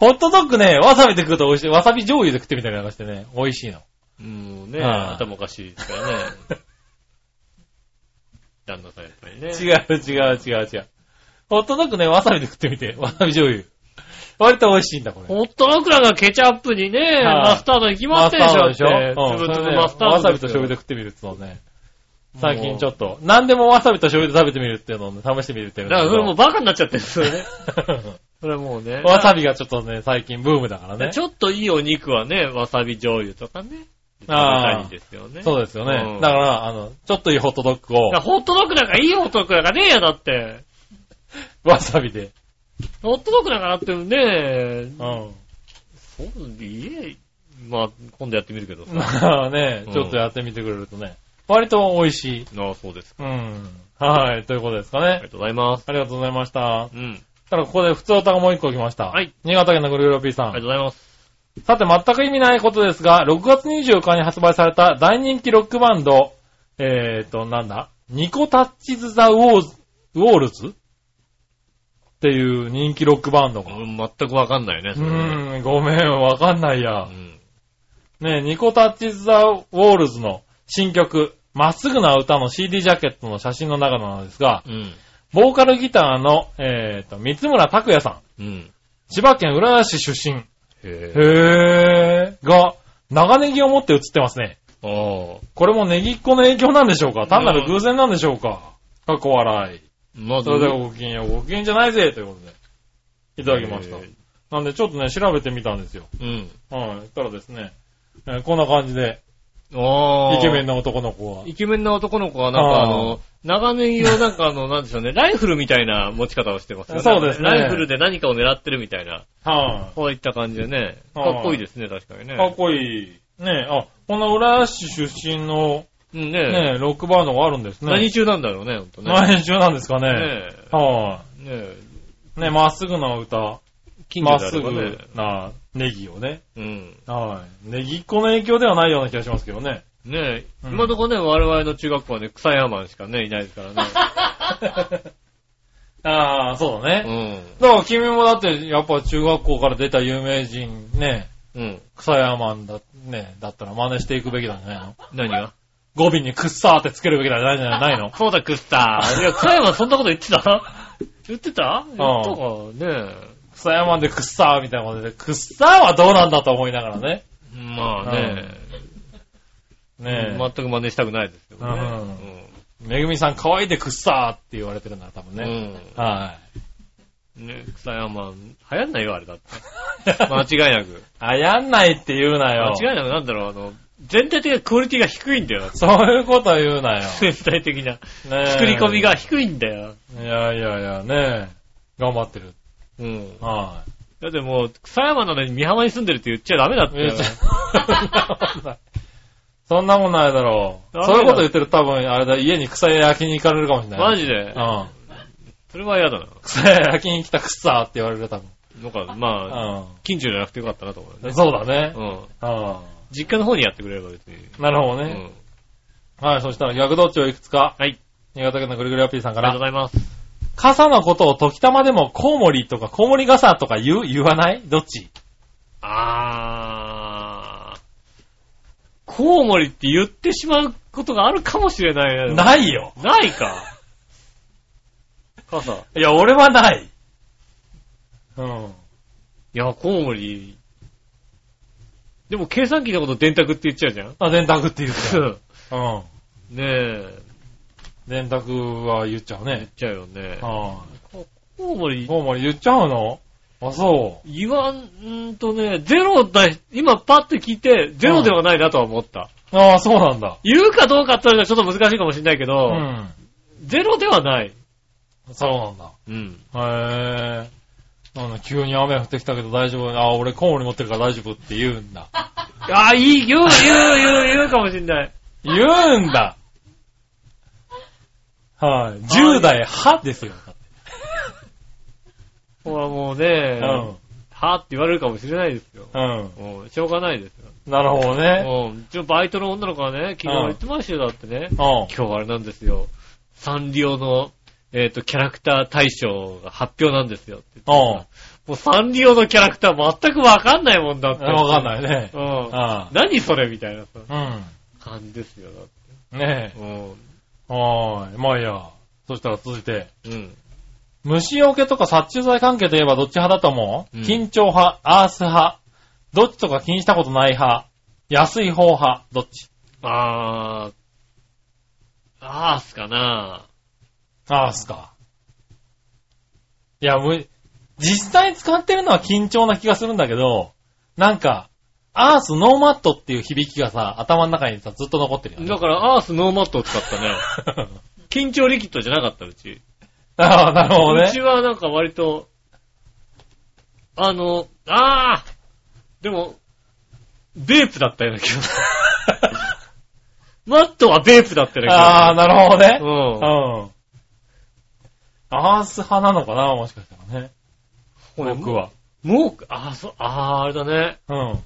C: ホットドッグね、わさびで食うと美味しい。わさび醤油で食ってみたりなんかしてね、美味しいの。
B: うん、ねえ、
C: はい
B: 頭おかしいですからね。 旦那さんやっぱりね。
C: 違う違う違う違う。ホットドッグね、わさびで食ってみて。わさび醤油。割と美味しいんだ、これ。
B: ホットドッグなんかケチャップにね、
C: はい
B: マスタードいきます
C: マス
B: で
C: タ
B: し
C: ー
B: ょ
C: ドでしょ
B: って。つぶつぶマスタード。
C: わさびと醤油で食ってみるっていうのをね。最近ちょっと、何でもわさびと醤油で食べてみるっていうのをね、試してみるっていう
B: だ
C: の
B: からそれもう
C: を。
B: バカになっちゃってるんですよね。それもうね。
C: わさびがちょっとね、最近ブームだからね。
B: ちょっといいお肉はね、わさび醤油とかね。食べた
C: あー
B: いですよね。
C: そうですよ
B: う
C: ね
B: ん。
C: だから、あの、ちょっといいホットドッグを
B: だから、ホットドッグなんかいいホットドッグなんかねえや、だって。
C: わさびで。
B: ホットドッグなんかなってるんで、
C: うん。
B: そう、家、まあ、今度やってみるけどさ。
C: まあね
B: うん、
C: ちょっとやってみてくれるとね、割と美味しい。
B: ああ、そうですか。
C: うん。はい、ということですか
B: あり
C: ね
B: が。とうございます。
C: ありがとうございました。
B: うん。
C: ただここで普通歌がもう一個来ました。
B: はい。
C: 新潟県のグルーロピーさ。
B: ありがとうんございます。
C: さて全く意味ないことですが、6月24日に発売された大人気ロックバンド、えーと、なんだニコタッチズ・ザ・ウォーズ、ウォールズっていう人気ロックバンドが。う
B: うん、全くわかんないね、それね。
C: ーん、ごめん、わかんないうや。
B: ん。
C: ねえニコタッチズ・ザ・ウォールズの新曲、まっすぐな歌の CD ジャケットの写真の中なのですが、
B: うん。
C: ボーカルギターの、えーと、三村拓也さん。
B: うん。
C: 千葉県浦安市出身。
B: へえ。
C: へー。が、長ネギを持って映ってますね。
B: ああ。
C: これもネギっ子の影響なんでしょうか単なる偶然なんでしょうかかっこ笑い。
B: まず
C: それではごきげんよう。ごきげんじゃないぜということで、いただきました
B: へー。
C: なんでちょっとね、調べてみたんですよ。
B: うん。
C: はい。そしたらですね、えーこんな感じで、
B: ああ。
C: イケメンな男の子は。
B: イケメンな男の子はなんかあ
C: あー
B: の、長ネギをなんかあの、なんでしょうね、ライフルみたいな持ち方をしてますよね。
C: そうですね
B: ライフルで何かを狙ってるみたいな、
C: は
B: こういった感じでね、
C: あー
B: かっこいいですね、確かにね。
C: い。かっこいい。ねえ、あ、この浦安市出身の、
B: うん
C: ね
B: ね
C: え、ロックバンドがあるんですね。
B: 何中なんだろうね、ほんとね。ね
C: 何中なんですかね。
B: え
C: は
B: ねえ
C: い。ねえ、まっすぐな歌。
B: 近
C: ま
B: 所で
C: っ
B: すあればね
C: ぐ。なネギをね。
B: うん。
C: はい。ネギっ子の影響ではないような気がしますけどね。
B: ねえ、
C: うん
B: 今のとこね、我々の中学校はね、草山マンしかね、いないですから ね。
C: ああ、そうだ
B: う
C: ね。
B: ん。
C: だから君もだって、やっぱ中学校から出た有名人ね、
B: うん。
C: 草屋マンだ、ね、だったら真似していくべきなんじゃないの
B: 何が
C: 語尾にクッサーってつけるべきなんじゃないんじゃ ないの
B: そうだ、クッター。いや、草山そんなこと言ってた 言ってた言ったかねえ。
C: 草屋マンでクッサーみたいなことで、クッサーはどうなんだと思いながらね。
B: うまあね、
C: ねえ。
B: 全く真似したくないですけどね。
C: めぐみさん可愛いでくっさーって言われてるんだ、多分
B: うん
C: ね。は
B: うん。ね、草山、流行んないよ、あれだって。
C: い。
B: 間違いなく。
C: あ、やんないって言うなよ。
B: 間違いなく、なんだろう、あの、全体的なクオリティが低いんだよ、 だって
C: そういうこと言う なよ。
B: 全体的な。
C: ねえ
B: 作り込み。が低いんだよ。
C: いやいやいや、ねえ。頑張ってる。
B: うん。
C: は
B: だってもう、草山なのに美浜に住んでるって言っちゃダメだっ
C: い。
B: て。
C: いや そんなもんないだろう。
B: ダメだ
C: そういうこと言ってると多分、あれだ、家に草焼きに行かれるかもしれない。
B: マジで
C: う。ん。
B: それは嫌だな。
C: 草焼きに来たくっさーって言われる、多分。
B: なんか、まあ、
C: う
B: 近所じゃなくてよかったなと思うよね
C: ん。。そうだね。
B: うん。
C: うん。
B: 実家の方にやってくれれば別に。
C: なるほ
B: うん。
C: ど
B: あ
C: ね。はい、そしたら逆どっちをいくつか。
B: はい。
C: 新潟県のぐるぐるアピーさんか
B: りがと
C: ら
B: うご。ざいます。
C: 傘のことを時たまでもコウモリとかコウモリ傘とか言う言わないどっち
B: あー。コウモリって言ってしまうことがあるかもしれないね。
C: ないよ。
B: ないか。傘。い
C: いや、俺はない。うん。
B: や、コウモリ。でも計算機のこと電卓って言っちゃうじゃん
C: あ、電卓って言うじゃん。うん。
B: ねえ、
C: 電卓は言っちゃう
B: 言っ
C: ね。
B: ちゃうよね。
C: は
B: コウモリ
C: い。コウモリ言っちゃうのあ、そ
B: 言わん、んーとね、ゼロだ、今パッと聞いて、ゼロではないなとは思った。
C: う。ああ、そうなんだ。
B: 言うかどうかって言われたらちょっと難しいかもしれないけ
C: う
B: ど、
C: ん。
B: ゼロではない。
C: そうなんだ。
B: うん。
C: へえ。なんだ、急に雨降ってきたけど大丈夫。あ、俺コウモリ持ってるから大丈夫って言うん だ。
B: ああ、いい、言う、言う、言う、言うかもしれない。
C: 言うんだはい。10代派ですよ。
B: ほらもう
C: う
B: ね、
C: ん。
B: はーって言われるかもしれないですよ。
C: うん。
B: うん、しょうがないですよ。
C: なるほどね。
B: うん。ちょ、バイトの女の子がね、昨日言ってましたよ、だってね。
C: うん。
B: 今日あれなんですよ。サンリオの、えっ、と、キャラクター大賞が発表なんですよって言って
C: うん。
B: もうサンリオのキャラクター全くわかんないもんだって。
C: わかんないね。
B: うん。
C: あ
B: 何それみたいなさ
C: あ
B: 感じですよ。だって
C: うん。ねえ。
B: う
C: はーい。まあいいや。そしたら続いて。
B: ん。うん。
C: 虫除けとか殺虫剤関係といえばどっち派だと思う、
B: うん
C: 緊張派、アース派。どっちとか気にしたことない派。安い方派。どっち
B: あー、アースかな
C: アースか。いや、む、実際使ってるのは緊張な気がするんだけど、なんか、アースノーマットっていう響きがさ、頭の中にさ、ずっと残ってるよね。
B: だからアースノーマットを使ったね。 緊張リキッドじゃなかった、うち。
C: ああ、なるほど
B: う
C: ね
B: ち。はなんか割と、あの、あーでも、ベープだったような気が する。マットはベープだったような気
C: ああ、
B: が
C: なるほどね
B: す。る。うん。
C: うん。アース派なのかなもしかしたらね。僕は。
B: もう、あ、そう、あー、あれだね。
C: うん。はい、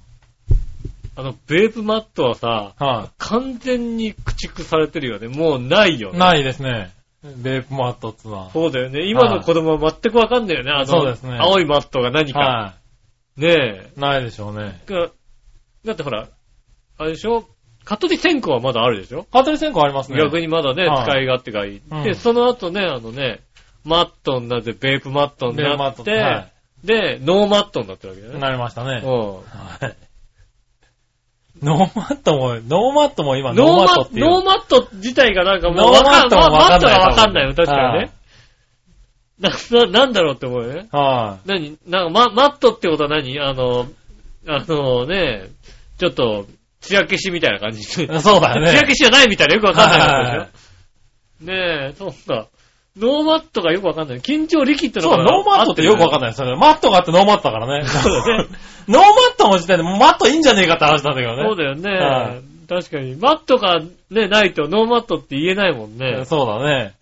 B: あの、ベープマットはさ、完全に駆逐されてるよね。もうないよね。
C: ないですね。ベープマットっつうのは。
B: そうだよね。今の子供は全くわかんないよね。あの、
C: そうですね
B: 青いマットが何か。
C: は
B: ね
C: い。ないでしょうね。
B: え。だだってほら、あれでしょカトリ線香はまだあるでしょ、
C: カートリー線香ありますね。
B: 逆にまだね、
C: はい
B: 使い勝手がいい。
C: うん
B: で、その後ね、あのね、マットになって、ベープマットに
C: ベープマ
B: な
C: ッ
B: っ
C: ト
B: て、
C: は
B: で、ノーマットになってるわけだ
C: い。
B: よね。
C: なりましたね。
B: うん
C: はい。ノーマットも、ノーマットも今ノー
B: ノー
C: マッ
B: マッ
C: ト
B: ト、
C: っていう。
B: ノーマット自体がなんかもうわかん、
C: ノーマットもわか
B: マッ
C: んない
B: トがわかんないよ、確かにね。な、な、なんだろうって思うよね。
C: はい。
B: 何なんか、ま、マットってことは何あの、あのね、ちょっと、つや消しみたいな感じ。つや
C: そうだよね。
B: 消しじゃないみたいな、よくわかんない
C: は
B: やつでしょ。ねえ、そうだ。ノーマットがよくわかんない。緊張力っての
C: そう、ノーマットってよくわ
B: な
C: かん
B: い。
C: ないですよね。マットがあってノーマット だからね。
B: そうだね
C: ノーマットの時点でもうマットいいんじゃねえかって話なんだけどね。
B: そうだよ
C: は
B: ね。確かに。マットがね、ないとノーマットって言えないもんね。
C: そうだね。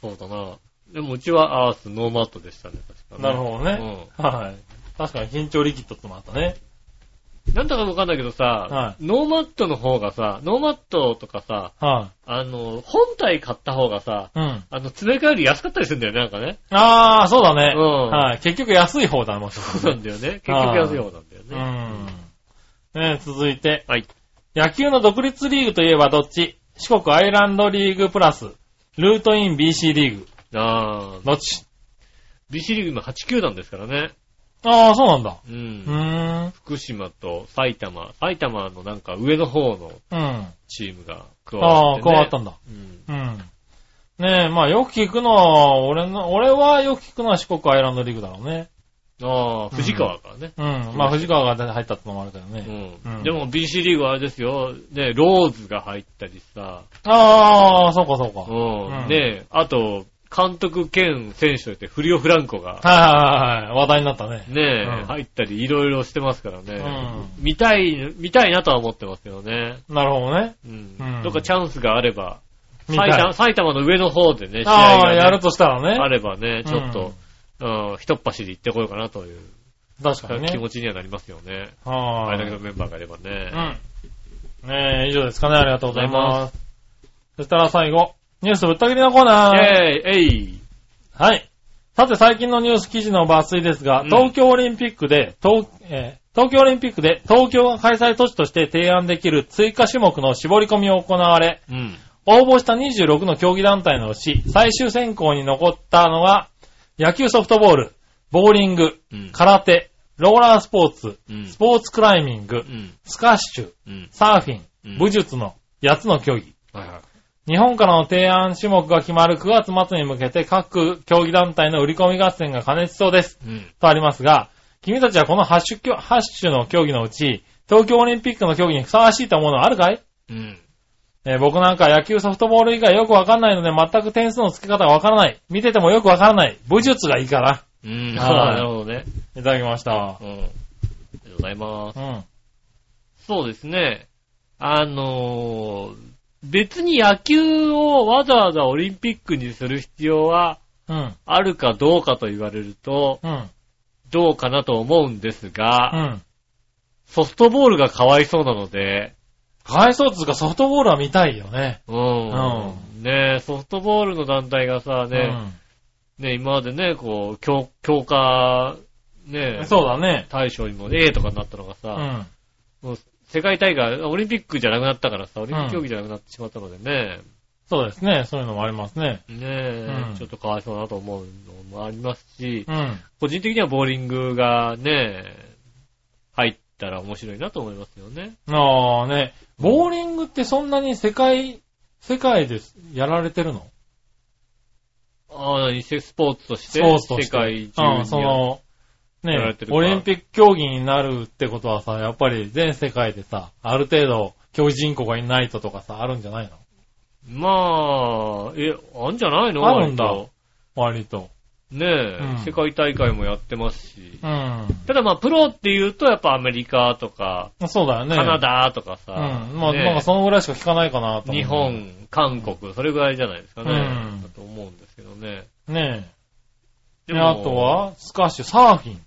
B: そうだな。でもうちはアースノーマットでしたね、確か
C: なるほどね。はい。確かに緊張リキッドってのもあったね。
B: うん。なんだかわかんないけどさ、
C: は
B: ノーマットの方がさ、ノーマットとかさ、
C: は
B: あの、本体買った方がさ、
C: い。うん。
B: あの、詰め替えより安かったりするんだよね、なんかね。
C: ああ、そうだね。
B: うん
C: はい。結局安い方だ、もしかし
B: そ
C: た
B: う
C: ら
B: なんだ
C: ね
B: よね。結局安い方なんだよ
C: う
B: ね。
C: ん。ね続いて。
B: はい。
C: 野球の独立リーグといえばどっち四国アイランドリーグプラス、ルートイン BC リーグ。
B: あー、
C: どっち
B: BC リーグ今8球団ですからね。
C: ああ、そうなんだ。
B: う。
C: うんーん。
B: 福島と埼玉、埼玉のなんか上の方の
C: うん。
B: チームが加
C: あ
B: わ
C: あ、
B: って、ね。
C: 加わったんだ。
B: うん。
C: うん。ねえ、まあよく聞くのは、俺の、俺はよく聞くのは四国アイランドリーグだろうね。
B: ああ、藤川からね。
C: うん。まあ藤川が入ったってのもあるけどね。
B: うん。
C: うん
B: でも BC リーグはあれですよ。ね、ローズが入ったりさ。
C: ああ、そうかそうか。
B: う。
C: はいうんん
B: ね、あと、監督兼選手としてフリオ・フランコが、
C: はいはいはい。話題になったね。
B: ね、
C: うん
B: 入ったりいろいろしてますからね、
C: う
B: 見たい、見たいなとは思ってますよね。
C: なるほどね。
B: うん。
C: うん
B: とかチャンスがあれば、
C: 見たい
B: 埼玉埼玉の上の方でね、試合
C: あ
B: が
C: あ、
B: ね、
C: やるとしたらね。
B: あればね、ちょっと、うん、一っ走り行ってこようかなという
C: 確かにね。
B: 気持ちにはなりますよね。
C: は
B: あ
C: い
B: れだけのメンバーがいればね。
C: うん。ねえ、以上ですかね。ありがとうございます。そしたら最後、ニュースぶった切りのコーナー。
B: えい、えい。
C: はい。さて最近のニュース記事の抜粋ですが、
B: うん
C: 東京オリンピックで、東、えー東京オリンピックで東京が開催都市として提案できる追加種目の絞り込みを行われ、
B: うん。
C: 応募した26の競技団体のうち、最終選考に残ったのが、野球ソフトボール、ボーリング、
B: うん。
C: 空手、ローラースポーツ、
B: うん
C: スポーツクライミン
B: う、
C: グ
B: ん。
C: スカッシュ、
B: うん。
C: サーフィ
B: うん
C: ン、武術の8つの競技。
B: はいはい。
C: 日本からの提案種目が決まる9月末に向けて各競技団体の売り込み合戦が加熱しそうです。
B: うん。
C: とありますが、君たちはこの8種ハッシュの競技のうち、東京オリンピックの競技にふさわしいと思うのはあるかい
B: うん。
C: えー僕なんか野球ソフトボール以外よくわかんないので全く点数の付け方がわからない。見ててもよくわからない。武術がいいかな。
B: うん。
C: はい
B: なるほどね。
C: いただきました
B: う。ん。ありがとうございます
C: う。ん。
B: そうですね。あのー別に野球をわざわざオリンピックにする必要は
C: うん。
B: あるかどうかと言われると、
C: うん。
B: どうかなと思うんです
C: う
B: が、
C: ん。
B: ソフトボールがかわいそうなので、
C: かわいそうっつうかソフトボールは見たいよね。
B: うん。ねえソフトボールの団体がさ、ね、ね今までね、こう、強強化、
C: う
B: ね
C: ん。そうだね。
B: 大賞にも A とかになったのが
C: う
B: さ、
C: ん。
B: もう世界大会、オリンピックじゃなくなったからさ、オリンピック競技じゃなくなってしまったのでね、
C: そうですね。そういうのもありますね。
B: ねえ、
C: うん
B: ちょっとかわいそうだなと思うのもありますし、
C: うん。
B: 個人的にはボーリングがね、入ったら面白いなと思いますよね。
C: ああね、ボーリングってそんなに世界、世界ですやられてるの
B: ああ、何せスポーツとして、
C: スポーツとして。
B: 世界中
C: ああ
B: に
C: その、
B: やられ
C: ね
B: てる、から
C: オリンピック競技になるってことはさ、やっぱり全世界でさ、ある程度、競技人口がいないととかさ、あるんじゃないの
B: まあ、え、あんじゃないの
C: あるんだ
B: 割と
C: 割と。
B: ねえ、
C: うん
B: 世界大会もやってますし。
C: うん。
B: ただまあ、プロって言うと、やっぱアメリカとか、
C: そうだよね。
B: カナ。ダとか
C: う
B: さ、
C: ん。まあ、
B: ねえ
C: なんかそのぐらいしか聞かないかなと思う。
B: 日。本、韓国、それぐらいじゃないですかね。
C: うん
B: だと思うんですけどね。
C: ねえ。
B: で
C: で、
B: も
C: あとは、スカッシュ、サーフィン。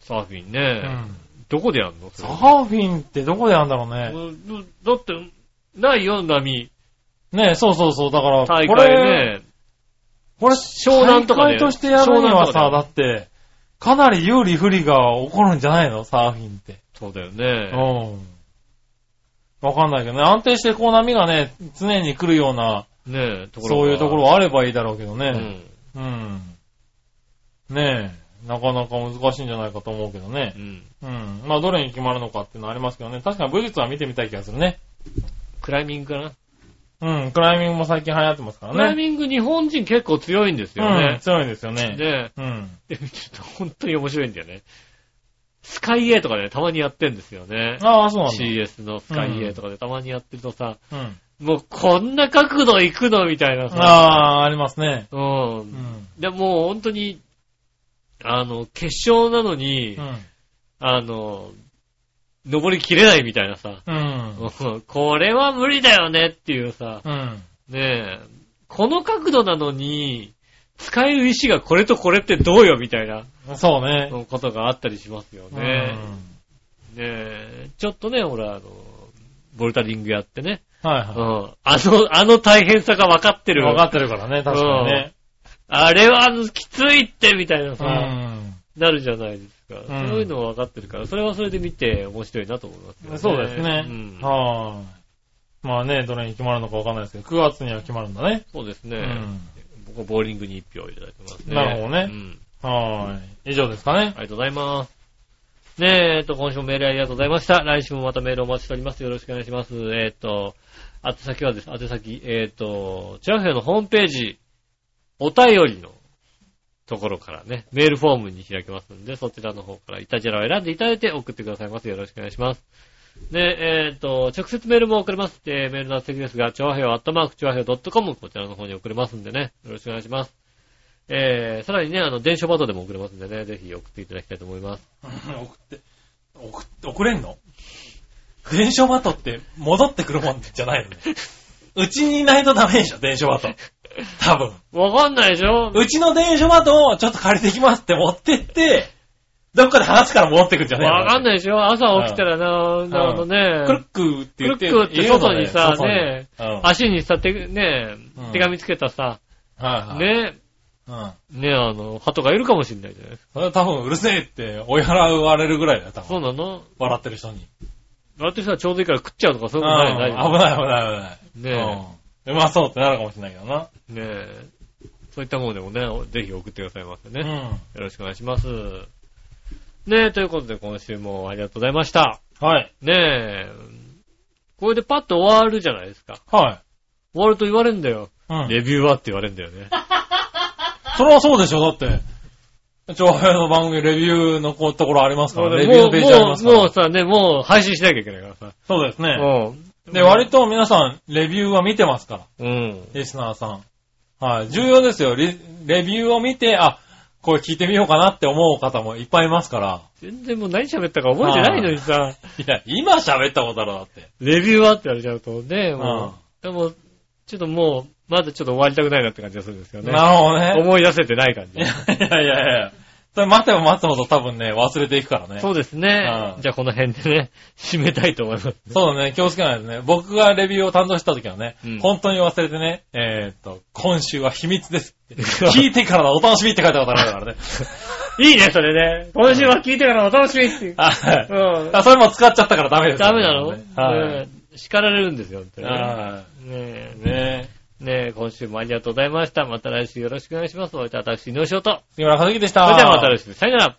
B: サーフィン
C: う
B: ね。
C: ん。
B: どこでやんの
C: サーフィンってどこでやるんだろうね。
B: うんだって、ないよ、波。
C: ねえ、そうそうそう。だから、
B: 大
C: これ、
B: 会ね。
C: これ、
B: 湘南とかで
C: 大会としてやるに
B: 湘
C: はさ、だ
B: 南
C: って、かなり有利不利が起こるんじゃないのサーフィンって。
B: そうだよ
C: う
B: ね。
C: ん。わかんないけどね。安定してこう波がね、常に来るような、
B: ねえ、ところが
C: そういうところはあればいいだろうけど
B: う
C: ね。
B: ん。
C: うん。ねえ。なかなか難しいんじゃないかと思うけどね
B: う。ん。
C: うん。まあ、どれに決まるのかっていうのはありますけどね。確かに武術は見てみたい気がするね。
B: クライミングかな。
C: うん。クライミングも最近流行ってますからね。
B: クライミング日本人結構強いんですよ
C: うん。
B: ね。
C: 強いんですよね。
B: で、
C: うん。
B: でちょっと本当に面白いんだよね。スカイエーとかね、たまにやってんですよね。
C: ああ、そうなんだ。
B: CS のスカイエーとかでたまにやってるとさ、
C: うん。
B: もうこんな角度行くのみたいな
C: あ
B: さ。
C: あ、ありますね。
B: う。
C: うんん。
B: で、もう本当に、あの、決勝なのに、
C: うん。
B: あの、登りきれないみたいなさ、
C: うん。
B: これは無理だよねっていうさ、
C: うん。
B: ねえ、この角度なのに、使える石がこれとこれってどうよみたいな
C: そうね。
B: ことがあったりしますよね。ねえ、ちょっとね、俺あの、ボルタリングやってね、
C: うん。はいうは
B: ん、あの、あの大変さが分かって
C: い。
B: る。
C: 分かってるからね、確かにね。
B: あれはきついってみたいな
C: う
B: さ、
C: ん。
B: なるじゃないですか。
C: ん
B: そういうのは分かってるから、それはそれで見て面白いなと思いますよね。
C: そうですね
B: うん。
C: はーい。まあね、どれに決まるのかわかんないですけど、9月には決まるんだね。
B: そうです
C: う
B: ね。
C: ん。
B: 僕はボーリングに一票いただいてますね。
C: なるほどね
B: うん。
C: はーい。以上ですかね。
B: ありがとうございます。ねえ、えっと、今週もメールありがとうございました。来週もまたメールお待ちしております。よろしくお願いします。えっと、宛先はです。宛先、えっと、チャンフェのホームページ、お便りのところからね、メールフォームに開けますので、そちらの方からイタジェラを選んでいただいて送ってくださいます。よろしくお願いします。で、えっ、と、直接メールも送れます。で、メールの宛先ですが、調和票アットマーク、調和票 .com、こちらの方に送れますんでね、よろしくお願いします。えー、さらにね、あの、電書バトでも送れますんでね、ぜひ送っていただきたいと思います。
C: 送って、送って、送れんの電書バトって戻ってくるもんじゃないのね。うちにいないとダメでしょ、電書バト。多分。
B: わかんないでしょ
C: うちの電書バトをちょっと借りてきますって持ってって、どっかで話すから戻ってくるんじゃないの
B: わかんないでしょ朝起きたらな、なるほど
C: クル
B: ね
C: ッ、クって言って、
B: クルックって外にさ
C: 家のね
B: ね、
C: 外にうん
B: 足にさ、手、ね
C: うん、
B: 手紙つけたさ、
C: はいはい。
B: ね、
C: うん。
B: ね、あの、鳩がいるかもしれないじゃないですか。
C: それは多分うるせえって追い払われるぐらいだよ、多
B: そう
C: 分。
B: なの
C: 笑ってる人に。
B: だってさ、ちょうどいいから食っちゃうとかそう
C: う
B: い
C: ん
B: う
C: 危
B: こと
C: な
B: ないい、
C: 危
B: ない
C: ない危ない危
B: ね
C: ない。うん。うまそうってなるかもしれないけどな。
B: え、ねえ、そういったものでもね、ぜひ送ってくださいませね。
C: う
B: よ
C: ん。
B: ろしくお願いします。ねえ、ということで今週もありがとうございました。
C: はい。
B: ねえ、これでパッと終わるじゃないですか。
C: はい。
B: 終わると言われんだよ。
C: うん。
B: レビューはって言われんだよ ね。
C: それはそうでしょ、だって。長編の番組、レビューのこうところありますか
B: もう、
C: ら、レビューのページあり
B: も
C: ま
B: う、
C: すから。
B: もうさ、ね、もう配信しなきゃいけないからさ。
C: そうですね。
B: うん。
C: で、割と皆さん、レビューは見てますから。
B: うん。
C: リスナーさん。はい。重要ですよ。リレビューを見て、あ、これ聞いてみようかなって思う方もいっぱいいますから。
B: 全然もう何喋ったか覚えてないのにさ、
C: いや、今喋ったことだろ、だって。
B: レビューはって言われちゃうとね、
C: うん
B: もう、でも、ちょっともう、まだちょっと終わりたくないなって感じがするんですよね。
C: なるほどね。
B: 思い出せてない感
C: い
B: じ
C: や。いやいやいや。それ待てば待つほど多分ね、忘れていくからね。そ
B: そううですね
C: う。ん
B: じゃあこの辺でね、締めたいと思います。
C: だね、気をつけないとね。僕がレビューを担当した時はね、
B: うん
C: 本当に忘れてね、えーっと、今週は秘密です って。聞いてからのお楽しみって書いたことあるからね。
B: いいね、それね。今週は聞いてからお楽しみっていう。
C: はい
B: うん。
C: あ、それも使っちゃったからダメですよ
B: ダ
C: ね、
B: メなの
C: は
B: ねえ叱られるんですよ、本当
C: い。
B: にね
C: は
B: ね
C: い。
B: え。
C: ねえ。
B: ねえ、今週もありがとうございました。また来週よろしくお願いします。お相手は私、井上翔と。
C: 杉村和樹でした。
B: それではまた来週。さよなら。